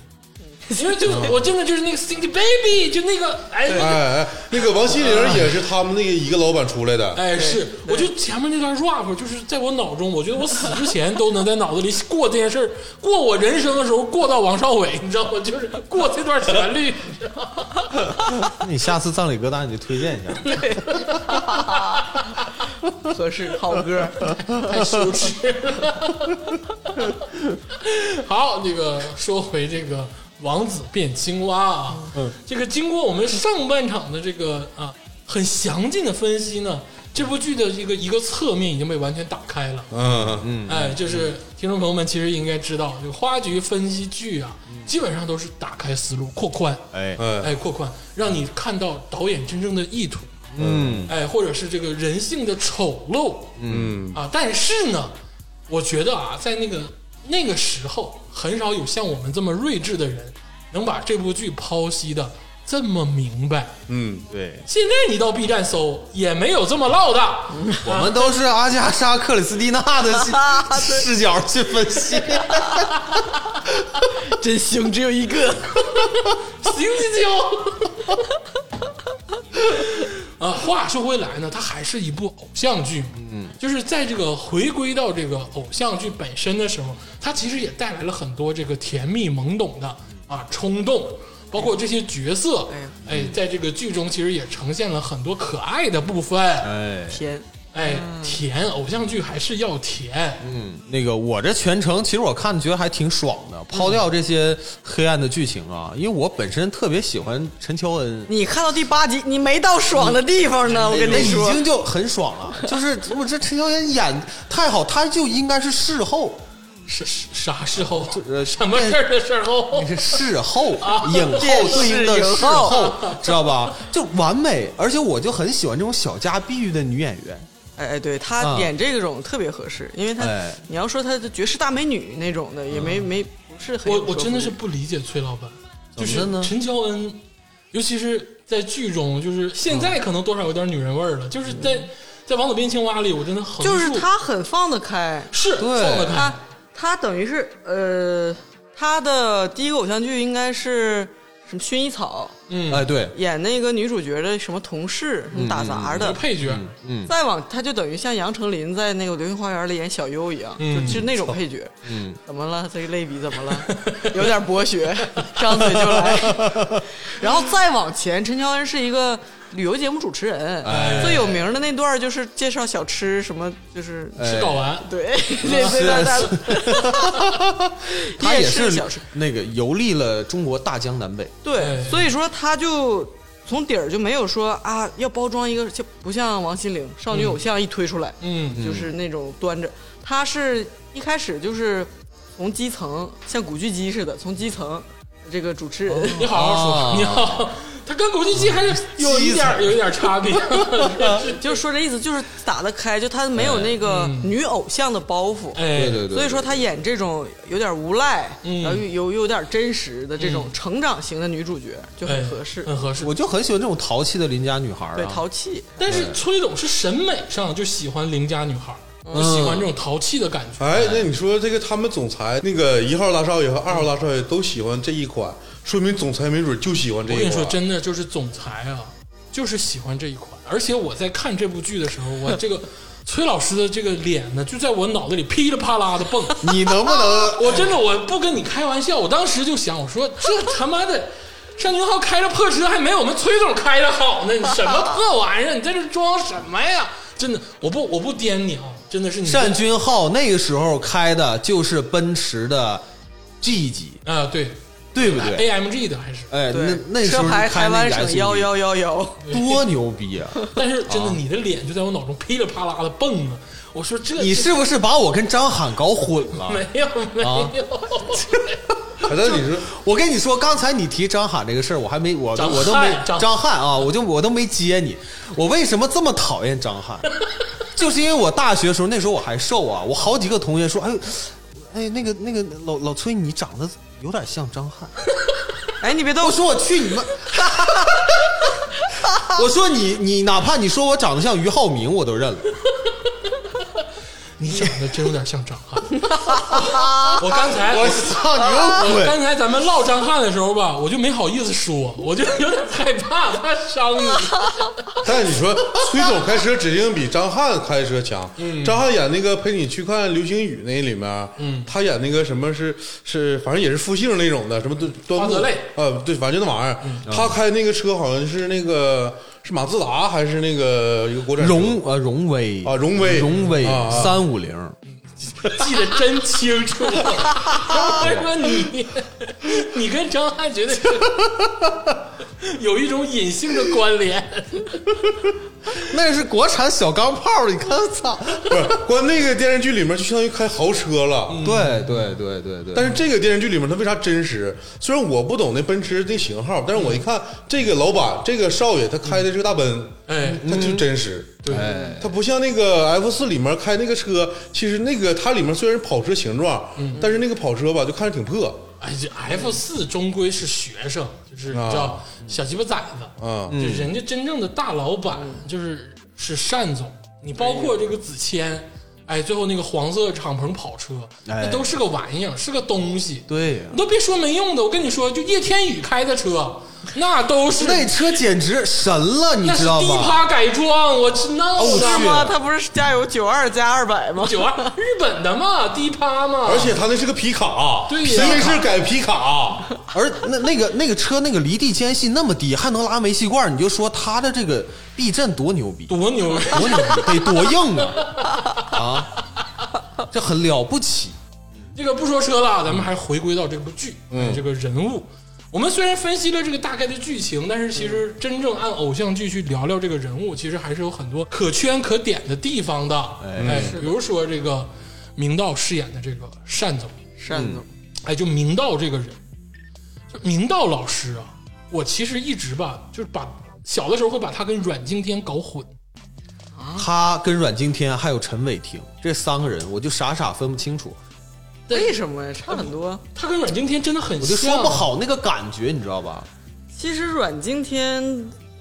[SPEAKER 2] 因为就我真的就是那个 Cindy Baby，就那个哎那
[SPEAKER 4] 哎
[SPEAKER 2] 个
[SPEAKER 4] 哎，那个王心凌也是他们那个一个老板出来的。
[SPEAKER 2] 哎是，我就前面那段 rap 就是在我脑中，我觉得我死之前都能在脑子里过这件事儿，过我人生的时候过到王少伟，你知道吗？就是过这段旋律，
[SPEAKER 5] 那你下次葬礼歌单你就推荐一下。
[SPEAKER 3] 合适，好歌。
[SPEAKER 2] 太羞耻了。 *laughs* 好，这个说回这个王子变青蛙啊，嗯，这个经过我们上半场的这个啊很详尽的分析呢，这部剧的这个一个侧面已经被完全打开了。
[SPEAKER 4] 嗯嗯，
[SPEAKER 2] 哎，就是听众朋友们其实应该知道，这个花局分析剧啊，基本上都是打开思路、扩宽，
[SPEAKER 5] 哎，
[SPEAKER 4] 哎，
[SPEAKER 2] 哎，扩宽，让你看到导演真正的意图。
[SPEAKER 5] 嗯，
[SPEAKER 2] 哎，或者是这个人性的丑陋，嗯啊，但是呢，我觉得啊，在那个那个时候，很少有像我们这么睿智的人能把这部剧剖析的这么明白。
[SPEAKER 4] 嗯，
[SPEAKER 5] 对，
[SPEAKER 2] 现在你到 B 站搜，也没有这么唠的。
[SPEAKER 5] 我们都是阿加莎·克里斯蒂娜
[SPEAKER 3] *laughs*
[SPEAKER 5] 的视视角去分析。
[SPEAKER 3] 嗯真凶只有一个。
[SPEAKER 2] 行行行。 *laughs* 啊，话说回来呢，它还是一部偶像剧，嗯，就是在这个回归到这个偶像剧本身的时候，它其实也带来了很多这个甜蜜懵懂的啊冲动，包括这些角色，哎，在这个剧中其实也呈现了很多可爱的部分，
[SPEAKER 5] 哎，
[SPEAKER 3] 天，
[SPEAKER 2] 哎，甜，偶像剧还是要甜，
[SPEAKER 5] 嗯那个我这全程其实我看觉得还挺爽的，抛掉这些黑暗的剧情啊，因为我本身特别喜欢陈乔恩。
[SPEAKER 3] 你看到第八集，你没到爽的地方呢，我跟
[SPEAKER 5] 那
[SPEAKER 3] 你
[SPEAKER 5] 已
[SPEAKER 3] 说，
[SPEAKER 5] 经就很爽了，就是我这陈乔恩演太好，她就应该是事后，
[SPEAKER 2] 是是啥时候
[SPEAKER 5] 呃？
[SPEAKER 2] 什么事儿的事儿后？
[SPEAKER 5] 是事后
[SPEAKER 3] *laughs* 啊
[SPEAKER 5] 影后对应的事后，知道吧？就完美，而且我就很喜欢这种小家碧玉的女演员。
[SPEAKER 3] 哎哎，对她
[SPEAKER 5] 啊
[SPEAKER 3] 演这种特别合适，因为她
[SPEAKER 5] 哎嗯
[SPEAKER 3] 你要说她的绝世大美女那种的，也没没不是很有
[SPEAKER 2] 我
[SPEAKER 3] 说服
[SPEAKER 2] 我
[SPEAKER 3] 力，
[SPEAKER 2] 真的是不理解崔老板，就
[SPEAKER 5] 怎
[SPEAKER 2] 是
[SPEAKER 5] 么了呢
[SPEAKER 2] 陈乔恩，尤其是在剧中，就是现
[SPEAKER 5] 嗯
[SPEAKER 2] 在可能多少有点女人味儿了，就是在在《王子变青蛙》里，我真的横
[SPEAKER 3] 就是
[SPEAKER 2] 竖
[SPEAKER 3] 她很放得开，
[SPEAKER 2] 是放
[SPEAKER 5] 对
[SPEAKER 2] 得
[SPEAKER 3] 她
[SPEAKER 2] 开，
[SPEAKER 3] 她等于是呃，她的第一个偶像剧应该是什么薰衣草，
[SPEAKER 2] 嗯，
[SPEAKER 5] 哎，对，
[SPEAKER 3] 演那个女主角的什么同事，什么打杂
[SPEAKER 2] 一个
[SPEAKER 3] 的。
[SPEAKER 2] 配角，
[SPEAKER 5] 嗯，
[SPEAKER 3] 再往，她就等于像杨丞琳在那个《流星花园》里演小优一样，
[SPEAKER 2] 嗯
[SPEAKER 3] 就是那种配角。
[SPEAKER 5] 嗯，
[SPEAKER 3] 怎么了？这个类比怎么了？
[SPEAKER 5] *laughs*
[SPEAKER 3] 有点博学，张嘴就来。然后再往前，陈乔恩是一个旅游节目主持人，
[SPEAKER 5] 哎
[SPEAKER 3] 最有名的那段就是介绍小吃，什么就是。
[SPEAKER 5] 哎嗯
[SPEAKER 2] 吃睾丸，
[SPEAKER 3] 对，
[SPEAKER 5] 啊
[SPEAKER 3] 那那段大
[SPEAKER 5] *laughs* 她也
[SPEAKER 3] 夜市
[SPEAKER 5] 是
[SPEAKER 3] 小吃
[SPEAKER 5] 那个游历了中国大江南北。
[SPEAKER 3] 对
[SPEAKER 2] 哎，
[SPEAKER 3] 所以说他就从底儿就没有说啊，要包装一个就不像王心凌少女偶像一推出来，
[SPEAKER 2] 嗯，
[SPEAKER 3] 就是那种端着，他是一开始就是从基层，像古巨基似的，从基层这个主持人，
[SPEAKER 2] 你好好
[SPEAKER 5] 哦
[SPEAKER 2] 说，你好，他跟古巨基还是有一
[SPEAKER 5] *laughs*
[SPEAKER 2] 点有一点差别，
[SPEAKER 3] 就是说这意思就是打得开，就他没有那个女偶像的包袱，
[SPEAKER 2] 哎，
[SPEAKER 5] 哎嗯对对嗯
[SPEAKER 3] 所以说她演这种有点无赖，然后有有点真实的这种成长型的女主角就
[SPEAKER 2] 哎
[SPEAKER 3] 很合适，
[SPEAKER 5] 嗯
[SPEAKER 2] 很合适。
[SPEAKER 5] 我就很喜欢这种淘气的邻家女孩儿
[SPEAKER 3] 对，
[SPEAKER 5] 啊。
[SPEAKER 3] 淘气。
[SPEAKER 2] 但是崔总是审美上就喜欢邻家女孩儿，就
[SPEAKER 3] 嗯
[SPEAKER 2] 喜欢这种淘气的感觉。
[SPEAKER 4] 哎，那你说这个他们总裁那个一号大少爷和二号大少爷都喜欢这一款，说明总裁没准就喜欢这
[SPEAKER 2] 我
[SPEAKER 4] 一
[SPEAKER 2] 跟你
[SPEAKER 4] 款。
[SPEAKER 5] 啊
[SPEAKER 2] 说，真的就是总裁啊，就是喜欢这一款。而且我在看这部剧的时候，
[SPEAKER 5] *laughs*
[SPEAKER 2] 我这个崔老师的这个脸呢，就在我脑袋里噼里啪啦的蹦。
[SPEAKER 5] *laughs* 你能不能？
[SPEAKER 2] 我真的我不跟你开玩笑，我当时就想，我说这他妈的。单俊浩开着破车还没我们崔总开的好
[SPEAKER 5] *laughs*
[SPEAKER 2] 呢，你什么破玩意儿？你在这装什么呀？真的，我不我不颠你啊，真的是你
[SPEAKER 5] 单君浩那个时候开的就是奔驰的 G 级，
[SPEAKER 2] 啊，对啊
[SPEAKER 5] 对不对？
[SPEAKER 2] ，AMG 的还是
[SPEAKER 5] 哎，那
[SPEAKER 3] 对，
[SPEAKER 5] 那时
[SPEAKER 3] 车
[SPEAKER 5] 候
[SPEAKER 3] 牌
[SPEAKER 5] 开
[SPEAKER 3] 台
[SPEAKER 5] 那
[SPEAKER 3] 湾
[SPEAKER 5] 个
[SPEAKER 3] 省
[SPEAKER 5] SUV
[SPEAKER 3] 幺幺幺幺，
[SPEAKER 5] 多牛逼啊！
[SPEAKER 2] 但是真的，你的脸就在我脑中噼里啪啦的蹦啊！我说这
[SPEAKER 5] 你是不是把我跟张翰搞混
[SPEAKER 3] *laughs*
[SPEAKER 5] 了？
[SPEAKER 2] 没有没有，
[SPEAKER 5] 啊
[SPEAKER 4] 反正你说
[SPEAKER 5] 我跟你说，刚才你提张翰这个事儿，我还没我
[SPEAKER 2] 张翰
[SPEAKER 5] 我都没
[SPEAKER 2] 张
[SPEAKER 5] 张翰啊，我就我都没接你。我为什么这么讨厌张
[SPEAKER 4] *laughs*
[SPEAKER 5] 翰？就是因为我大学时候那时候我还瘦啊，我好几个同学说，哎呦，哎那个那个老老崔你长得有点像张
[SPEAKER 4] *laughs*
[SPEAKER 5] 翰。
[SPEAKER 3] 哎，你别
[SPEAKER 5] 我
[SPEAKER 3] 逗，
[SPEAKER 5] 说我去你妈！ *laughs* 我说你你哪怕你说我长得像俞灏明，我都认了。
[SPEAKER 2] *laughs* 你长得真有点像张翰。 *laughs* 我刚才
[SPEAKER 5] 我操，你又
[SPEAKER 2] *laughs* 我
[SPEAKER 5] 滚！
[SPEAKER 2] 刚才咱们唠张翰的时候吧，我就没好意思说，我就有点害怕他伤 *laughs* 你。
[SPEAKER 4] *laughs* 但是你说崔总开车指定比张翰开车强。张翰演那个陪你去看流星雨那里面，嗯，他演那个什么是是，反正也是复姓那种的，什么端
[SPEAKER 2] 花
[SPEAKER 4] 端木
[SPEAKER 2] 泽类
[SPEAKER 4] 啊，对，反正就那玩意儿。他开那个车好像是那个是马自达还是那个一个国产车
[SPEAKER 5] 荣呃荣威
[SPEAKER 4] 啊荣威
[SPEAKER 5] 荣威
[SPEAKER 4] 啊啊
[SPEAKER 5] 三五零，
[SPEAKER 2] 记得真清楚。我说你，你跟张翰绝 *laughs* 对是有一种隐性的关联。
[SPEAKER 5] 那是国产小钢炮，你看操！
[SPEAKER 4] 不是关那个电视剧里面就相当于开豪车了。
[SPEAKER 5] 对对对对对，
[SPEAKER 4] 但
[SPEAKER 5] 是
[SPEAKER 4] 是这个电视剧里面它为啥真实？虽然我不懂那奔驰那型号，但是我一看这个老板这个少爷他开的是个大奔，
[SPEAKER 2] 哎，
[SPEAKER 4] 他嗯就真实。哎
[SPEAKER 2] 对，
[SPEAKER 4] 它不像那个 F 四里面开那个车，其实那个它里面虽然是跑车形状，但是那个跑车吧就看着挺破，
[SPEAKER 2] 哎，这 F 四终归是学生，就是你知
[SPEAKER 5] 啊
[SPEAKER 2] 道小鸡巴崽子，
[SPEAKER 5] 嗯
[SPEAKER 4] 啊
[SPEAKER 2] 就人家真正的大老板就是是单总，你包括这个子谦，哎，最后那个黄色敞篷跑车，那都是个玩意儿，是个东西，
[SPEAKER 5] 哎对呀
[SPEAKER 2] 你都别说没用的，我跟你说，就叶天宇开的车，那都是
[SPEAKER 5] 那车简直神了，你
[SPEAKER 2] 那
[SPEAKER 5] 知
[SPEAKER 2] 是
[SPEAKER 5] 道
[SPEAKER 2] 低
[SPEAKER 5] 吗？
[SPEAKER 2] 趴改装，我去闹
[SPEAKER 5] 哦我
[SPEAKER 2] 的
[SPEAKER 5] 去。
[SPEAKER 3] 是吗？它不是加油九二加二百吗？
[SPEAKER 2] 九二日本的嘛，低趴嘛，
[SPEAKER 4] 而且他那是个皮卡，啊
[SPEAKER 2] 对
[SPEAKER 4] 皮
[SPEAKER 2] 呀
[SPEAKER 4] 卫士改皮卡，啊
[SPEAKER 5] 而那那个那个车那个离地间隙那么低，还能拉煤气罐，你就说它的这个避震多牛逼，
[SPEAKER 2] 多
[SPEAKER 5] *laughs*
[SPEAKER 2] 牛！
[SPEAKER 5] 多牛逼，得多硬啊！啊，这很了不起。
[SPEAKER 2] 这个不说车
[SPEAKER 5] 嗯
[SPEAKER 2] 了，啊咱们还回归到这部剧，嗯，这个人物。我们虽然分析了这个大概的剧情，但是其
[SPEAKER 5] 嗯
[SPEAKER 2] 实真正按偶像剧去聊聊这个人物，其实还是有很多可圈可点的地方的。哎，
[SPEAKER 5] 嗯
[SPEAKER 2] 比如说这个明道饰演的这个单总，
[SPEAKER 3] 山
[SPEAKER 5] 嗯
[SPEAKER 3] 总，
[SPEAKER 2] 哎，就明道这个人，就明道老师啊，我其实一直吧，就是把小的时候会把他跟阮经天搞混。
[SPEAKER 5] 他跟阮经天还有陈伟霆这三个人，我就傻傻分不清楚，
[SPEAKER 3] 为什么呀？差很多。
[SPEAKER 2] 他跟阮经天真的很像，啊
[SPEAKER 5] 我就说不。好那个感觉，你知
[SPEAKER 2] *laughs*
[SPEAKER 5] 道吧？
[SPEAKER 3] 其实阮经天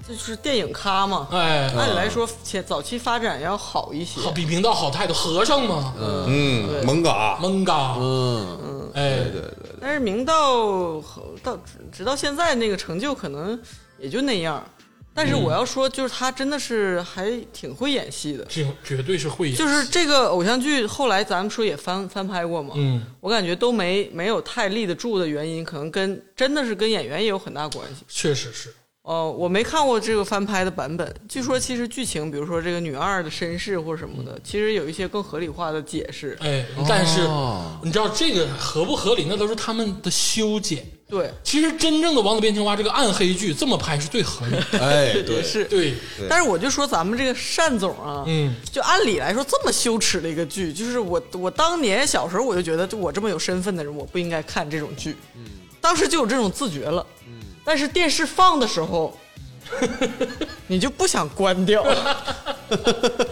[SPEAKER 3] 就是电影咖嘛，
[SPEAKER 2] 哎，
[SPEAKER 5] 嗯
[SPEAKER 3] 按理来说前早期发展要好一些。
[SPEAKER 2] 好比明道好太多，和尚嘛，
[SPEAKER 4] 嗯，萌嘎，
[SPEAKER 2] 蒙嘎，
[SPEAKER 5] 嗯，
[SPEAKER 2] 哎，
[SPEAKER 3] 但是明道和到直直到现在那个成就可能也就那样。但是我要说，就是他真的是还挺会演戏的。
[SPEAKER 2] 这绝对是会演，
[SPEAKER 3] 就是这个偶像剧后来咱们说也翻翻拍过嘛，
[SPEAKER 2] 嗯，
[SPEAKER 3] 我感觉都没没有太立得住的原因，可能跟真的是跟演员也有很大关系。
[SPEAKER 2] 确实是，
[SPEAKER 3] 哦，我没看过这个翻拍的版本。据
[SPEAKER 2] 嗯
[SPEAKER 3] 说其实剧情，比如说这个女二的身世或什么的，其实有一些更合理化的解释。
[SPEAKER 2] 哎，
[SPEAKER 5] 哦
[SPEAKER 2] 但是你知道这个合不合理，那都是他们的修剪。
[SPEAKER 3] 对，
[SPEAKER 2] 其实真正的《王子变青蛙》这个暗黑剧这么拍是最合理的，
[SPEAKER 5] 哎，
[SPEAKER 3] 也是。
[SPEAKER 2] 对，
[SPEAKER 3] 但是我就说咱们这个单总啊，
[SPEAKER 2] 嗯，
[SPEAKER 3] 就按理来说这么羞耻的一个剧，就是我我当年小时候我就觉得，就我这么有身份的人，我不应该看这种剧，嗯，当时就有这种自觉了，嗯，但是电视放的时候，
[SPEAKER 2] 嗯
[SPEAKER 3] *laughs* 你就不想关掉， *laughs*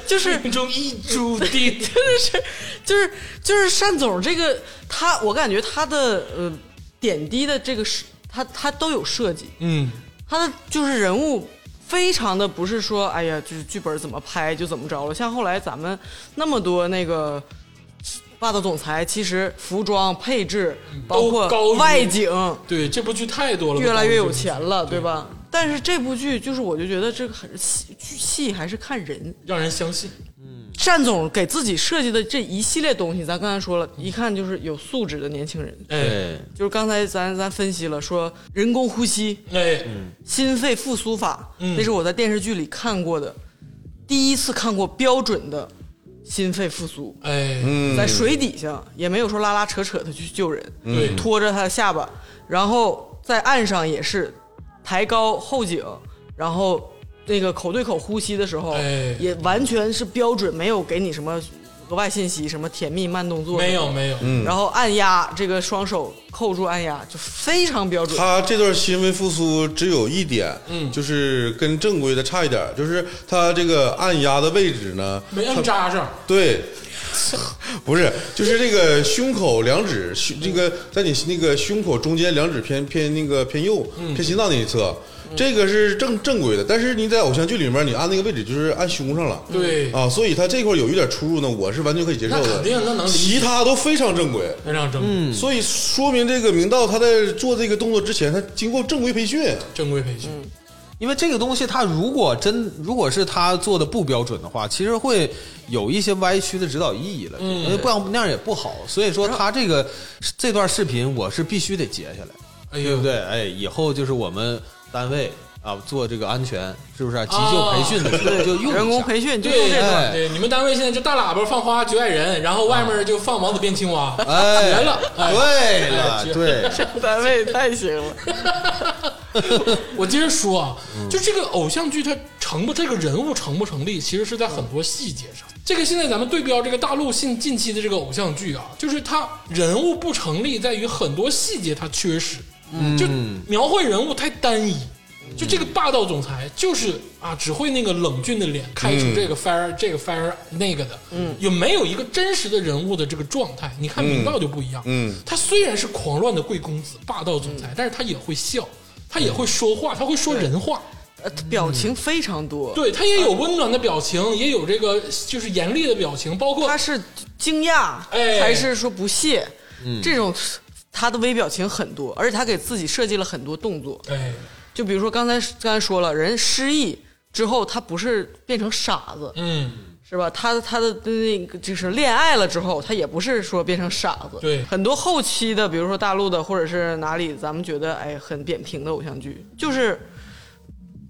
[SPEAKER 3] 就是
[SPEAKER 2] 命中一注定。
[SPEAKER 3] *laughs* 真的是，就是就是单总这个他，我感觉他的呃点滴的这个是，他他都有设计，
[SPEAKER 2] 嗯，
[SPEAKER 3] 他的就是人物非常的不是说哎呀，就是剧本怎么拍就怎么着了。像后来咱们那么多那个霸道总裁，其实服装配置
[SPEAKER 2] 嗯
[SPEAKER 3] 包
[SPEAKER 2] 都高
[SPEAKER 3] 括
[SPEAKER 2] 于
[SPEAKER 3] 外景
[SPEAKER 2] 对，这部剧太多了，
[SPEAKER 3] 越来越有钱了，对吧？但是这部剧就是我就觉得这个很戏剧戏还是看人，
[SPEAKER 2] 让人相信。
[SPEAKER 3] 单总给自己设计的这一系列东西，咱刚才说了，一看就是有素质的年轻人。
[SPEAKER 2] 哎
[SPEAKER 5] 哎，
[SPEAKER 3] 就是刚才咱咱分析了，说人工呼吸、
[SPEAKER 2] 哎，
[SPEAKER 5] 嗯
[SPEAKER 3] 心肺复苏法，
[SPEAKER 2] 嗯
[SPEAKER 3] 那是我在电视剧里看过的，第一次看过标准的心肺复苏，
[SPEAKER 2] 哎，
[SPEAKER 5] 嗯
[SPEAKER 3] 在水底下也没有说拉拉扯扯的去救人，
[SPEAKER 2] 对，
[SPEAKER 3] 拖着他的下巴，然后在岸上也是抬高后颈，然后那个口对口呼吸的时候，
[SPEAKER 2] 哎
[SPEAKER 3] 也完全是标准，没有给你什么额外信息，什么甜蜜慢动作
[SPEAKER 2] 没有没有，
[SPEAKER 5] 嗯
[SPEAKER 3] 然后按压这个双手扣住按压，就非常标准。
[SPEAKER 4] 他这段心肺复苏只有一点，嗯，就是跟正规的差一点，就是他这个按压的位置呢，
[SPEAKER 2] 没摁扎实，
[SPEAKER 4] 对， *laughs* 不是，就是这个胸口两指，胸这个在你那个胸口中间两指偏偏那个偏右，
[SPEAKER 2] 嗯
[SPEAKER 4] 偏心脏那一侧，这个是正正规的。但是你在偶像剧里面，你按那个位置就是按胸上了，
[SPEAKER 5] 嗯
[SPEAKER 2] 对
[SPEAKER 5] 哦
[SPEAKER 4] 啊，所以他这块有一点出入呢，我是完全可以接受
[SPEAKER 2] 那
[SPEAKER 4] 的
[SPEAKER 2] 肯。定那能理解嗯
[SPEAKER 4] 其他都非常正规，
[SPEAKER 2] 非常正
[SPEAKER 5] 嗯
[SPEAKER 2] 规
[SPEAKER 4] 所以说明这个明道他在做这个动作之前，他经过正规培训。
[SPEAKER 2] 正规培训。
[SPEAKER 5] 嗯因为这个东西，它如果真如果是他做的不标准的话，其实会有一些歪曲的指导意义了，因为不然那样也不好。所以说，他这个这段视频我是必须得截下来，
[SPEAKER 2] 哎呦
[SPEAKER 5] 对不对？哎，以后就是我们单位啊做这个安全是不是、啊、急救培训的时候就用一下
[SPEAKER 3] 人工培训就用
[SPEAKER 2] 对
[SPEAKER 3] 这段，
[SPEAKER 5] 哎啊
[SPEAKER 2] 对，你们单位现在就大喇叭放花局外人，然后外面就放王子变青蛙，
[SPEAKER 5] 哎
[SPEAKER 2] 绝了！哎，
[SPEAKER 5] 对了，
[SPEAKER 2] 哎
[SPEAKER 5] 对，
[SPEAKER 3] 单位太行了。
[SPEAKER 2] 我接着说啊，
[SPEAKER 5] 嗯
[SPEAKER 2] 就这个偶像剧它成不这个人物成不成立，其实是在很多细节上。这个现在咱们对标这个大陆近近期的这个偶像剧啊，就是它人物不成立，在于很多细节它缺失，
[SPEAKER 5] 嗯
[SPEAKER 2] 就描绘人物太单一。嗯就这个霸道总裁，就是啊，只会那个冷峻的脸，开除这个 fire、这个 fire 那个的，嗯，也没有一个真实的人物的这个状态。你看明道就不一样，
[SPEAKER 4] 嗯嗯
[SPEAKER 2] 他虽然是狂乱的贵公子、霸道总裁，但是他也会笑，他也会说话，他会说人话，
[SPEAKER 3] 呃，表情非常多，
[SPEAKER 2] 对他也有温暖的表情，也有这个就是严厉的表情，包括
[SPEAKER 3] 他是惊讶、
[SPEAKER 2] 哎嗯
[SPEAKER 3] 还是说不屑，这种他的微表情很多，而且他给自己设计了很多动作，
[SPEAKER 2] 哎，
[SPEAKER 3] 就比如说刚才刚才说了，人失忆之后，他不是变成傻子，
[SPEAKER 2] 嗯，
[SPEAKER 3] 是吧？他他的那个就是恋爱了之后，他也不是说变成傻子。
[SPEAKER 2] 对
[SPEAKER 3] 很多后期的，比如说大陆的或者是哪里，咱们觉得哎很扁平的偶像剧，就是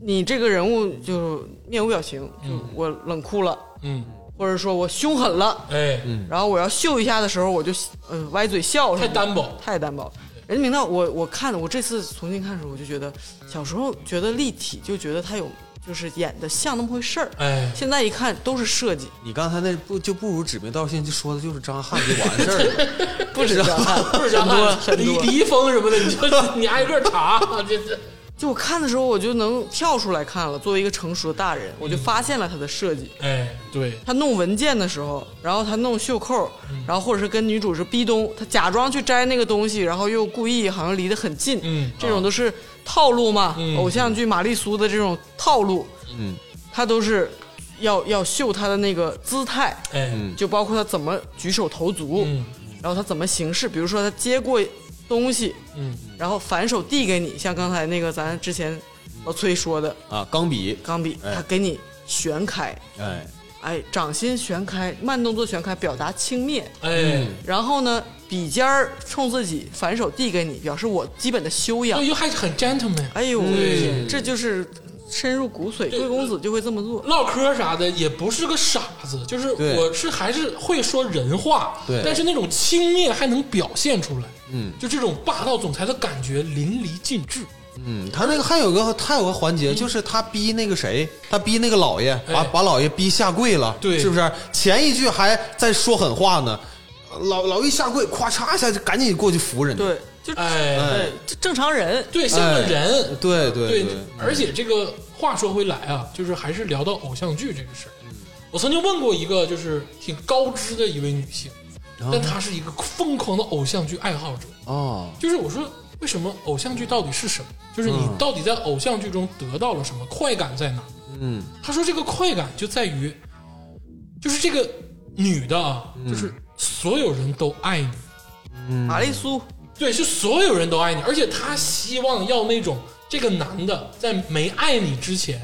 [SPEAKER 3] 你这个人物就面无表情，就我冷酷了，
[SPEAKER 2] 嗯，
[SPEAKER 3] 或者说我凶狠了，
[SPEAKER 2] 哎，
[SPEAKER 3] 然后我要秀一下的时候，我就呃歪嘴笑什
[SPEAKER 2] 太
[SPEAKER 3] 么的，
[SPEAKER 2] 单薄，
[SPEAKER 3] 太单薄了。人家明道，我我看我这次重新看的时候，我就觉得小时候觉得立体，就觉得他有就是演的像那么回事儿。
[SPEAKER 2] 哎
[SPEAKER 3] 现在一看都是设计，
[SPEAKER 5] 你刚才那不就不如指名道姓，就说的就是张翰就完事儿了。
[SPEAKER 3] *laughs* 不止张翰，
[SPEAKER 2] 不是啥
[SPEAKER 3] 很多很
[SPEAKER 2] 李
[SPEAKER 3] 多。
[SPEAKER 2] 李易峰什么的，你就 *laughs* 你挨个查，这这，
[SPEAKER 3] 就我看的时候，我就能跳出来看了。作为一个成熟的大人，我就发现了他的设计。
[SPEAKER 2] 哎，对，
[SPEAKER 3] 他弄文件的时候，然后他弄袖扣，
[SPEAKER 2] 嗯
[SPEAKER 3] 然后或者是跟女主是逼咚，他假装去摘那个东西，然后又故意好像离得很近，
[SPEAKER 2] 嗯
[SPEAKER 3] 这种都是套路嘛，
[SPEAKER 2] 嗯
[SPEAKER 3] 偶像剧玛丽苏的这种套路，
[SPEAKER 5] 嗯，
[SPEAKER 3] 他都是要要秀他的那个姿态，
[SPEAKER 2] 哎，
[SPEAKER 3] 就包括他怎么举手投足，
[SPEAKER 2] 嗯
[SPEAKER 3] 然后他怎么行事，比如说他接过东西，
[SPEAKER 2] 嗯，
[SPEAKER 3] 然后反手递给你，像刚才那个咱之前老崔说的
[SPEAKER 5] 啊，钢笔，
[SPEAKER 3] 钢笔，
[SPEAKER 5] 哎
[SPEAKER 3] 他给你旋开，
[SPEAKER 5] 哎，
[SPEAKER 3] 哎，掌心旋开，慢动作旋开，表达轻蔑。
[SPEAKER 2] 哎，
[SPEAKER 5] 嗯
[SPEAKER 3] 然后呢，笔尖儿冲自己，反手递给你，表示我基本的修养
[SPEAKER 2] 所。以又还是很 gentleman，
[SPEAKER 3] 哎呦，这就是深入骨髓，贵公子就会这么做。
[SPEAKER 2] 唠嗑啥的也不是个傻子，就是
[SPEAKER 5] 对
[SPEAKER 2] 我是还是会说人话，
[SPEAKER 5] 对
[SPEAKER 2] 但是那种轻蔑还能表现出来，
[SPEAKER 5] 嗯，
[SPEAKER 2] 就这种霸道总裁的感觉淋漓尽致，
[SPEAKER 5] 嗯，他那个还有个他有个环节，就是他逼那个谁，他逼那个老爷，把
[SPEAKER 2] 哎
[SPEAKER 5] 把老爷逼下跪了，
[SPEAKER 2] 对
[SPEAKER 5] 是不是？前一句还在说狠话呢，老老一下跪，咵嚓一下就赶紧过去扶人家，
[SPEAKER 3] 对，就
[SPEAKER 2] 哎，
[SPEAKER 3] 哎，就正常人。
[SPEAKER 2] 对，像
[SPEAKER 5] 哎
[SPEAKER 2] 个人，
[SPEAKER 5] 对对
[SPEAKER 2] 对，而且这个话说回来啊，就是还是聊到偶像剧这个事儿。
[SPEAKER 5] 嗯
[SPEAKER 2] 我曾经问过一个就是挺高知的一位女性，但她是一个疯狂的偶像剧爱好者。
[SPEAKER 5] 啊哦，
[SPEAKER 2] 就是我说，为什么偶像剧到底是什么？就是你到底在偶像剧中得到了什么快感在哪？
[SPEAKER 5] 嗯，
[SPEAKER 2] 她说这个快感就在于，就是这个女的啊，
[SPEAKER 5] 嗯
[SPEAKER 2] 就是所有人都爱你，
[SPEAKER 3] 玛丽苏，
[SPEAKER 2] 对，是所有人都爱你，而且他希望要那种这个男的在没爱你之前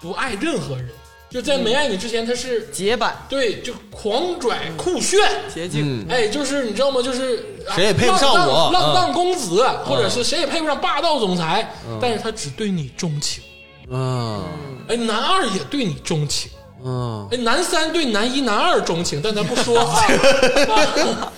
[SPEAKER 2] 不爱任何人，就在没爱你之前他是、
[SPEAKER 3] 洁版
[SPEAKER 2] 对就狂拽酷炫，
[SPEAKER 3] 洁净，
[SPEAKER 2] 哎，就是你知道吗？就是啊
[SPEAKER 5] 嗯谁也配不上
[SPEAKER 2] 浪
[SPEAKER 5] 我
[SPEAKER 2] 浪浪
[SPEAKER 5] 嗯
[SPEAKER 2] 荡公子，或者是谁也配不上霸道总裁，但是他只对你钟情，
[SPEAKER 5] 嗯
[SPEAKER 2] 哎，男二也对你钟情。
[SPEAKER 5] 嗯，
[SPEAKER 2] 哎，男三对男一、男二钟情，但咱不说啊。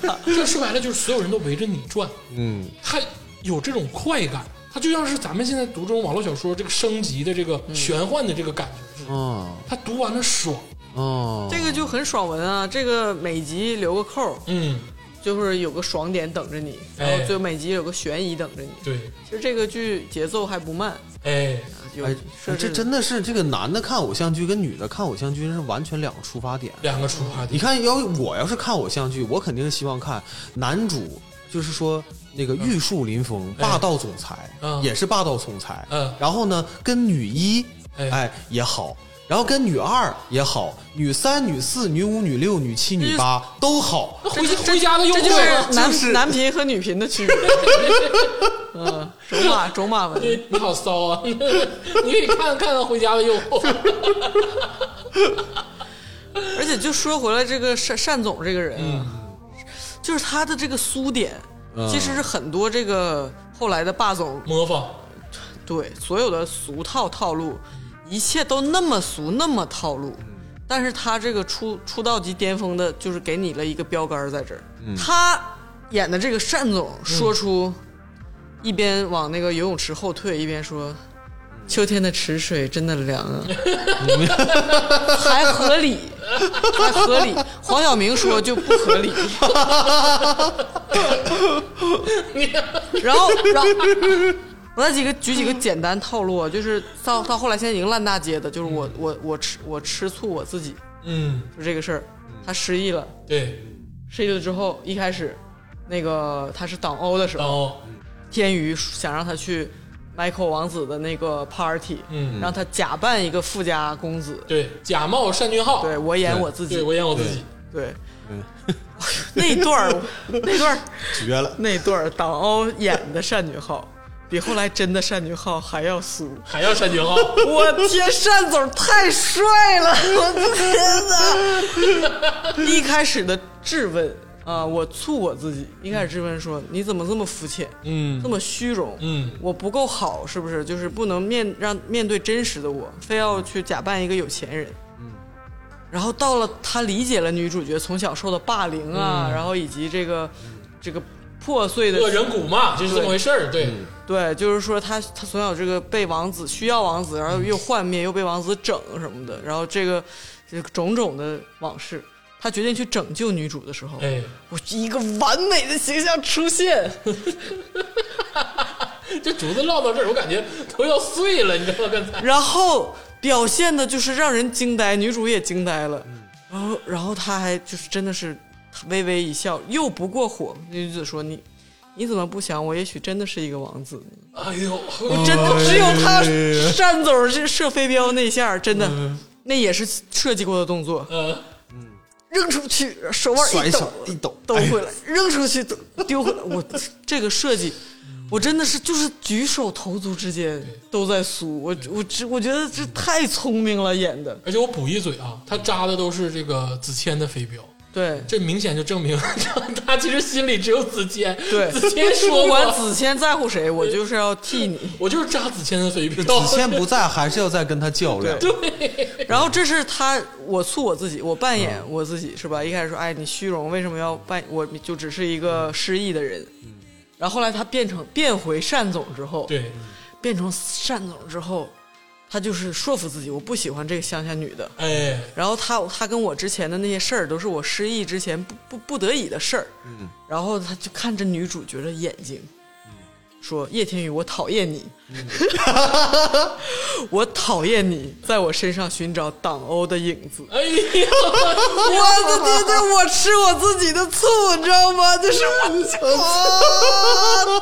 [SPEAKER 2] 啊这说白了 *laughs* 就是所有人都围着你转，嗯，他有这种快感，他就像是咱们现在读这种网络小说这个升级的这个玄幻的这个感觉似的，
[SPEAKER 5] 哦
[SPEAKER 2] 他读完了爽，
[SPEAKER 5] 哦，
[SPEAKER 3] 这个就很爽文啊。这个每集留个扣，
[SPEAKER 2] 嗯，
[SPEAKER 3] 就是有个爽点等着你，
[SPEAKER 2] 哎
[SPEAKER 3] 然后最后每集有个悬疑等着你。
[SPEAKER 2] 对，
[SPEAKER 3] 其实这个剧节奏还不慢，啊
[SPEAKER 2] 哎，
[SPEAKER 3] 有
[SPEAKER 5] 哎，
[SPEAKER 3] 设
[SPEAKER 5] 这
[SPEAKER 3] 置
[SPEAKER 5] 真的是这个男的看偶像剧跟女的看偶像剧是完全两个出发点。
[SPEAKER 2] 两个出发
[SPEAKER 5] 你
[SPEAKER 2] 点，
[SPEAKER 5] 看，要我要是看偶像剧，我肯定是希望看男主，就是说那个玉树临风、
[SPEAKER 2] 嗯哎
[SPEAKER 5] 霸道总裁，
[SPEAKER 2] 嗯
[SPEAKER 5] 也是霸道总裁。
[SPEAKER 2] 嗯
[SPEAKER 5] 然后呢，跟女一，
[SPEAKER 2] 哎
[SPEAKER 5] 哎也好，然后跟女二也好，女三、女四、女五、女六、女七、女八都
[SPEAKER 2] 哎
[SPEAKER 5] 好。
[SPEAKER 2] 那回回家的又
[SPEAKER 3] 这
[SPEAKER 2] 会
[SPEAKER 3] 就是
[SPEAKER 2] 了
[SPEAKER 3] 男、
[SPEAKER 5] 就是
[SPEAKER 3] 男频和女频的 *laughs* 区别。嗯，种马种马文，
[SPEAKER 2] *laughs* 你你好骚啊！ *laughs* 你可以看看到回家
[SPEAKER 3] *laughs*
[SPEAKER 2] 的诱惑，
[SPEAKER 3] 而且就说回来，这个单单总这个人啊，就是他的这个苏点，其实是很多这个后来的霸总
[SPEAKER 2] 模仿，
[SPEAKER 3] 对所有的俗套套路，一切都那么俗，那么套路。但是他这个出出道即巅峰的，就是给你了一个标杆儿在这儿。他演的这个单总说出，一边往那个游泳池后退，一边说：“秋天的池水真的凉啊。”还合理，还合理。黄晓明说就不合理。然后，然后，我再几个举几个简单套路啊，就是到到后来现在已经烂大街的，就是我我我吃我吃醋我自己，
[SPEAKER 2] 嗯，
[SPEAKER 3] 就这个事儿，他失忆了，
[SPEAKER 2] 对，
[SPEAKER 3] 失忆了之后，一开始那个他是党欧的时
[SPEAKER 2] 然
[SPEAKER 3] 候，
[SPEAKER 2] 后
[SPEAKER 3] 天娱想让他去 Michael 王子的那个 party，
[SPEAKER 2] 嗯
[SPEAKER 3] 让他假扮一个富家公子，
[SPEAKER 2] 对假冒单俊浩，
[SPEAKER 3] 对我演我自己
[SPEAKER 2] 对，我演我自己，
[SPEAKER 3] 对， *laughs* 那段儿，那段儿，
[SPEAKER 5] 绝了，
[SPEAKER 3] 那段儿，党欧演的单俊浩比后来真的单俊浩还要酥。
[SPEAKER 2] 还要单
[SPEAKER 3] *laughs*
[SPEAKER 2] 俊浩，
[SPEAKER 3] 我天，单总太帅了！我的天哪！一开始的质问啊、我醋我自己。一开始质问说：“你怎么这么肤浅？嗯，这么虚荣？
[SPEAKER 2] 嗯
[SPEAKER 3] 我不够好，是不是？就是不能面让面对真实的我，非要去假扮一个有钱人。”
[SPEAKER 2] 嗯
[SPEAKER 3] 然后到了他理解了女主角从小受的霸凌啊，然后以及这个这个破碎的
[SPEAKER 2] 嗯恶人谷嘛，就是这么回事儿。对，
[SPEAKER 3] 对，就是说他他从小这个被王子需要王子，然后又幻灭，又被王子整什么的，然后这个这个种种的往事，他决定去拯救女主的时候，
[SPEAKER 2] 哎，
[SPEAKER 3] 我一个完美的形象出现，
[SPEAKER 2] 哎这竹子唠到这儿，我感觉头要碎了，你知道吗？刚才
[SPEAKER 3] 然后表现的就是让人惊呆，女主也惊呆了，然后然后他还就是真的是微微一笑，又不过火。女子说你。你怎么不想我？也许真的是一个王子呢。
[SPEAKER 2] 哎呦，
[SPEAKER 3] 我真的只有他单总这射飞镖那下儿，真的、那也是设计过的动作，
[SPEAKER 2] 呃，
[SPEAKER 3] 扔出去，手腕
[SPEAKER 5] 甩
[SPEAKER 3] 一抖
[SPEAKER 5] 手，一抖哎
[SPEAKER 3] 抖回来，扔出去，抖丢回来。我 *laughs* 这个设计，我真的是就是举手投足之间都在酥。我我这我觉得这太聪明了，演的
[SPEAKER 2] 而且我补一嘴啊，他扎的都是这个子谦的飞镖。
[SPEAKER 3] 对。
[SPEAKER 2] 这明显就证明 *laughs* 他其实心里只有子谦。
[SPEAKER 3] 对，
[SPEAKER 2] *laughs* 子
[SPEAKER 3] *laughs*
[SPEAKER 2] 谦说
[SPEAKER 3] 不
[SPEAKER 2] 过
[SPEAKER 3] 管，子谦在乎谁，我就是要替你。
[SPEAKER 2] 我就是扎子谦的飞镖。
[SPEAKER 5] 子谦不在，还是要再跟他较量。
[SPEAKER 3] 然后这是他，我促我自己，我扮演我自己是吧？一开始说，哎，你虚荣，为什么要扮？我就只是一个失忆的人。然后后来他变成变回单总之后，
[SPEAKER 2] 对，
[SPEAKER 3] 变成单总之后，他就是说服自己，我不喜欢这个乡下女的。
[SPEAKER 2] 哎，
[SPEAKER 3] 然后他他跟我之前的那些事儿都是我失忆之前不不不得已的事儿。嗯，然后他就看着女主角的眼睛，说：“叶天宇，我讨厌你， *laughs* 我讨厌你在我身上寻找党欧的影子。”
[SPEAKER 2] 哎呀，
[SPEAKER 3] 我的天对，我吃我自己的醋，你知道吗？就是我，啊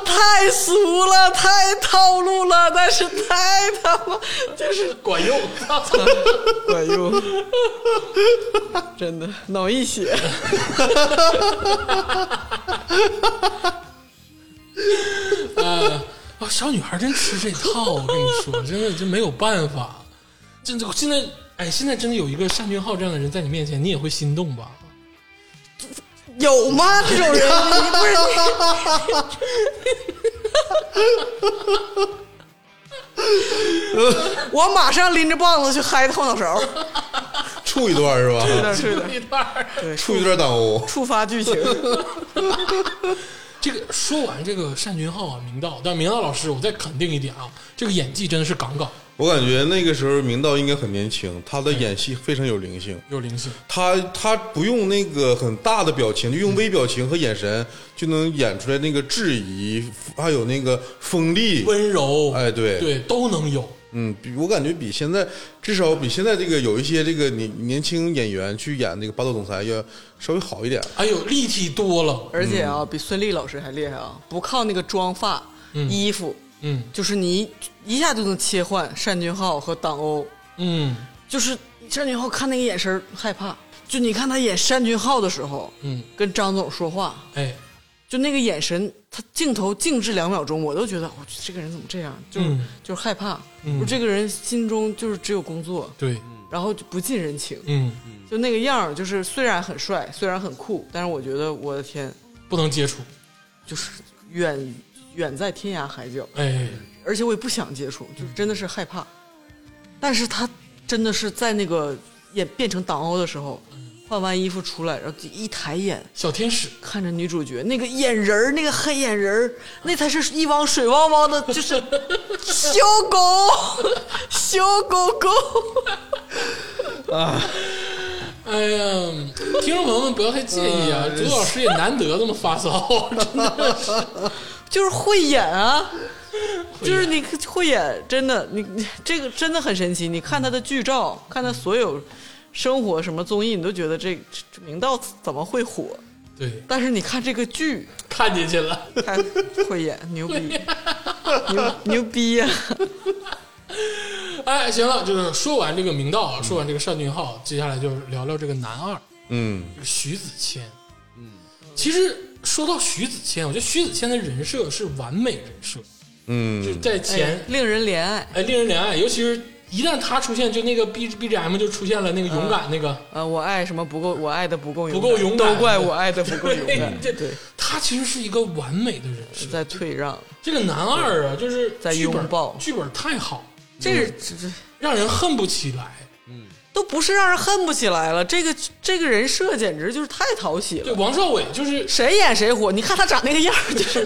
[SPEAKER 3] 太俗了，太套路了，但是太他妈就是
[SPEAKER 2] 管用。
[SPEAKER 3] 管用， *laughs* 真的脑溢血。
[SPEAKER 2] *laughs* 啊，小女孩真吃这套，我跟你说，真的真没有办法。真的，现在哎，现在真的有一个单俊浩这样的人在你面前，你也会心动吧？
[SPEAKER 3] 有吗？这种人，你不是 *laughs* 你我马上拎着棒子去嗨后脑勺，
[SPEAKER 4] 处一段
[SPEAKER 3] 是
[SPEAKER 4] 是吧？
[SPEAKER 3] 的，是的，
[SPEAKER 2] 一段儿
[SPEAKER 4] 处一段党欧，
[SPEAKER 3] 触发剧情。
[SPEAKER 2] 这个说完这个单俊浩啊，明道，但明道老师，我再肯定一点啊，这个演技真的是杠杠，
[SPEAKER 4] 我感觉那个时候明道应该很年轻，他的演戏非常有灵性。
[SPEAKER 2] 有灵性。
[SPEAKER 4] 他他不用那个很大的表情，就用微表情和眼神就能演出来那个质疑，还有那个锋利。
[SPEAKER 2] 温柔，
[SPEAKER 4] 哎对
[SPEAKER 2] 对，都能有。
[SPEAKER 4] 嗯，比我感觉比现在至少比现在这个有一些这个年年轻演员去演那个霸道总裁要稍微好一点。
[SPEAKER 2] 哎呦，立体多了，
[SPEAKER 3] 而且啊，比孙俪老师还厉害啊！不靠那个妆发、衣服，
[SPEAKER 2] 嗯
[SPEAKER 3] 就是你一下就能切换单俊浩和党欧，
[SPEAKER 2] 嗯，
[SPEAKER 3] 就是单俊浩看那个眼神儿害怕，就你看他演单俊浩的时候，
[SPEAKER 2] 嗯，
[SPEAKER 3] 跟张总说话，
[SPEAKER 2] 哎，
[SPEAKER 3] 就那个眼神，他镜头静置两秒钟，我都觉得我去这个人怎么这样，就是、
[SPEAKER 2] 嗯
[SPEAKER 3] 就是害怕，我这个人心中就是只有工作，
[SPEAKER 2] 对，
[SPEAKER 3] 然后就不近人情，
[SPEAKER 2] 嗯，
[SPEAKER 3] 就那个样儿，就是虽然很帅，虽然很酷，但是我觉得我的天，
[SPEAKER 2] 不能接触，
[SPEAKER 3] 就是远远在天涯海角，
[SPEAKER 2] 哎，
[SPEAKER 3] 而且我也不想接触，就是真的是害怕。但是他真的是在那个演变成党欧的时候，换完衣服出来，然后一抬眼
[SPEAKER 2] 小天使，
[SPEAKER 3] 看着女主角那个眼仁儿，那个黑眼仁儿，那才是一汪水汪汪的，就是小狗， *laughs* 小狗狗。
[SPEAKER 2] 哎呀，听众朋友们不要太介意啊，朱老师也难得这么发骚， *laughs* 真的是，
[SPEAKER 3] 就是会演啊，就是你会演，真的，你你这个真的很神奇。你看他的剧照，看他所有生活什么综艺，你都觉得这这这明道怎么会火？
[SPEAKER 2] 对，
[SPEAKER 3] 但是你看这个剧，
[SPEAKER 2] 看进去了，
[SPEAKER 3] 他会演，牛逼，牛牛逼啊呀、
[SPEAKER 2] 哎，行了，就是说完这个明道啊，说完这个单俊浩，接下来就聊聊这个男二，
[SPEAKER 4] 嗯，
[SPEAKER 2] 这个徐子谦，嗯，其实说到徐子谦，我觉得徐子谦的人设是完美人设，就是在前
[SPEAKER 3] 令人怜爱。
[SPEAKER 2] 哎令人怜爱，尤其是一旦他出现，就那个 B B G M 就出现了那个勇敢那个，
[SPEAKER 3] 呃，我爱什么不够，我爱的不够勇
[SPEAKER 2] 不够勇敢
[SPEAKER 3] 都怪我爱的不够勇
[SPEAKER 2] *laughs* 。
[SPEAKER 3] 敢
[SPEAKER 2] 对
[SPEAKER 3] 对，
[SPEAKER 2] 他其实是一个完美的人设。
[SPEAKER 3] 在退让，
[SPEAKER 2] 这个男二啊，就是
[SPEAKER 3] 在
[SPEAKER 2] 剧本
[SPEAKER 3] 拥抱
[SPEAKER 2] 剧本太好，
[SPEAKER 3] 这这这
[SPEAKER 2] 让人恨不起来。
[SPEAKER 3] 都不是让人恨不起来了。这个这个人设简直就是太讨喜
[SPEAKER 2] 对，
[SPEAKER 3] 了，
[SPEAKER 2] 王少伟就是
[SPEAKER 3] 谁演谁火。你看他长那个样儿， *laughs* 就是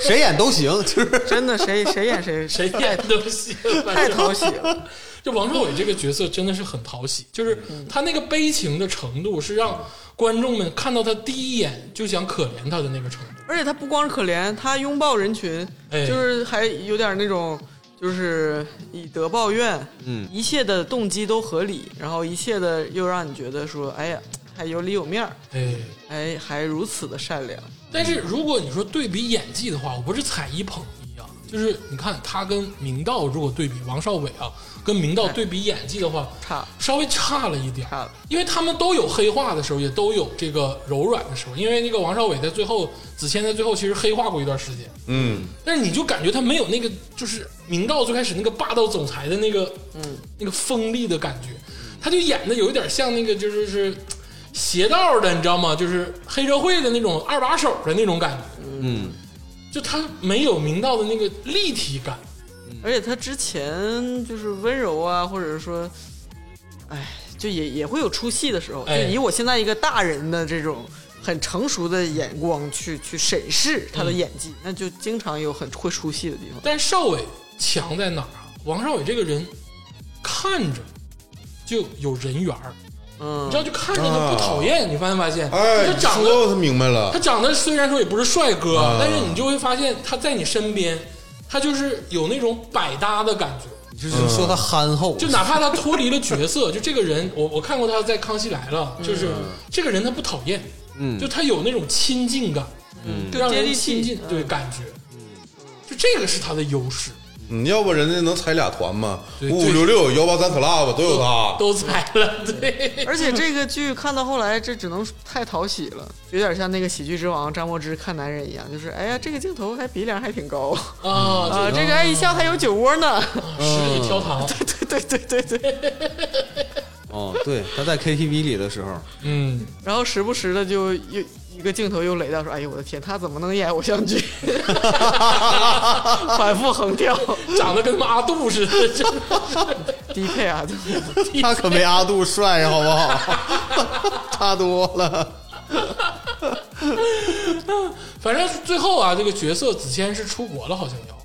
[SPEAKER 5] 谁演都行，就是
[SPEAKER 2] 嗯
[SPEAKER 3] 真的，谁谁演 *laughs* 谁
[SPEAKER 2] 谁演都行，
[SPEAKER 3] 太讨喜了。
[SPEAKER 2] 就王少伟这个角色真的是很讨喜，就是
[SPEAKER 3] 嗯
[SPEAKER 2] 他那个悲情的程度是让观众们看到他第一眼就想可怜他的那个程度。
[SPEAKER 3] *laughs* 而且他不光是可怜，他拥抱人群，
[SPEAKER 2] 哎
[SPEAKER 3] 就是还有点那种，就是以德报怨，嗯，一切的动机都合理，然后一切的又让你觉得说，哎呀，还有里有面儿，
[SPEAKER 2] 哎，
[SPEAKER 3] 哎，还如此的善良。
[SPEAKER 2] 但是如果你说对比演技的话，我不是踩一捧一啊，就是你看他跟明道如果对比王少伟啊，跟明道对比演技的话，
[SPEAKER 3] 差
[SPEAKER 2] 稍微差了一点，
[SPEAKER 3] 差了
[SPEAKER 2] 因为他们都有黑化的时候，也都有这个柔软的时候。因为那个王少伟在最后，子谦在最后其实黑化过一段时间，
[SPEAKER 4] 嗯，
[SPEAKER 2] 但是你就感觉他没有那个，就是明道最开始那个霸道总裁的那个，嗯，那个锋利的感觉，他就演的有一点像那个，就是是邪道的，你知道吗？就是黑社会的那种二把手的那种感觉，嗯，就他没有明道的那个立体感，
[SPEAKER 3] 而且他之前就是温柔啊，或者说，哎，就也也会有出戏的时候。
[SPEAKER 2] 哎
[SPEAKER 3] 就以我现在一个大人的这种很成熟的眼光去去审视他的演技，那就经常有很会出戏的地方。
[SPEAKER 2] 但是少伟强在哪儿啊？王少伟这个人看着就有人缘儿，你
[SPEAKER 3] 嗯
[SPEAKER 2] 知，道，就看着他不讨厌，你发没发现？
[SPEAKER 4] 哎，
[SPEAKER 2] 他
[SPEAKER 4] 你
[SPEAKER 2] 长得
[SPEAKER 4] 说他明白了
[SPEAKER 2] 他，长得虽然说也不是帅哥，但是你就会发现他在你身边，他就是有那种百搭的感觉。
[SPEAKER 5] 就是说他憨厚，
[SPEAKER 2] 就哪怕他脱离了角色，就这个人，我我看过他在《康熙来了》，就是、这个人他不讨厌，嗯嗯，就他有那种亲近感，嗯，让
[SPEAKER 3] 接
[SPEAKER 2] 人
[SPEAKER 3] 地气
[SPEAKER 2] 亲近，对感觉，就这个是他的优势，
[SPEAKER 4] 嗯要不人家能踩俩团吗？
[SPEAKER 2] 对
[SPEAKER 4] 五五六六幺八三 club 都有他，
[SPEAKER 2] 都猜了，对。
[SPEAKER 3] 而且这个剧看到后来，这只能太讨喜了，有点像那个喜剧之王张柏芝看男人一样，就是哎呀，这个镜头还鼻梁还挺高
[SPEAKER 2] 啊，
[SPEAKER 3] 啊，这个哎一笑还有酒窝呢。
[SPEAKER 2] 这十里挑堂，
[SPEAKER 3] *laughs* 对对对对对。
[SPEAKER 5] 哦，对，他在 KTV 里的时候，
[SPEAKER 2] 嗯，
[SPEAKER 3] 然后时不时的就又一个镜头又雷到说：“哎呦我的天，他怎么能演偶像剧？” *laughs* 反复横跳，
[SPEAKER 2] 长得跟他妈阿杜似的，真的
[SPEAKER 3] 低配啊，就是
[SPEAKER 5] *laughs* 他可没阿杜帅，啊好不好？ *laughs* 差多了。
[SPEAKER 2] 反正最后啊，这个角色子谦是出国了，好像要，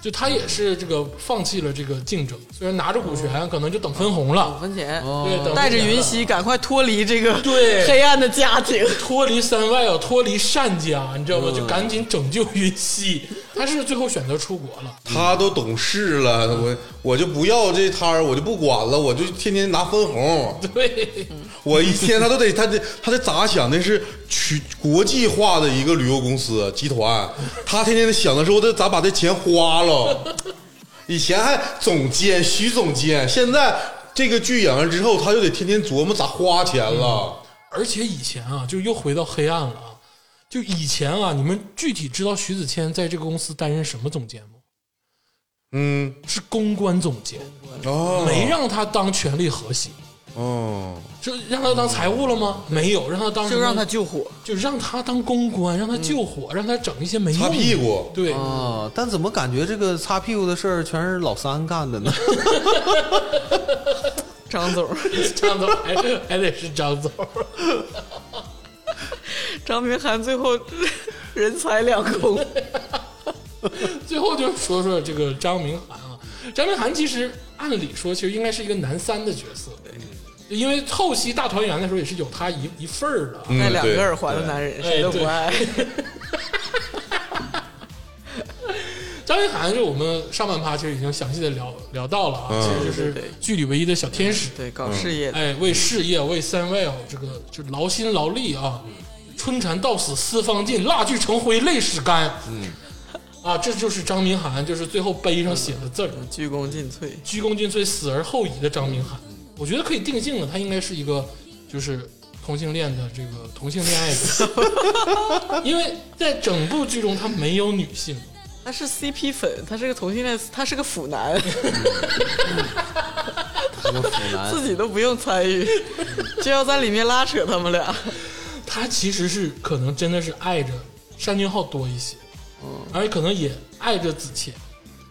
[SPEAKER 2] 就他也是这个放弃了这个竞争，虽然拿着股权，可能就等分红
[SPEAKER 3] 五
[SPEAKER 2] 了，
[SPEAKER 3] 分
[SPEAKER 2] 对，等
[SPEAKER 3] 钱，
[SPEAKER 2] 分红了
[SPEAKER 3] 哦带着云溪赶快脱离这个
[SPEAKER 2] 对
[SPEAKER 3] 黑暗的家庭。
[SPEAKER 2] 脱离山外啊，脱离单家，你知道
[SPEAKER 3] 嗯
[SPEAKER 2] 吗？就赶紧拯救云溪，他是最后选择出国了， *laughs*
[SPEAKER 4] 他都懂事了，
[SPEAKER 3] 嗯
[SPEAKER 4] 我我就不要这摊儿，我就不管了，我就天天拿
[SPEAKER 3] *laughs*
[SPEAKER 4] 分红，
[SPEAKER 2] 对，
[SPEAKER 3] 嗯
[SPEAKER 4] 我一天他都得他得他得咋想的是去国际化的一个旅游公司
[SPEAKER 3] *laughs*
[SPEAKER 4] 集团，他天天得想的是我得咋把这钱花了。以前还总监徐总监，现在这个剧演完之后，他就得天天琢磨咋花钱了。
[SPEAKER 2] 而且以前啊，就又回到黑暗了啊，就以前啊，你们具体知道徐子谦在这个公司担任什么总监吗？
[SPEAKER 4] 嗯，
[SPEAKER 2] 是公关总监，
[SPEAKER 3] 嗯
[SPEAKER 4] 哦，
[SPEAKER 2] 没让他当权力核心。
[SPEAKER 4] 哦，
[SPEAKER 2] 就让他当财务了吗？没有，让他当什
[SPEAKER 3] 就
[SPEAKER 2] 么
[SPEAKER 3] 让他嗯救火，
[SPEAKER 2] 就让他当公关，让他救火，让他整一些没用的
[SPEAKER 4] 擦屁股
[SPEAKER 2] 对，
[SPEAKER 3] 嗯
[SPEAKER 2] *laughs*
[SPEAKER 5] 啊，但怎么感觉这个擦屁股的事儿全是老三干的呢？
[SPEAKER 3] 张总，
[SPEAKER 2] 张总还 *laughs* 还得是张总，
[SPEAKER 3] *laughs*
[SPEAKER 2] *laughs*
[SPEAKER 3] 张明涵最后 *laughs* 人财两空，
[SPEAKER 2] 最后就说说这个张明涵啊，张明涵其实按理说其实应该是一个男三的角色，因为后期大团圆的时候也是有他一一份儿的啊。
[SPEAKER 4] 嗯
[SPEAKER 3] 爱两
[SPEAKER 4] 对
[SPEAKER 3] 个耳环的男人谁都不爱。
[SPEAKER 2] 张明涵是我们上半趴其实已经详细的聊聊到了啊，
[SPEAKER 4] 嗯
[SPEAKER 2] 其实就是
[SPEAKER 3] 对对对
[SPEAKER 2] 剧里唯一的小天使，
[SPEAKER 3] 对，搞事业的，
[SPEAKER 2] 哎，为事业为三位哦，这个就劳心劳力啊，春蚕到死丝方尽，蜡炬成灰泪始干。嗯，啊，这就是张明涵，就是最后碑上写的字儿，
[SPEAKER 3] 鞠躬尽瘁。
[SPEAKER 2] 鞠躬尽瘁，死而后已的张明涵。我觉得可以定性了，他应该是一个就是同性恋的这个同性恋爱者，因为在整部剧中他没有女性，
[SPEAKER 3] 他是 CP 粉，他是个同性恋，他是个腐男，
[SPEAKER 5] 什么腐男
[SPEAKER 3] 自己都不用参与，就要在里面拉扯他们俩。
[SPEAKER 2] 他其实是可能真的是爱着单俊浩多一些，而且可能也爱着子谦，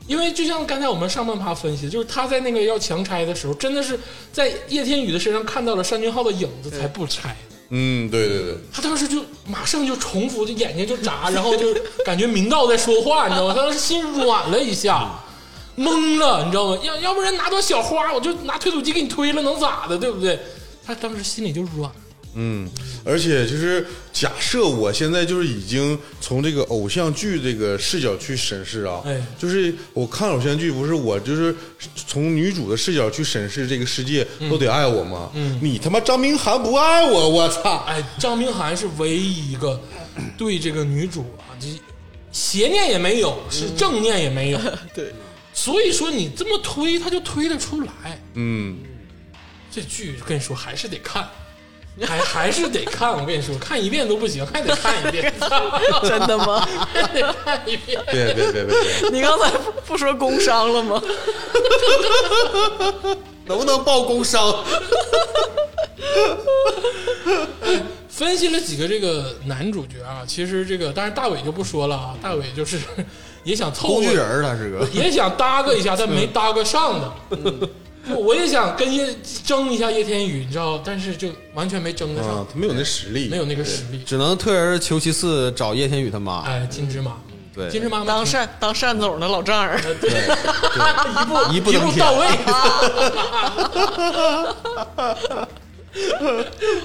[SPEAKER 2] 因为就像刚才我们上半趴分析，就是他在那个要强拆的时候，真的是在叶天宇的身上看到了单俊浩的影子，才不拆的。
[SPEAKER 4] 嗯，对对对，
[SPEAKER 2] 他当时就马上就重复，就眼睛就眨，然后就感觉明道在说话，你知道吗？他当时心软了一下，懵了，你知道吗？要要不然拿朵小花，我就拿推土机给你推了，能咋的？对不对？他当时心里就软。
[SPEAKER 4] 嗯，而且就是假设我现在就是已经从这个偶像剧这个视角去审视啊，
[SPEAKER 2] 哎
[SPEAKER 4] 就是我看偶像剧不是我就是从女主的视角去审视这个世界，都得爱我吗？嗯，你他妈张明涵不爱我，我操！
[SPEAKER 2] 哎，张明涵是唯一一个对这个女主啊，这邪念也没有，是正念也没有。
[SPEAKER 3] 对，
[SPEAKER 2] 所以说你这么推，他就推得出来。
[SPEAKER 4] 嗯，
[SPEAKER 2] 这剧跟你说还是得看，还 *laughs* 还是得看。我跟你说，看一遍都不行，还得看一遍，
[SPEAKER 3] 真的吗？
[SPEAKER 2] 还得看一遍。
[SPEAKER 4] 别别别别别，
[SPEAKER 3] 你刚才不说工伤了吗？
[SPEAKER 5] *laughs* 能不能报工伤？
[SPEAKER 2] 分析了几个这个男主角啊，其实这个当然大伟就不说了啊，大伟就是 *laughs* 也想凑合
[SPEAKER 5] 工具人儿他是个，
[SPEAKER 2] 也想搭个一下，但没搭个上的。我也想跟叶争一下叶天宇，你知道，但是就完全没争得上
[SPEAKER 4] 啊，，他没有那实力，
[SPEAKER 2] 没有那个实力。
[SPEAKER 5] 只能退而求其次找叶天宇他妈。
[SPEAKER 2] 哎，金枝妈，
[SPEAKER 5] 对
[SPEAKER 2] 金枝妈妈
[SPEAKER 3] 当单当单总的老丈人，
[SPEAKER 5] 一步
[SPEAKER 2] 一
[SPEAKER 5] 登
[SPEAKER 2] 步
[SPEAKER 5] 天
[SPEAKER 2] 到位，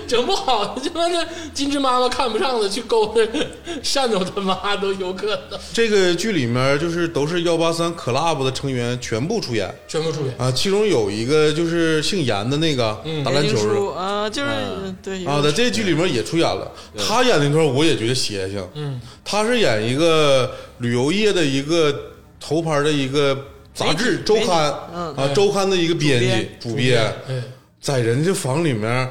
[SPEAKER 2] 整不好他妈的金枝妈妈看不上的去勾搭单总他妈都有可能，
[SPEAKER 4] 这个剧里面就是都是幺八三 club 的成员全部出演
[SPEAKER 2] 全部出演。
[SPEAKER 4] 啊，其中有一个就是姓严的那个、打篮球的
[SPEAKER 3] 叔。啊，就是对
[SPEAKER 4] 啊，在这剧里面也出演了，他演那段我也觉得邪性。嗯，他是演一个旅游业的一个头牌的一个杂志周刊，
[SPEAKER 3] 嗯
[SPEAKER 4] 啊，周刊的一个编辑主编，
[SPEAKER 2] 哎，
[SPEAKER 4] 在人家房里面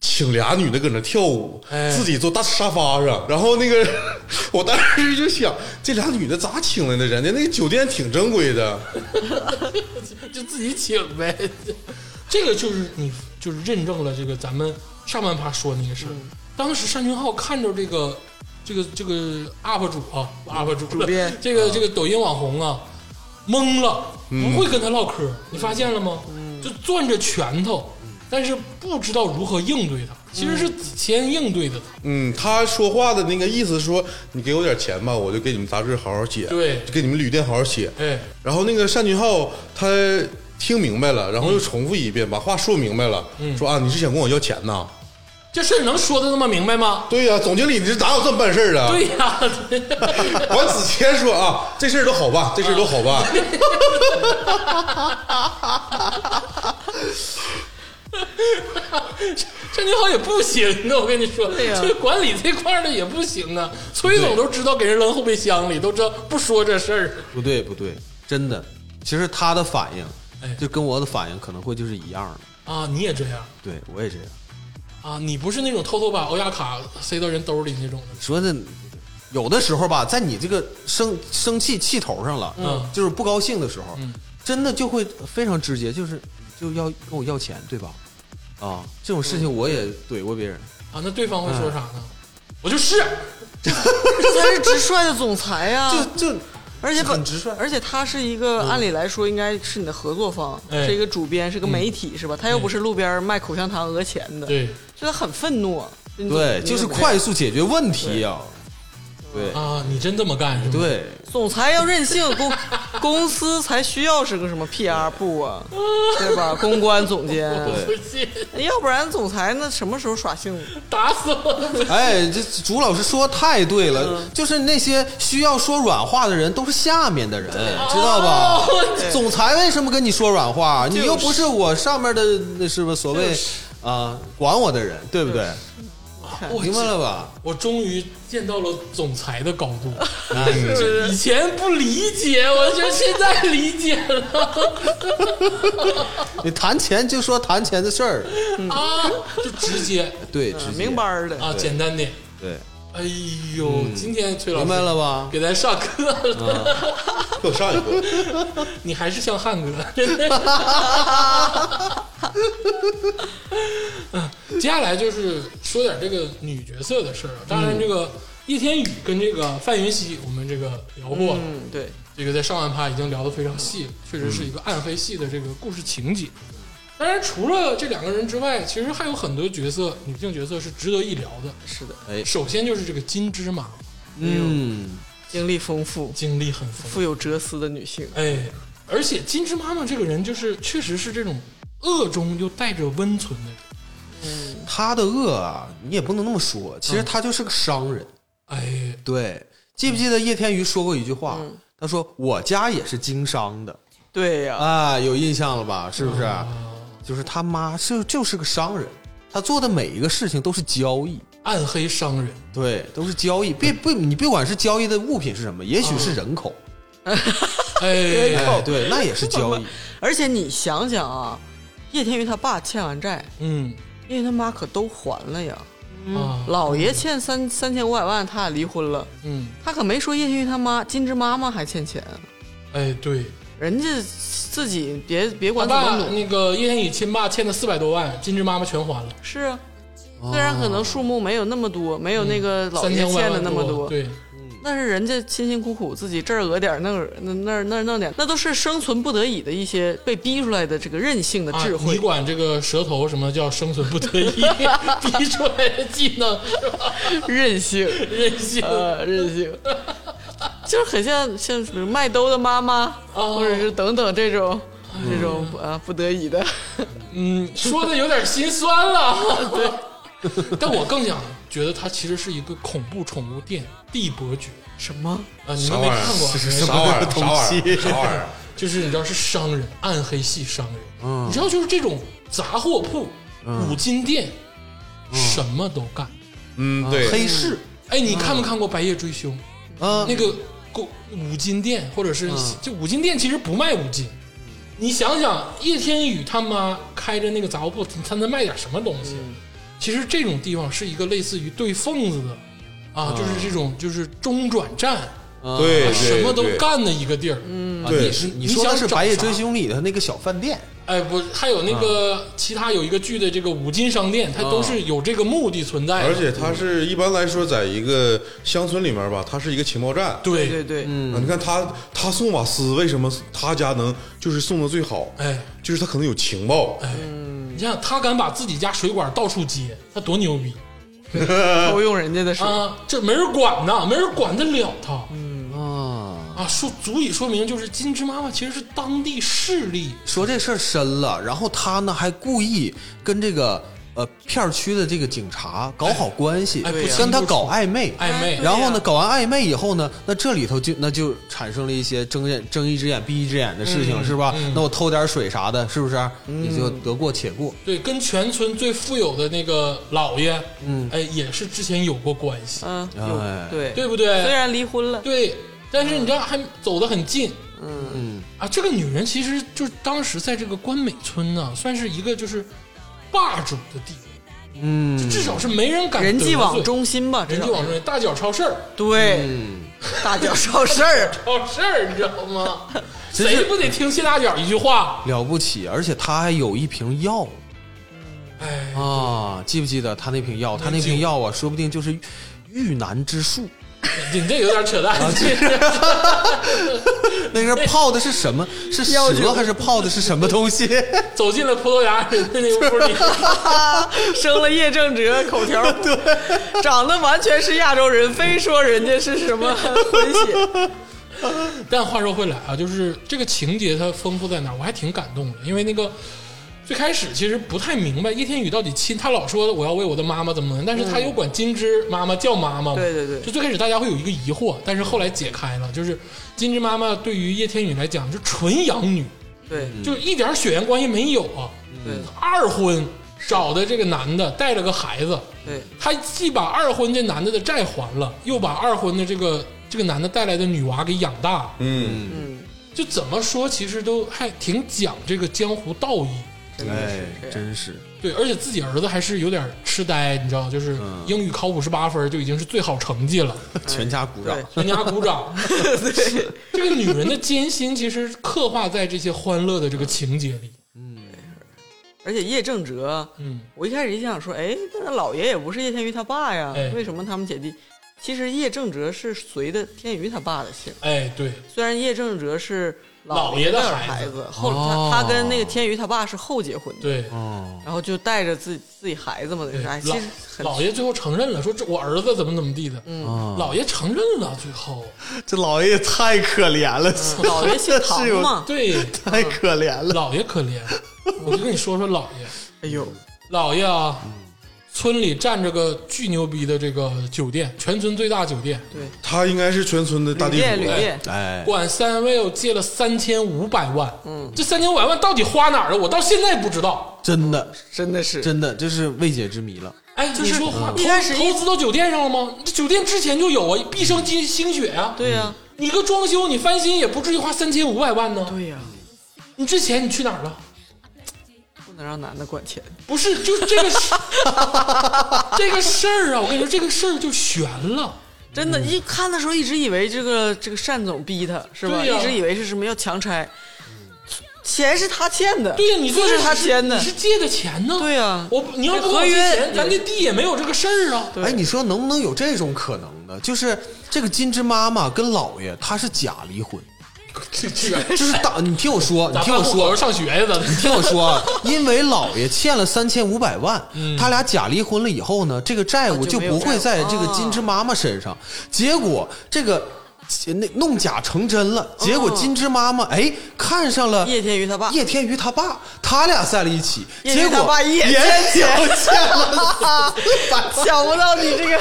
[SPEAKER 4] 请俩女的搁那跳舞，
[SPEAKER 2] 哎
[SPEAKER 4] 自己坐大沙发上，然后那个 *laughs* 我当时就想，这俩女的咋请来的？人家那个酒店挺正规的，
[SPEAKER 2] 就自己请呗。 *laughs* 这个就是你就是认证了这个咱们上半趴说那个事儿。当时单俊浩看着这个这个这个 UP 主啊，UP 主主
[SPEAKER 3] 编
[SPEAKER 2] *laughs* 这个这个抖音网红啊，懵了，不会跟他唠嗑，你发现了吗？就攥着拳头，但是不知道如何应对他。其实是子谦应对的他，
[SPEAKER 4] 嗯，他说话的那个意思说，你给我点钱吧，我就给你们杂志好好写，
[SPEAKER 2] 对
[SPEAKER 4] 就给你们旅店好好写。
[SPEAKER 2] 哎，
[SPEAKER 4] 然后那个单俊浩他听明白了，然后又重复一遍，把话说明白了，说啊，你是想跟我要钱呐？
[SPEAKER 2] 这事儿能说的那么明白吗？
[SPEAKER 4] 对呀、总经理，你这哪有这么办事儿啊？
[SPEAKER 2] 对呀、
[SPEAKER 4] 完，子谦说啊，这事儿都好办，这事儿都好办。 *laughs*
[SPEAKER 2] 陈俊豪也不行啊，我跟你说，
[SPEAKER 3] 呀
[SPEAKER 2] 这管理这块儿的也不行啊。崔总都知道给人扔后备箱里，都知道不说这事儿。
[SPEAKER 5] 不对不对，真的，其实他的反应
[SPEAKER 2] 哎，
[SPEAKER 5] 就跟我的反应可能会就是一样的。
[SPEAKER 2] 啊，你也这样
[SPEAKER 5] 对我也这样，
[SPEAKER 2] 啊？你不是那种偷偷把欧亚卡塞到人兜里那种的，
[SPEAKER 5] 说的有的时候吧，在你这个生生气气头上了，
[SPEAKER 2] 嗯
[SPEAKER 5] 就是不高兴的时候，真的就会非常直接，就是就要跟我要钱，对吧？啊，这种事情我也怼过别人，
[SPEAKER 2] 啊？那对方会说啥呢？我就是，
[SPEAKER 3] 他是直率的总裁呀、
[SPEAKER 5] *laughs* 就就
[SPEAKER 3] 而且
[SPEAKER 5] 很直率嗯
[SPEAKER 3] 而且他是一个，按理来说应该是你的合作方，
[SPEAKER 2] 哎
[SPEAKER 3] 是一个主编，是个媒体，是吧？
[SPEAKER 5] 嗯
[SPEAKER 3] 他又不是路边卖口香糖讹钱的，
[SPEAKER 2] 对
[SPEAKER 3] 所以他很愤怒啊。你怎么
[SPEAKER 5] 对，
[SPEAKER 3] 你
[SPEAKER 5] 就是
[SPEAKER 3] 怎么
[SPEAKER 5] 快速解决问题呀、对
[SPEAKER 2] 啊，你真这么干是吗？
[SPEAKER 5] 对，
[SPEAKER 3] 总裁要任性，公
[SPEAKER 5] *laughs*
[SPEAKER 3] 公司才需要是个什么 PR 部
[SPEAKER 5] *laughs*
[SPEAKER 3] 啊，对吧？公关总监，
[SPEAKER 2] 我不信，
[SPEAKER 3] 要不然总裁那什么时候耍性子？
[SPEAKER 2] 打死我都不信。
[SPEAKER 5] 哎，这朱老师说太对了，就是那些需要说软话的人都是下面的人，知道吧？总裁为什么跟你说软话？你又不是我上面的，那是不是所谓啊管我的人，对不对？
[SPEAKER 2] 我
[SPEAKER 5] 明白了吧？
[SPEAKER 2] 我终于见到了总裁的高度，以前不理解，我觉得现在理解了。
[SPEAKER 5] *laughs* 你谈钱就说谈钱的事儿，
[SPEAKER 2] 啊，就直接
[SPEAKER 5] *laughs* 对，直接
[SPEAKER 3] 明班儿的，
[SPEAKER 2] 啊，简单点。
[SPEAKER 5] 对，
[SPEAKER 2] 哎呦，今天崔老师
[SPEAKER 5] 明白了吧
[SPEAKER 2] 给咱上课了，
[SPEAKER 4] 给我上一课。
[SPEAKER 2] 你还是像汉哥，真的。嗯接下来就是说点这个女角色的事儿啊，当然这个叶天宇跟这个范云熙，我们这个聊过了，
[SPEAKER 3] 嗯，对，
[SPEAKER 2] 这个在上半趴已经聊得非常细了，确实是一个暗黑系的这个故事情节。当然，除了这两个人之外，其实还有很多角色，女性角色是值得一聊的。
[SPEAKER 3] 是的，
[SPEAKER 2] 首先就是这个金芝麻，
[SPEAKER 5] 嗯，
[SPEAKER 3] 经历丰富、
[SPEAKER 2] 经历很丰富，
[SPEAKER 3] 富有哲思的女性，
[SPEAKER 2] 哎，而且金枝妈妈这个人就是确实是这种恶中又带着温存的人，
[SPEAKER 5] 他的恶啊，你也不能那么说，其实他就是个商人。
[SPEAKER 2] 哎，
[SPEAKER 5] 对，嗯记不记得叶天宇说过一句话？他说：“我家也是经商的。”
[SPEAKER 3] 对呀、
[SPEAKER 5] 啊，有印象了吧？是不是？就是他妈是就是个商人，他做的每一个事情都是交易，
[SPEAKER 2] 暗黑商
[SPEAKER 3] *laughs*
[SPEAKER 2] 人，
[SPEAKER 5] 对，都是交易。别不，你别管是交易的物品是什么，也许是人口，
[SPEAKER 2] 哎，
[SPEAKER 5] 哎，对，那也是交易。
[SPEAKER 3] 而且你想想啊，叶天宇他爸欠完债，
[SPEAKER 2] 嗯
[SPEAKER 3] 叶天宇他妈可都还了呀。
[SPEAKER 2] 啊，
[SPEAKER 3] 老爷欠三三千五百万，他俩离婚了，
[SPEAKER 2] 嗯，
[SPEAKER 3] 他可没说叶天宇他妈金枝妈妈还欠钱，
[SPEAKER 2] 哎，对，
[SPEAKER 3] 人家自己别别
[SPEAKER 2] 他
[SPEAKER 3] 管怎
[SPEAKER 2] 爸
[SPEAKER 3] 么努，
[SPEAKER 2] 那个叶天宇亲爸欠的四百多万，金枝妈妈全还了，
[SPEAKER 3] 是啊。虽然可能数目没有那么多，没有那个老
[SPEAKER 2] 嗯三
[SPEAKER 3] 爷
[SPEAKER 2] 千
[SPEAKER 3] 欠
[SPEAKER 2] 万
[SPEAKER 3] 的那么
[SPEAKER 2] 多，对，
[SPEAKER 3] 但是人家辛辛苦苦自己这儿讹点儿那儿那那儿那儿弄点儿，那都是生存不得已的一些被逼出来的这个任性的
[SPEAKER 2] 啊
[SPEAKER 3] 智，
[SPEAKER 2] 你
[SPEAKER 3] 慧。
[SPEAKER 2] 管这个舌头什么叫生存不得已 *laughs* 逼出来的技能是吧？
[SPEAKER 3] *laughs* 任性，
[SPEAKER 2] 任
[SPEAKER 3] *laughs*
[SPEAKER 2] 性，
[SPEAKER 3] 呃，任性，就是很像像比如麦兜的妈妈，
[SPEAKER 2] 哦哎
[SPEAKER 3] 或者是等等这种这种啊不得已的，
[SPEAKER 2] 嗯，说的有点心酸了。对， *laughs* 但我更想觉得它其实是一个恐怖宠物店地伯爵
[SPEAKER 3] 什么
[SPEAKER 2] 啊，你
[SPEAKER 4] 啥
[SPEAKER 2] 们没
[SPEAKER 4] 玩意儿
[SPEAKER 2] 看过？
[SPEAKER 4] 啥玩意儿？啥玩意儿？啥玩意儿？
[SPEAKER 2] 就是你知道是商人，暗黑系商人。
[SPEAKER 4] 嗯
[SPEAKER 2] 你知道就是这种杂货铺、五金店，什么都干。
[SPEAKER 4] 嗯，对，
[SPEAKER 5] 黑市
[SPEAKER 2] 哎，你看
[SPEAKER 4] 嗯
[SPEAKER 2] 没看过《白夜追凶》
[SPEAKER 5] 啊，
[SPEAKER 2] 那个购五金店，或者是
[SPEAKER 4] 嗯
[SPEAKER 2] 就五金店其实不卖五金。你想想，叶天宇他妈开着那个杂货铺，他能卖点什么东西？
[SPEAKER 4] 嗯
[SPEAKER 2] 其实这种地方是一个类似于对缝子的啊，就是这种就是中转站，
[SPEAKER 4] 对，对
[SPEAKER 2] 什么都
[SPEAKER 4] 对
[SPEAKER 2] 干的一个地儿。
[SPEAKER 5] 啊
[SPEAKER 4] 对
[SPEAKER 5] 你是
[SPEAKER 2] 你
[SPEAKER 5] 你说的
[SPEAKER 2] 想
[SPEAKER 5] 是《
[SPEAKER 2] 找
[SPEAKER 5] 白夜
[SPEAKER 2] 啥
[SPEAKER 5] 追凶》里的那个小饭店，
[SPEAKER 2] 哎，不，还有那
[SPEAKER 4] 啊
[SPEAKER 2] 个其他有一个剧的这个五金商店，它都是有这个目的存在的。
[SPEAKER 4] 而且它是一般来说，在一个乡村里面吧，它是一个情报站。
[SPEAKER 2] 对
[SPEAKER 3] 对对对，
[SPEAKER 2] 嗯
[SPEAKER 4] 啊，你看他他送瓦斯，为什么他家能就是送的最好？
[SPEAKER 2] 哎，
[SPEAKER 4] 就是他可能有情报。
[SPEAKER 2] 你想想，他敢把自己家水管到处接，他多牛逼！
[SPEAKER 3] *laughs* 偷用人家的水，
[SPEAKER 2] 啊，这没人管呐，没人管得了他。嗯啊说足以说明，就是金枝妈妈其实是当地势力。
[SPEAKER 5] 说这事儿深了，然后他呢还故意跟这个呃片儿区的这个警察搞好关系，
[SPEAKER 2] 哎哎不清
[SPEAKER 5] 跟他
[SPEAKER 2] 不楚
[SPEAKER 5] 搞暧昧，
[SPEAKER 2] 暧昧
[SPEAKER 3] 哎
[SPEAKER 5] 然后呢，搞完暧昧以后呢，那这里头就那就产生了一些睁眼睁一只眼闭一只眼的事情，
[SPEAKER 2] 嗯
[SPEAKER 5] 是吧？那我偷点水啥的，是不是？也就得过且过。
[SPEAKER 2] 对，跟全村最富有的那个老爷，嗯，哎，也是之前有过关系，
[SPEAKER 3] 嗯，
[SPEAKER 5] 哎
[SPEAKER 3] 有对
[SPEAKER 2] 对不
[SPEAKER 3] 虽
[SPEAKER 2] 对？
[SPEAKER 3] 然离婚了，
[SPEAKER 2] 对，但是你知道还走得很近，嗯啊，这个女人其实就是当时在这个关美村呢、算是一个就是霸主的地位，嗯，就至少是没人敢
[SPEAKER 3] 人际
[SPEAKER 2] 得
[SPEAKER 3] 网
[SPEAKER 2] 罪，
[SPEAKER 3] 中心吧，这
[SPEAKER 2] 人际
[SPEAKER 3] 种
[SPEAKER 2] 网中大脚超市儿，
[SPEAKER 3] 对，大脚超事儿，
[SPEAKER 2] 好事儿，你知道
[SPEAKER 3] *laughs*
[SPEAKER 2] 吗？谁不得听谢大脚一句话？
[SPEAKER 5] 了不起，而且他还有一瓶药
[SPEAKER 2] 哎，
[SPEAKER 5] 啊！记不记得他那瓶药？他那瓶药啊，说不定就是遇难之术。
[SPEAKER 2] 你这有点扯淡。
[SPEAKER 3] 啊
[SPEAKER 2] 这是
[SPEAKER 5] 那个泡的是什么？是蛇还是泡的是什么东西？
[SPEAKER 2] *laughs* 走进了葡萄牙人的那屋里，
[SPEAKER 3] 啊生了叶正哲口条儿，长得完全是亚洲人，非说人家是什么混血，
[SPEAKER 2] 但话说回来啊，就是这个情节它丰富在哪儿，我还挺感动的，因为那个。最开始其实不太明白叶天宇到底亲，他老说我要为我的妈妈怎么怎么，但是他又管金枝妈妈叫妈妈嘛。
[SPEAKER 3] 嗯对对对
[SPEAKER 2] 就最开始大家会有一个疑惑，但是后来解开了，就是金枝妈妈对于叶天宇来讲就纯养女，
[SPEAKER 3] 对
[SPEAKER 2] 就一点血缘关系没有啊。
[SPEAKER 3] 对
[SPEAKER 2] 二婚找的这个男的带了个孩子，
[SPEAKER 3] 对，
[SPEAKER 2] 他既把二婚这男的的债还了，又把二婚的这个这个男的带来的女娃给养大，
[SPEAKER 4] 嗯，
[SPEAKER 2] 就怎么说其实都还挺讲这个江湖道义。
[SPEAKER 3] *laughs* 真的
[SPEAKER 5] 哎
[SPEAKER 3] 是这，样。
[SPEAKER 5] 真是
[SPEAKER 2] 对，而且自己儿子还是有点痴呆，你知道，就是
[SPEAKER 5] 嗯
[SPEAKER 2] 英语考五十八分就已经是最好成绩
[SPEAKER 5] *laughs*
[SPEAKER 2] 了，
[SPEAKER 3] 哎
[SPEAKER 5] 全家鼓掌
[SPEAKER 3] 对。
[SPEAKER 2] 全家鼓掌。
[SPEAKER 3] 对，
[SPEAKER 2] 这个女人的艰辛其实刻画在这些欢乐的这个情节里。
[SPEAKER 3] 而且叶正哲，
[SPEAKER 2] 嗯，
[SPEAKER 3] 我一开始一想说，哎，那老爷也不是叶天宇他爸呀，
[SPEAKER 2] 哎
[SPEAKER 3] 为什么他们姐弟？其实叶正哲是随的天宇他爸的姓，
[SPEAKER 2] 哎，对，
[SPEAKER 3] 虽然叶正哲是
[SPEAKER 2] 老爷
[SPEAKER 3] 爷
[SPEAKER 2] 的
[SPEAKER 3] 的
[SPEAKER 2] 孩
[SPEAKER 3] 孩
[SPEAKER 2] 子
[SPEAKER 3] 子，后
[SPEAKER 5] 哦
[SPEAKER 3] 他他跟那个天宇他爸是后结婚的，
[SPEAKER 2] 对，
[SPEAKER 5] 哦，
[SPEAKER 3] 然后就带着自己自己孩子嘛，等于
[SPEAKER 2] 对
[SPEAKER 3] 是哎，其
[SPEAKER 2] 老
[SPEAKER 3] 实很
[SPEAKER 2] 老爷最后承认了，说这我儿子怎么怎么地的。嗯，老爷承认了，最后
[SPEAKER 5] 这老爷太可怜了，
[SPEAKER 3] 老爷姓唐
[SPEAKER 5] 是有
[SPEAKER 3] 嘛，
[SPEAKER 2] 对
[SPEAKER 5] *laughs* 太可怜了。
[SPEAKER 2] 老爷可怜，我就跟你说说老爷，
[SPEAKER 3] 哎呦，
[SPEAKER 2] 老爷啊，村里占着个巨牛逼的这个酒店，全村最大酒店，
[SPEAKER 3] 对，
[SPEAKER 4] 他应该是全村的大
[SPEAKER 3] 旅
[SPEAKER 4] 地
[SPEAKER 3] 店
[SPEAKER 4] 主
[SPEAKER 3] 旅
[SPEAKER 4] 了。
[SPEAKER 3] 店，
[SPEAKER 5] 哎，
[SPEAKER 2] 管 Sunwell 借了三千五百万，嗯，这三千五百万到底花哪儿了？我到现在不知道。
[SPEAKER 5] 真的，
[SPEAKER 3] 真的是
[SPEAKER 5] 真的，这是未解之谜了。
[SPEAKER 2] 哎，你说花
[SPEAKER 3] 一开始
[SPEAKER 2] 投
[SPEAKER 3] 一
[SPEAKER 2] 投资到酒店上了吗？这酒店之前就有啊，毕生积心血啊。
[SPEAKER 3] 对呀，
[SPEAKER 2] 你个装修，你翻新也不至于花三千五百万呢。
[SPEAKER 3] 对呀，
[SPEAKER 2] 你这钱你去哪儿了？
[SPEAKER 3] 不能让男的管钱，
[SPEAKER 2] 不是，就这个事， *laughs* 这个事儿啊，我跟你说，这个事儿就悬了。
[SPEAKER 3] 真的，一看的时候一直以为这个这个单总逼他是吧？
[SPEAKER 2] 对呀
[SPEAKER 3] 一直以为是什么要强拆，钱是他欠的，
[SPEAKER 2] 对呀，你
[SPEAKER 3] 字
[SPEAKER 2] 最
[SPEAKER 3] 是
[SPEAKER 2] 开
[SPEAKER 3] 他
[SPEAKER 2] 始
[SPEAKER 3] 签的
[SPEAKER 2] 你，是借的钱呢。
[SPEAKER 3] 对呀
[SPEAKER 2] 我你要不给我
[SPEAKER 3] 合
[SPEAKER 2] 借
[SPEAKER 3] 约
[SPEAKER 2] 钱，
[SPEAKER 3] 也
[SPEAKER 2] 咱这地也没有这个事儿 *laughs* 啊。
[SPEAKER 3] 对
[SPEAKER 5] 哎，你说能不能有这种可能呢？就是这个金枝妈妈跟姥爷他是假离婚，
[SPEAKER 2] 这这个，
[SPEAKER 5] 就是
[SPEAKER 3] 哎
[SPEAKER 5] 当你听我说，你
[SPEAKER 2] 咱
[SPEAKER 5] 听我
[SPEAKER 2] 办户口
[SPEAKER 5] 说
[SPEAKER 2] 要，上学呀， *laughs* 咱
[SPEAKER 5] 听我说啊，因为姥爷欠了三千五百万，
[SPEAKER 3] 嗯
[SPEAKER 5] 他俩假离婚了以后呢，这个债务就不会在这个金
[SPEAKER 3] 哦
[SPEAKER 5] 枝妈妈身上。结果这个那弄假成真了，结果金枝妈妈哎看上了
[SPEAKER 3] 哦叶天宇他爸
[SPEAKER 5] 叶天宇他爸，他俩在了一起，
[SPEAKER 3] 叶
[SPEAKER 5] 结
[SPEAKER 3] 天宇
[SPEAKER 5] 果
[SPEAKER 3] 他爸也
[SPEAKER 5] 也
[SPEAKER 3] 欠
[SPEAKER 5] 脚
[SPEAKER 3] 钱
[SPEAKER 5] 欠了400万。
[SPEAKER 3] *laughs* 想不到你这个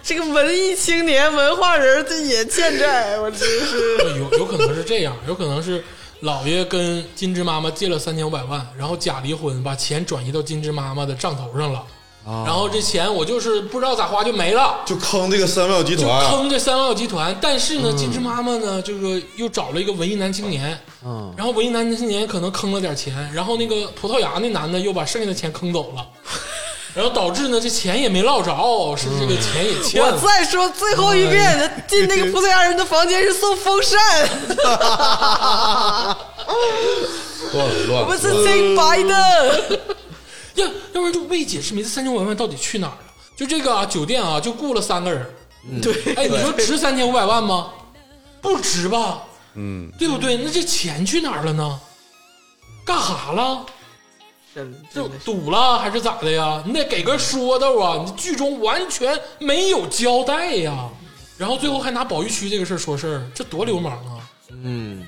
[SPEAKER 3] 这个文艺青年、文化人，这也欠债，我真是。
[SPEAKER 2] 有有可能是这样，有可能是姥爷跟金枝妈妈借了三千五百万，然后假离婚，把钱转移到金枝妈妈的账头上了。然后这钱我就是不知道咋花就没了，
[SPEAKER 4] 就坑这个三秒集
[SPEAKER 2] 就
[SPEAKER 4] 团，啊
[SPEAKER 2] 坑这三万集团。但是呢，金枝妈妈呢，这个又找了一个文艺男青年，嗯，然后文艺男青年可能坑了点钱，然后那个葡萄牙那男的又把剩下的钱坑走了，然后导致呢这钱也没落着，是这个钱也欠
[SPEAKER 3] 我
[SPEAKER 2] 了。
[SPEAKER 3] 再说最后一遍，他进那个葡萄牙人的房间是送风扇，
[SPEAKER 4] 乱了乱了。
[SPEAKER 3] 不是清白的。
[SPEAKER 2] 要要不然就未解之谜，这三千五百万到底去哪儿了？就这个、啊、酒店啊，就雇了三个人。对，哎，你说值三千五百万吗？不值吧？嗯，对不对？那这钱去哪儿了呢？干哈了？
[SPEAKER 3] 真
[SPEAKER 2] 就
[SPEAKER 3] 真的是
[SPEAKER 2] 赌了还是咋的呀？你得给个说道啊！你剧中完全没有交代呀。然后最后还拿保育区这个事儿说事儿，这多流氓啊！
[SPEAKER 5] 嗯，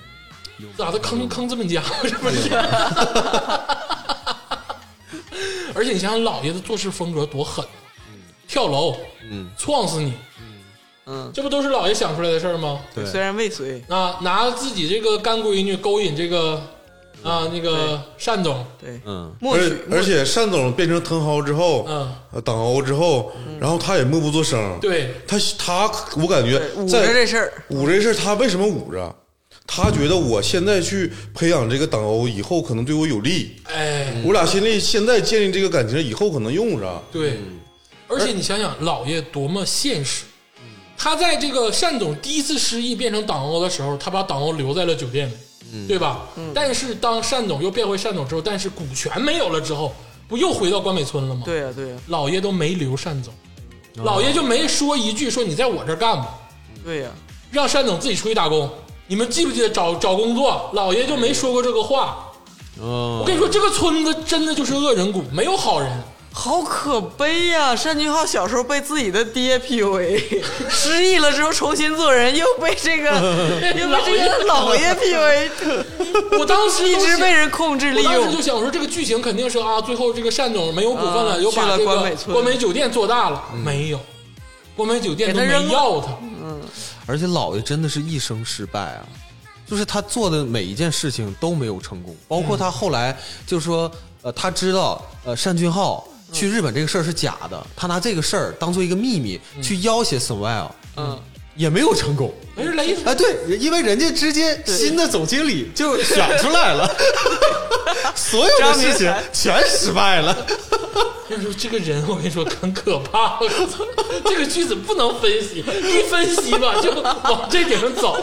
[SPEAKER 2] 咋的坑坑资本家是不是？而且你想想，老爷子做事风格多狠，跳楼，嗯，撞死你，
[SPEAKER 3] 嗯，
[SPEAKER 2] 这不都是老爷想出来的事儿吗？
[SPEAKER 5] 对
[SPEAKER 3] 虽然未遂，
[SPEAKER 2] 啊，拿自己这个干闺女勾引这个啊那个单总，
[SPEAKER 3] 嗯对，
[SPEAKER 5] 嗯，
[SPEAKER 3] 默
[SPEAKER 4] 而
[SPEAKER 3] 许，
[SPEAKER 4] 而且单总变成腾豪之后，
[SPEAKER 2] 嗯
[SPEAKER 4] 呃，党欧之后，然后他也默不作声。
[SPEAKER 2] 对
[SPEAKER 4] 他他，我感觉
[SPEAKER 3] 对捂
[SPEAKER 4] 在
[SPEAKER 3] 着这事儿，
[SPEAKER 4] 捂着这事儿，他为什么捂着？他觉得我现在去培养这个党欧，以后可能对我有利。
[SPEAKER 2] 哎，
[SPEAKER 3] 嗯
[SPEAKER 4] 我俩现在现在建立这个感情，以后可能
[SPEAKER 2] *laughs*
[SPEAKER 4] 用上。
[SPEAKER 2] 对，
[SPEAKER 3] 嗯
[SPEAKER 2] 而且你想想，老爷多么现实。他在这个单总第一次失忆变成党欧的时候，他把党欧留在了酒店里，
[SPEAKER 3] 嗯
[SPEAKER 2] 对吧？但是当单总又变回单总之后，但是股权没有了之后，不又回到关美村了吗？
[SPEAKER 3] 对呀啊对呀
[SPEAKER 2] 老爷都没留单总，
[SPEAKER 3] 哦
[SPEAKER 2] 老爷就没说一句说你在我这儿干吧，
[SPEAKER 3] 对啊呀，
[SPEAKER 2] 让单总自己出去打工。你们记不记得找找工作，老爷就没说过这个话。
[SPEAKER 3] 哦
[SPEAKER 2] 我跟你说，这个村子真的就是恶人谷，没有好人。
[SPEAKER 3] 好可悲呀！单俊浩小时候被自己的爹 *laughs* PUA，失忆了之后重新做人，又被这 *laughs* 个又被这个老爷 PUA，
[SPEAKER 2] 我当时
[SPEAKER 3] *laughs* 一
[SPEAKER 2] 都
[SPEAKER 3] 直
[SPEAKER 2] 想
[SPEAKER 3] 被人控制
[SPEAKER 2] 我
[SPEAKER 3] 利
[SPEAKER 2] 当时就
[SPEAKER 3] 用。
[SPEAKER 2] 想，我说这个剧情肯定是啊，最后这个单总没有股份了，
[SPEAKER 3] 啊
[SPEAKER 2] 又把
[SPEAKER 3] 去了
[SPEAKER 2] 这个
[SPEAKER 3] 关美村嗯
[SPEAKER 2] 关美酒店做大了，没有，关美酒店都
[SPEAKER 3] 给他扔
[SPEAKER 2] 没
[SPEAKER 3] 了嗯
[SPEAKER 2] 要他，
[SPEAKER 5] 而且姥爷真的是一生失败啊，就是他做的每一件事情都没有成功，包括他后来就说，呃，他知道呃单俊浩嗯去日本这个事儿是假的，他拿这个事儿当做一个秘密去要挟 Smile，
[SPEAKER 3] 嗯，
[SPEAKER 5] 啊也没有成功。
[SPEAKER 2] 没人雷
[SPEAKER 5] 啊，对，因为人家直接新的总经理就 *laughs* 选出来了，所有的事情全失败了。
[SPEAKER 2] 就是说这个人，我跟你说很可怕。我操，这个句子不能分析，一分析吧就往这顶上走。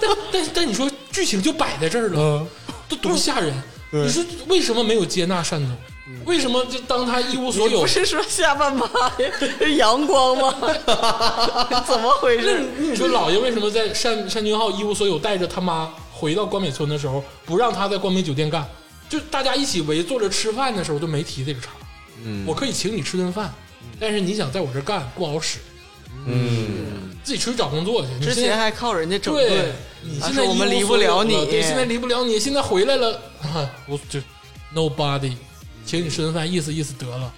[SPEAKER 2] 但但但你说剧情就摆在这儿了，都多吓人！你说为什么没有接纳善宗？为什么就当他一无所有
[SPEAKER 3] 不？是说下半 *laughs* 巴呀，是阳光吗？怎么回
[SPEAKER 2] 那
[SPEAKER 3] 事？
[SPEAKER 2] 你说老爷为什么在单单俊浩一无所有，带着他妈回到光美村的时候，不让他在光美酒店干？就大家一起围坐着吃饭的时候，就没提这个茬。嗯，我可以请你吃顿饭，但是你想在我这儿干不好使。嗯，自己出去找工作去。你
[SPEAKER 3] 之
[SPEAKER 2] 现在
[SPEAKER 3] 前还靠人家整
[SPEAKER 2] 对
[SPEAKER 3] 顿，，
[SPEAKER 2] 你
[SPEAKER 3] 他
[SPEAKER 2] 现在
[SPEAKER 3] 说我们
[SPEAKER 2] 一无
[SPEAKER 3] 离不
[SPEAKER 2] 所有
[SPEAKER 3] 了你
[SPEAKER 2] 对，现在离不了你，现在回来了，啊、我就 nobody，请你吃顿饭，意思意思得了。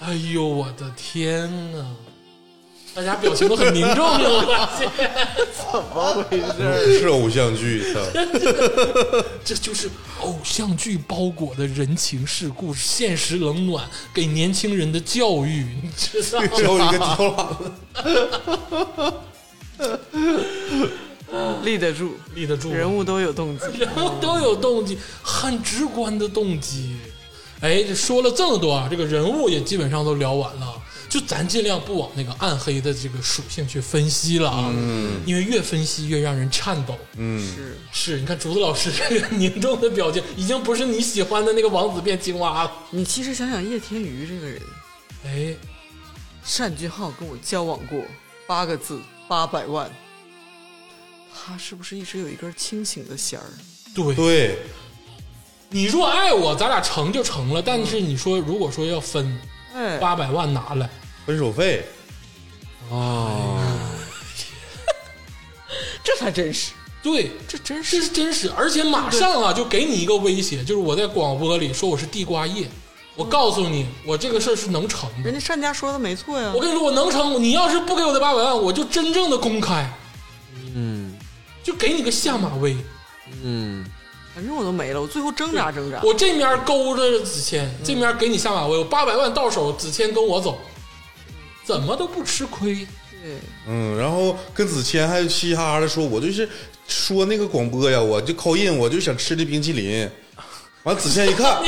[SPEAKER 2] 哎呦，我的天呐！大家表情都很凝重，我发现。
[SPEAKER 4] 是偶像剧，操！
[SPEAKER 2] 这就是偶像剧包裹的人情世故、现实冷暖，给年轻人的教育，你知道吗？
[SPEAKER 4] 最后一个挑喇子，
[SPEAKER 3] 立得住，
[SPEAKER 2] 立得住吗，
[SPEAKER 3] 人物都有动机。
[SPEAKER 2] 人物都有动机，很直观的动机。哎，这说了这么多啊，这个人物也基本上都聊完了，就咱尽量不往那个暗黑的这个属性去分析了啊，嗯、因为越分析越让人颤抖。
[SPEAKER 3] 是
[SPEAKER 2] 是，你看竹子老师 *laughs* 这个凝重的表情，已经不是你喜欢的那个王子变青蛙了。
[SPEAKER 3] 你其实想想叶天宇这个人，
[SPEAKER 2] 哎，
[SPEAKER 3] 单俊浩跟我交往过八个字，八百万。他是不是一直有一根清醒的弦儿？
[SPEAKER 2] 对，
[SPEAKER 4] 对，
[SPEAKER 2] 你若爱我，咱俩成就成了。但是你说，如果说要分
[SPEAKER 3] 哎，
[SPEAKER 2] 八百万拿来，
[SPEAKER 4] 分手费，
[SPEAKER 3] 这才真是，
[SPEAKER 2] 对，
[SPEAKER 3] 这真
[SPEAKER 2] 这
[SPEAKER 3] 是
[SPEAKER 2] 是真实，而且马上啊就给你一个威胁，就是我在广播里说我是地瓜叶，我告诉你，我这个事儿是能成的
[SPEAKER 3] 人。家单家说的没错呀
[SPEAKER 2] 我。跟你说，我能成。你要是不给我这八百万，我就真正的公开，嗯，就给你个下马威。
[SPEAKER 3] 反正我都没了，我最后挣扎挣扎。
[SPEAKER 2] 我这面勾着子谦，
[SPEAKER 3] 嗯
[SPEAKER 2] 这面给你下马威，我八百万到手，子谦跟我走，怎么都不吃亏。
[SPEAKER 3] 对，
[SPEAKER 4] 嗯，然后跟子谦还嘻哈哈的说，我就是说那个广播呀，我就 call in，我就想吃这冰淇淋。完，子谦一 *laughs* 看，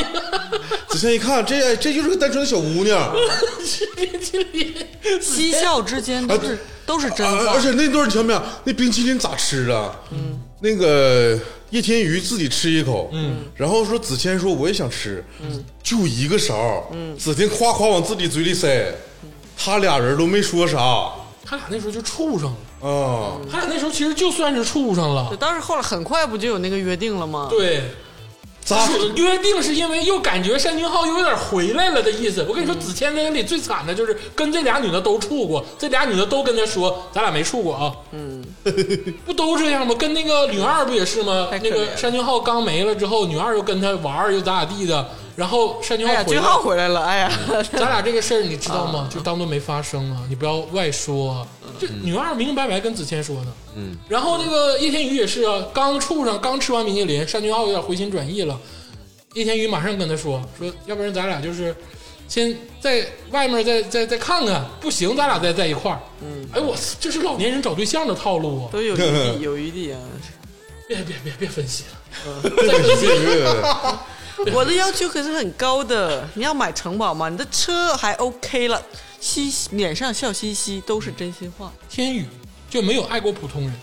[SPEAKER 4] 子谦一看，这这就是个单纯的小姑娘，啊
[SPEAKER 3] 嬉笑之间都是、
[SPEAKER 4] 啊
[SPEAKER 3] 都是真话。
[SPEAKER 4] 而且那段你瞧没瞧，那冰淇淋咋吃啊？嗯，那个叶天宇自己吃一口，嗯，然后说子谦说我也想吃，嗯，就一个勺，嗯，子谦夸夸往自己嘴里塞，他俩人都没说啥
[SPEAKER 2] 他俩那时候就处上了，
[SPEAKER 4] 啊，
[SPEAKER 2] 他俩那时候其实就算是处上了
[SPEAKER 3] 对，。但是后来很快不就有那个约定了吗？
[SPEAKER 2] 对，
[SPEAKER 4] 咋 *laughs*
[SPEAKER 2] 是约定是因为又感觉单俊浩又有点回来了的意思。我跟你说，子谦那里最惨的就是跟这俩女的都处过，这俩女的都跟他说咱俩没处过啊。嗯，不都这样吗？跟那个女二不也是吗
[SPEAKER 3] 太？可
[SPEAKER 2] 那
[SPEAKER 3] 怜了
[SPEAKER 2] 个单俊浩刚没了之后，女二又跟他玩儿，又咋咋地的。然后单俊
[SPEAKER 3] 哎
[SPEAKER 2] 浩
[SPEAKER 3] 呀，
[SPEAKER 2] 回
[SPEAKER 3] 俊
[SPEAKER 2] 来，
[SPEAKER 3] 浩回来了，哎呀，
[SPEAKER 2] *laughs* 咱俩这个事儿你知道吗？就当做没发生啊，你不要外说啊。这女二明明白白跟子谦说的，嗯。然后那个叶天宇也是啊，刚处上，刚吃完冰淇淋，单俊浩有点回心转意了。叶天宇马上跟他说说，要不然咱俩就是先在外面再再再看看，不行咱俩再在一块儿。嗯，哎我这是老年人找对象的套路啊！
[SPEAKER 3] 都有余地，有余地啊！
[SPEAKER 2] 别别别别分析了，嗯 *laughs*
[SPEAKER 3] 我的要求可是很高的，你要买城堡吗？你的车还 OK 了，嘻脸上笑嘻嘻都是真心话。
[SPEAKER 2] 天宇就没有爱过普通人，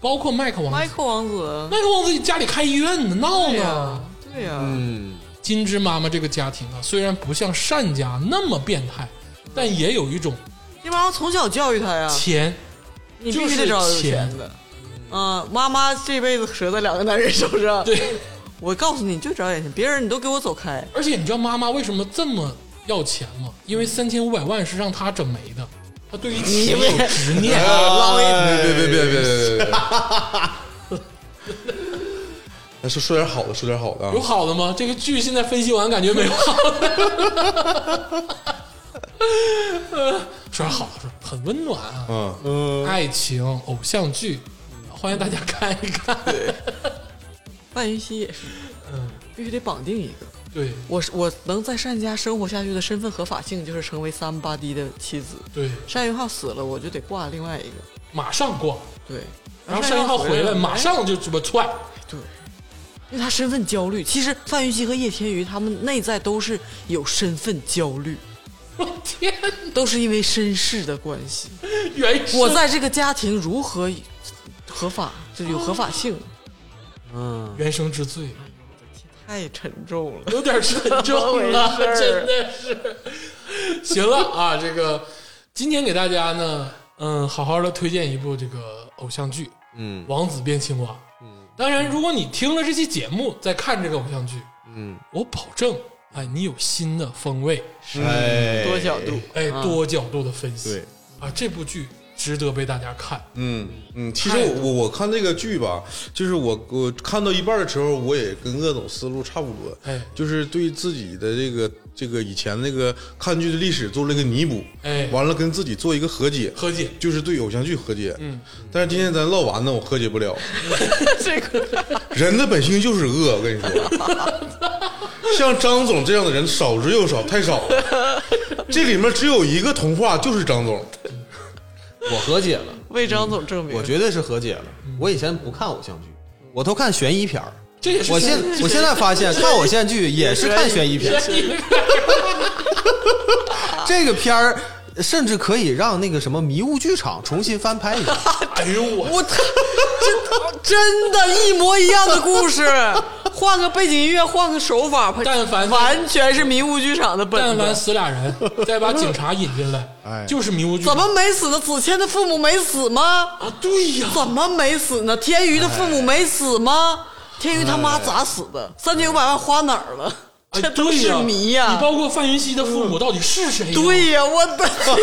[SPEAKER 2] 包括麦克王子，
[SPEAKER 3] Michael 王子，
[SPEAKER 2] 麦克王子家里开医院呢，闹
[SPEAKER 3] 对
[SPEAKER 2] 呢。
[SPEAKER 3] 呀，对呀，
[SPEAKER 2] 嗯金枝妈妈这个家庭啊，虽然不像单家那么变态，但也有一种
[SPEAKER 3] 这帮人从小教育他呀，
[SPEAKER 2] 钱。
[SPEAKER 3] 你必须得找有钱的。嗯，妈妈这辈子折在两个男人手
[SPEAKER 2] *laughs*
[SPEAKER 3] 上。
[SPEAKER 2] 对，
[SPEAKER 3] 我告诉你，你就找有钱，别人你都给我走开。
[SPEAKER 2] 而且你知道妈妈为什么这么要钱吗？因为三千五百万是让她整没的，她对于钱有执念。
[SPEAKER 4] 哎别别别别别别别别！哎，说说点好的，说点好的啊
[SPEAKER 2] 有。好的吗？这个剧现在分析完，感觉没有好 *laughs* 的。说点好的，说很温暖啊，
[SPEAKER 4] 嗯，
[SPEAKER 2] 爱情偶像剧，欢迎大家看一看。嗯
[SPEAKER 3] 万云熙也是，必须得绑定一个。
[SPEAKER 2] 对
[SPEAKER 3] 我是我能在单家生活下去的身份合法性就是成为三八 D 的妻子。
[SPEAKER 2] 对，
[SPEAKER 3] 单云浩死了，我就得挂另外一个。
[SPEAKER 2] 马上挂，
[SPEAKER 3] 对，
[SPEAKER 2] 然后单云浩回来，马上就这么踹，
[SPEAKER 3] 对，因为他身份焦虑。其实范云西和叶天宇他们内在都是有身份焦虑，
[SPEAKER 2] 我天，
[SPEAKER 3] 都是因为身世的关系。
[SPEAKER 2] 原
[SPEAKER 3] 我
[SPEAKER 2] 生
[SPEAKER 3] 在这个家庭如何合法，就是有合法性，
[SPEAKER 2] 原生之罪，
[SPEAKER 3] 太沉重了。 *laughs*
[SPEAKER 2] 有点沉重了，
[SPEAKER 3] 怎么回事儿啊
[SPEAKER 2] 真的是。行了啊，这个今天给大家呢，嗯，好好的推荐一部这个偶像剧，嗯，《王子变青蛙》。嗯，当然，如果你听了这期节目再看这个偶像剧，嗯，我保证，哎，你有新的风味，
[SPEAKER 4] 哎，
[SPEAKER 3] 多角度，
[SPEAKER 2] 哎，多角度的分析，
[SPEAKER 4] 对，
[SPEAKER 2] 啊，这部剧值得被大家看。
[SPEAKER 4] 嗯嗯，其实我我我看这个剧吧，就是我我看到一半的时候，我也跟鄂总思路差不多，
[SPEAKER 2] 哎
[SPEAKER 4] 就是对自己的这个这个以前那个看剧的历史做了一个弥补，
[SPEAKER 2] 哎
[SPEAKER 4] 完了跟自己做一个和解，
[SPEAKER 2] 和解
[SPEAKER 4] 就是对偶像剧和解，嗯，但是今天咱唠完呢，我和解不了，
[SPEAKER 3] 这个
[SPEAKER 4] 人的本性就是恶，我跟你说，像张总这样的人少之又少，太少了，这里面只有一个童话，就是张总，
[SPEAKER 5] 我和解了，
[SPEAKER 3] 为张总证明。
[SPEAKER 5] 嗯我绝对是和解了。我以前不看偶像剧，我都看悬疑片儿。
[SPEAKER 2] 这也是
[SPEAKER 5] 我现我现在发现看偶像剧也是看悬疑片儿，这个片儿甚至可以让那个什么迷雾剧场重新翻拍
[SPEAKER 3] *laughs*
[SPEAKER 5] 一下。
[SPEAKER 2] 哎呦我
[SPEAKER 3] 我 *laughs* 他真真的，一模一样的故事， *laughs* 换个背景音乐，换个手法，
[SPEAKER 2] 但凡
[SPEAKER 3] 完全是迷雾剧场的本
[SPEAKER 2] 但凡
[SPEAKER 3] 子。
[SPEAKER 2] 死俩人，再把警察引进来，
[SPEAKER 4] 哎
[SPEAKER 2] 就是迷雾剧
[SPEAKER 3] 怎么没死呢？子谦的父母没死吗？
[SPEAKER 2] 啊？对呀，
[SPEAKER 3] 怎么没死呢？天娱的父母没死吗？天娱他妈咋死的？三千五百万花哪儿了？
[SPEAKER 2] 哎
[SPEAKER 3] 这都是谜呀、嗯
[SPEAKER 2] 你包括范云熙的父母到底是谁、呀
[SPEAKER 3] 对呀、我的天，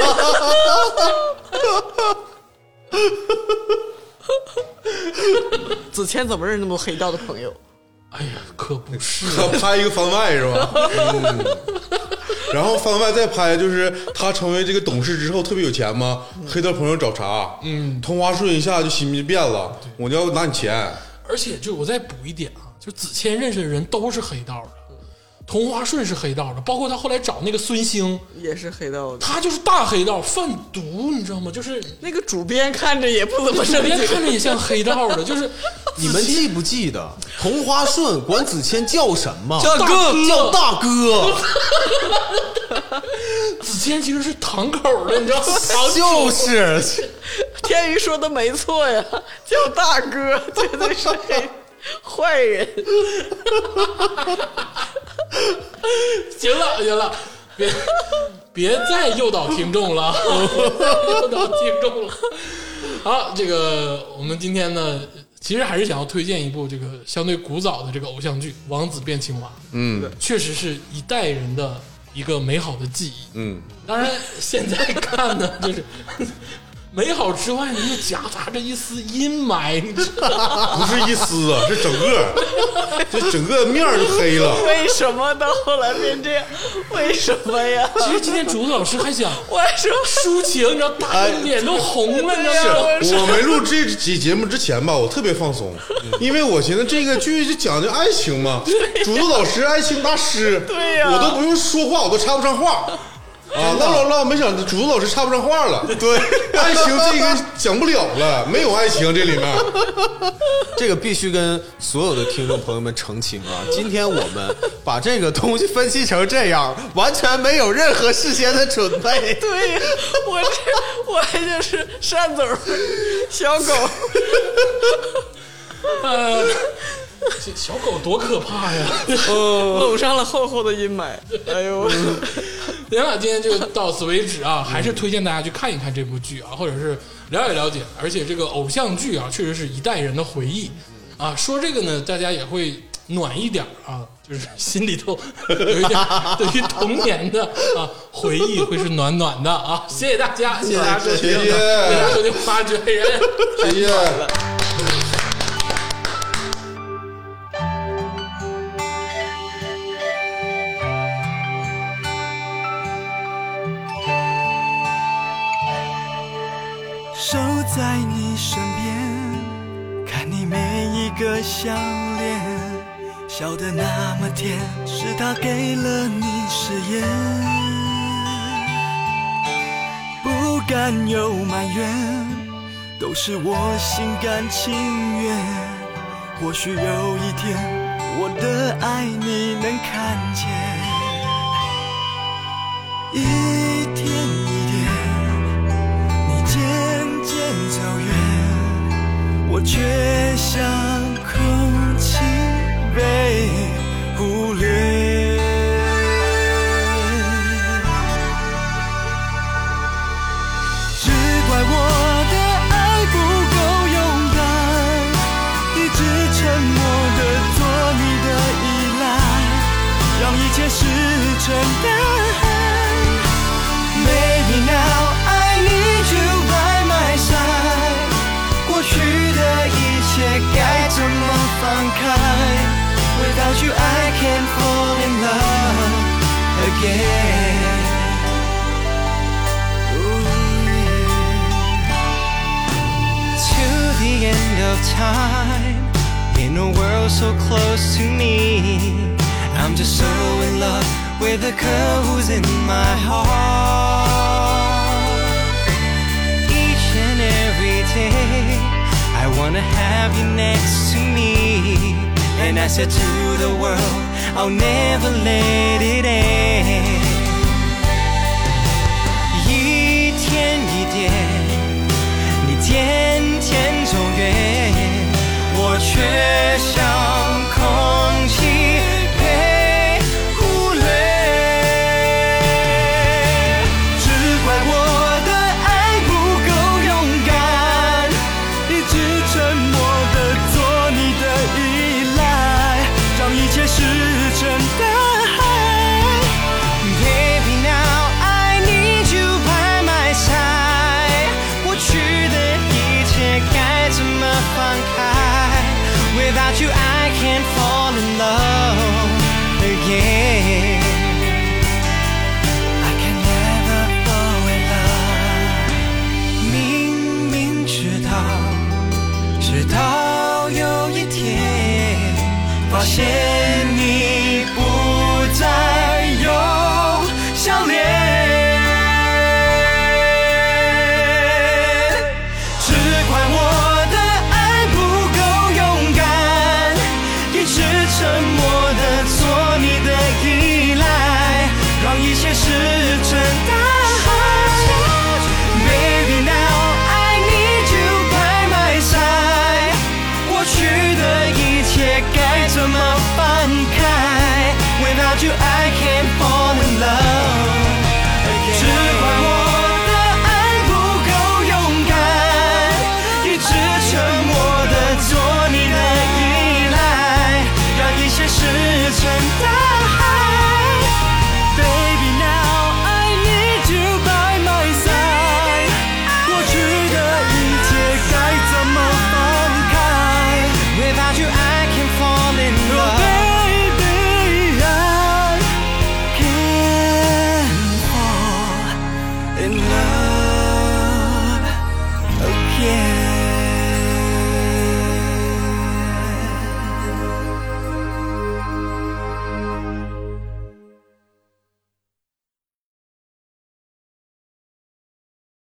[SPEAKER 3] 子谦怎么认识那么多黑道的朋友？
[SPEAKER 2] 哎呀，可不是。
[SPEAKER 4] 他拍一个番外是吧？嗯然后番外再拍，就是他成为这个董事之后特别有钱吗？黑道朋友找茬，嗯，同花顺一下就心就变了，我就要拿你钱，
[SPEAKER 2] 而且就我再补一点啊，就子谦认识的人都是黑道的，同花顺是黑道的，包括他后来找那个孙兴，
[SPEAKER 3] 也是黑道的。
[SPEAKER 2] 他就是大黑道贩毒，你知道吗？
[SPEAKER 3] *laughs*
[SPEAKER 2] 就是
[SPEAKER 3] 那个主编看着也不怎么
[SPEAKER 2] 整
[SPEAKER 3] 正
[SPEAKER 2] 天
[SPEAKER 3] 经，
[SPEAKER 2] 看着也像黑道的，就是
[SPEAKER 5] 你们记不记得同花顺管子谦叫什么？
[SPEAKER 3] 叫
[SPEAKER 2] 大
[SPEAKER 3] 哥
[SPEAKER 5] 叫大
[SPEAKER 3] *laughs*
[SPEAKER 5] 哥，
[SPEAKER 2] 子谦其实是堂口的，你知道吗？
[SPEAKER 5] 就是
[SPEAKER 3] 天娱说的没错呀，叫大哥绝对是黑坏人。
[SPEAKER 2] 行了行了，别别再诱导听众了， *laughs* 别再诱导听众了。好，这个我们今天呢，其实还是想要推荐一部这个相对古早的这个偶像剧《王子变青蛙》。嗯，确实是一代人的一个美好的记忆。
[SPEAKER 4] 嗯，
[SPEAKER 2] 当然，现在看呢，就是美好之外呢，又夹杂着一丝阴霾，你知道吗
[SPEAKER 4] 不是一丝啊，是整个，这整个面儿就黑了。
[SPEAKER 3] 为什么到后来变这样？为什么呀？
[SPEAKER 2] 其实今天竹子老师还想
[SPEAKER 3] 我说
[SPEAKER 2] 抒情，你知道，大家脸都红了，你知道吗？
[SPEAKER 4] 是嗯我没录这期节目之前吧，我特别放松， *laughs* 因为我寻思这个剧就讲究爱情嘛，主子老师爱情大师，
[SPEAKER 3] 对呀
[SPEAKER 4] 我都不用说话，我都插不上话。啊，唠唠唠，没想到主子老师插不上话了。对，爱情这个讲不了了，没有爱情这里面。
[SPEAKER 5] 这个必须跟所有的听众朋友们澄清啊！ *laughs* 今天我们把这个东西分析成这样，完全没有任何事先的准备。
[SPEAKER 3] 对，我这我就是扇子儿小狗，
[SPEAKER 2] 呃，这小狗多可怕呀！
[SPEAKER 3] 搂上了厚厚的阴霾。哎呦，
[SPEAKER 2] 行了，今天就到此为止啊，还是推荐大家去看一看这部剧啊，或者是了解了解。而且这个偶像剧啊，确实是一代人的回忆啊。说这个呢，大家也会暖一点儿啊，就是 *laughs* 心里头有一点对于童年的啊回忆会是暖暖的啊。谢谢大家，谢谢大家收听，啊
[SPEAKER 4] 谢谢
[SPEAKER 2] 谢谢大家收听《花卷人》。
[SPEAKER 4] *laughs* 谢谢。
[SPEAKER 1] 守在你身边，看你每一个笑脸，像笑得那么甜，是他给了你誓言。不敢有埋怨，都是我心甘情愿。或许有一天，我的爱你能看见。一天一天，你渐渐走远，我却像空气被忽略。只怪我的爱不够勇敢，一直沉默的做你的依赖，让一切是承担。Maybe now I need you by my side，过去的一切该怎么放开？Without you I can't fall in love again。Oh, yeah. To the end of time, in a world so close to me, I'm just so in love with the girl who's in my heart each and every day. I wanna have you next to me. And I said to the world, I'll never let it end. 一天一点，你渐渐走远，我却像空气被忽略。只怪我的爱不够勇敢，一直沉默的做你的依赖，让一切是承担。Baby now I need you by my side，过去的一切该怎么放开？Without you I can't fall in love again。I can never fall in love。明明知道，直到有一天发现。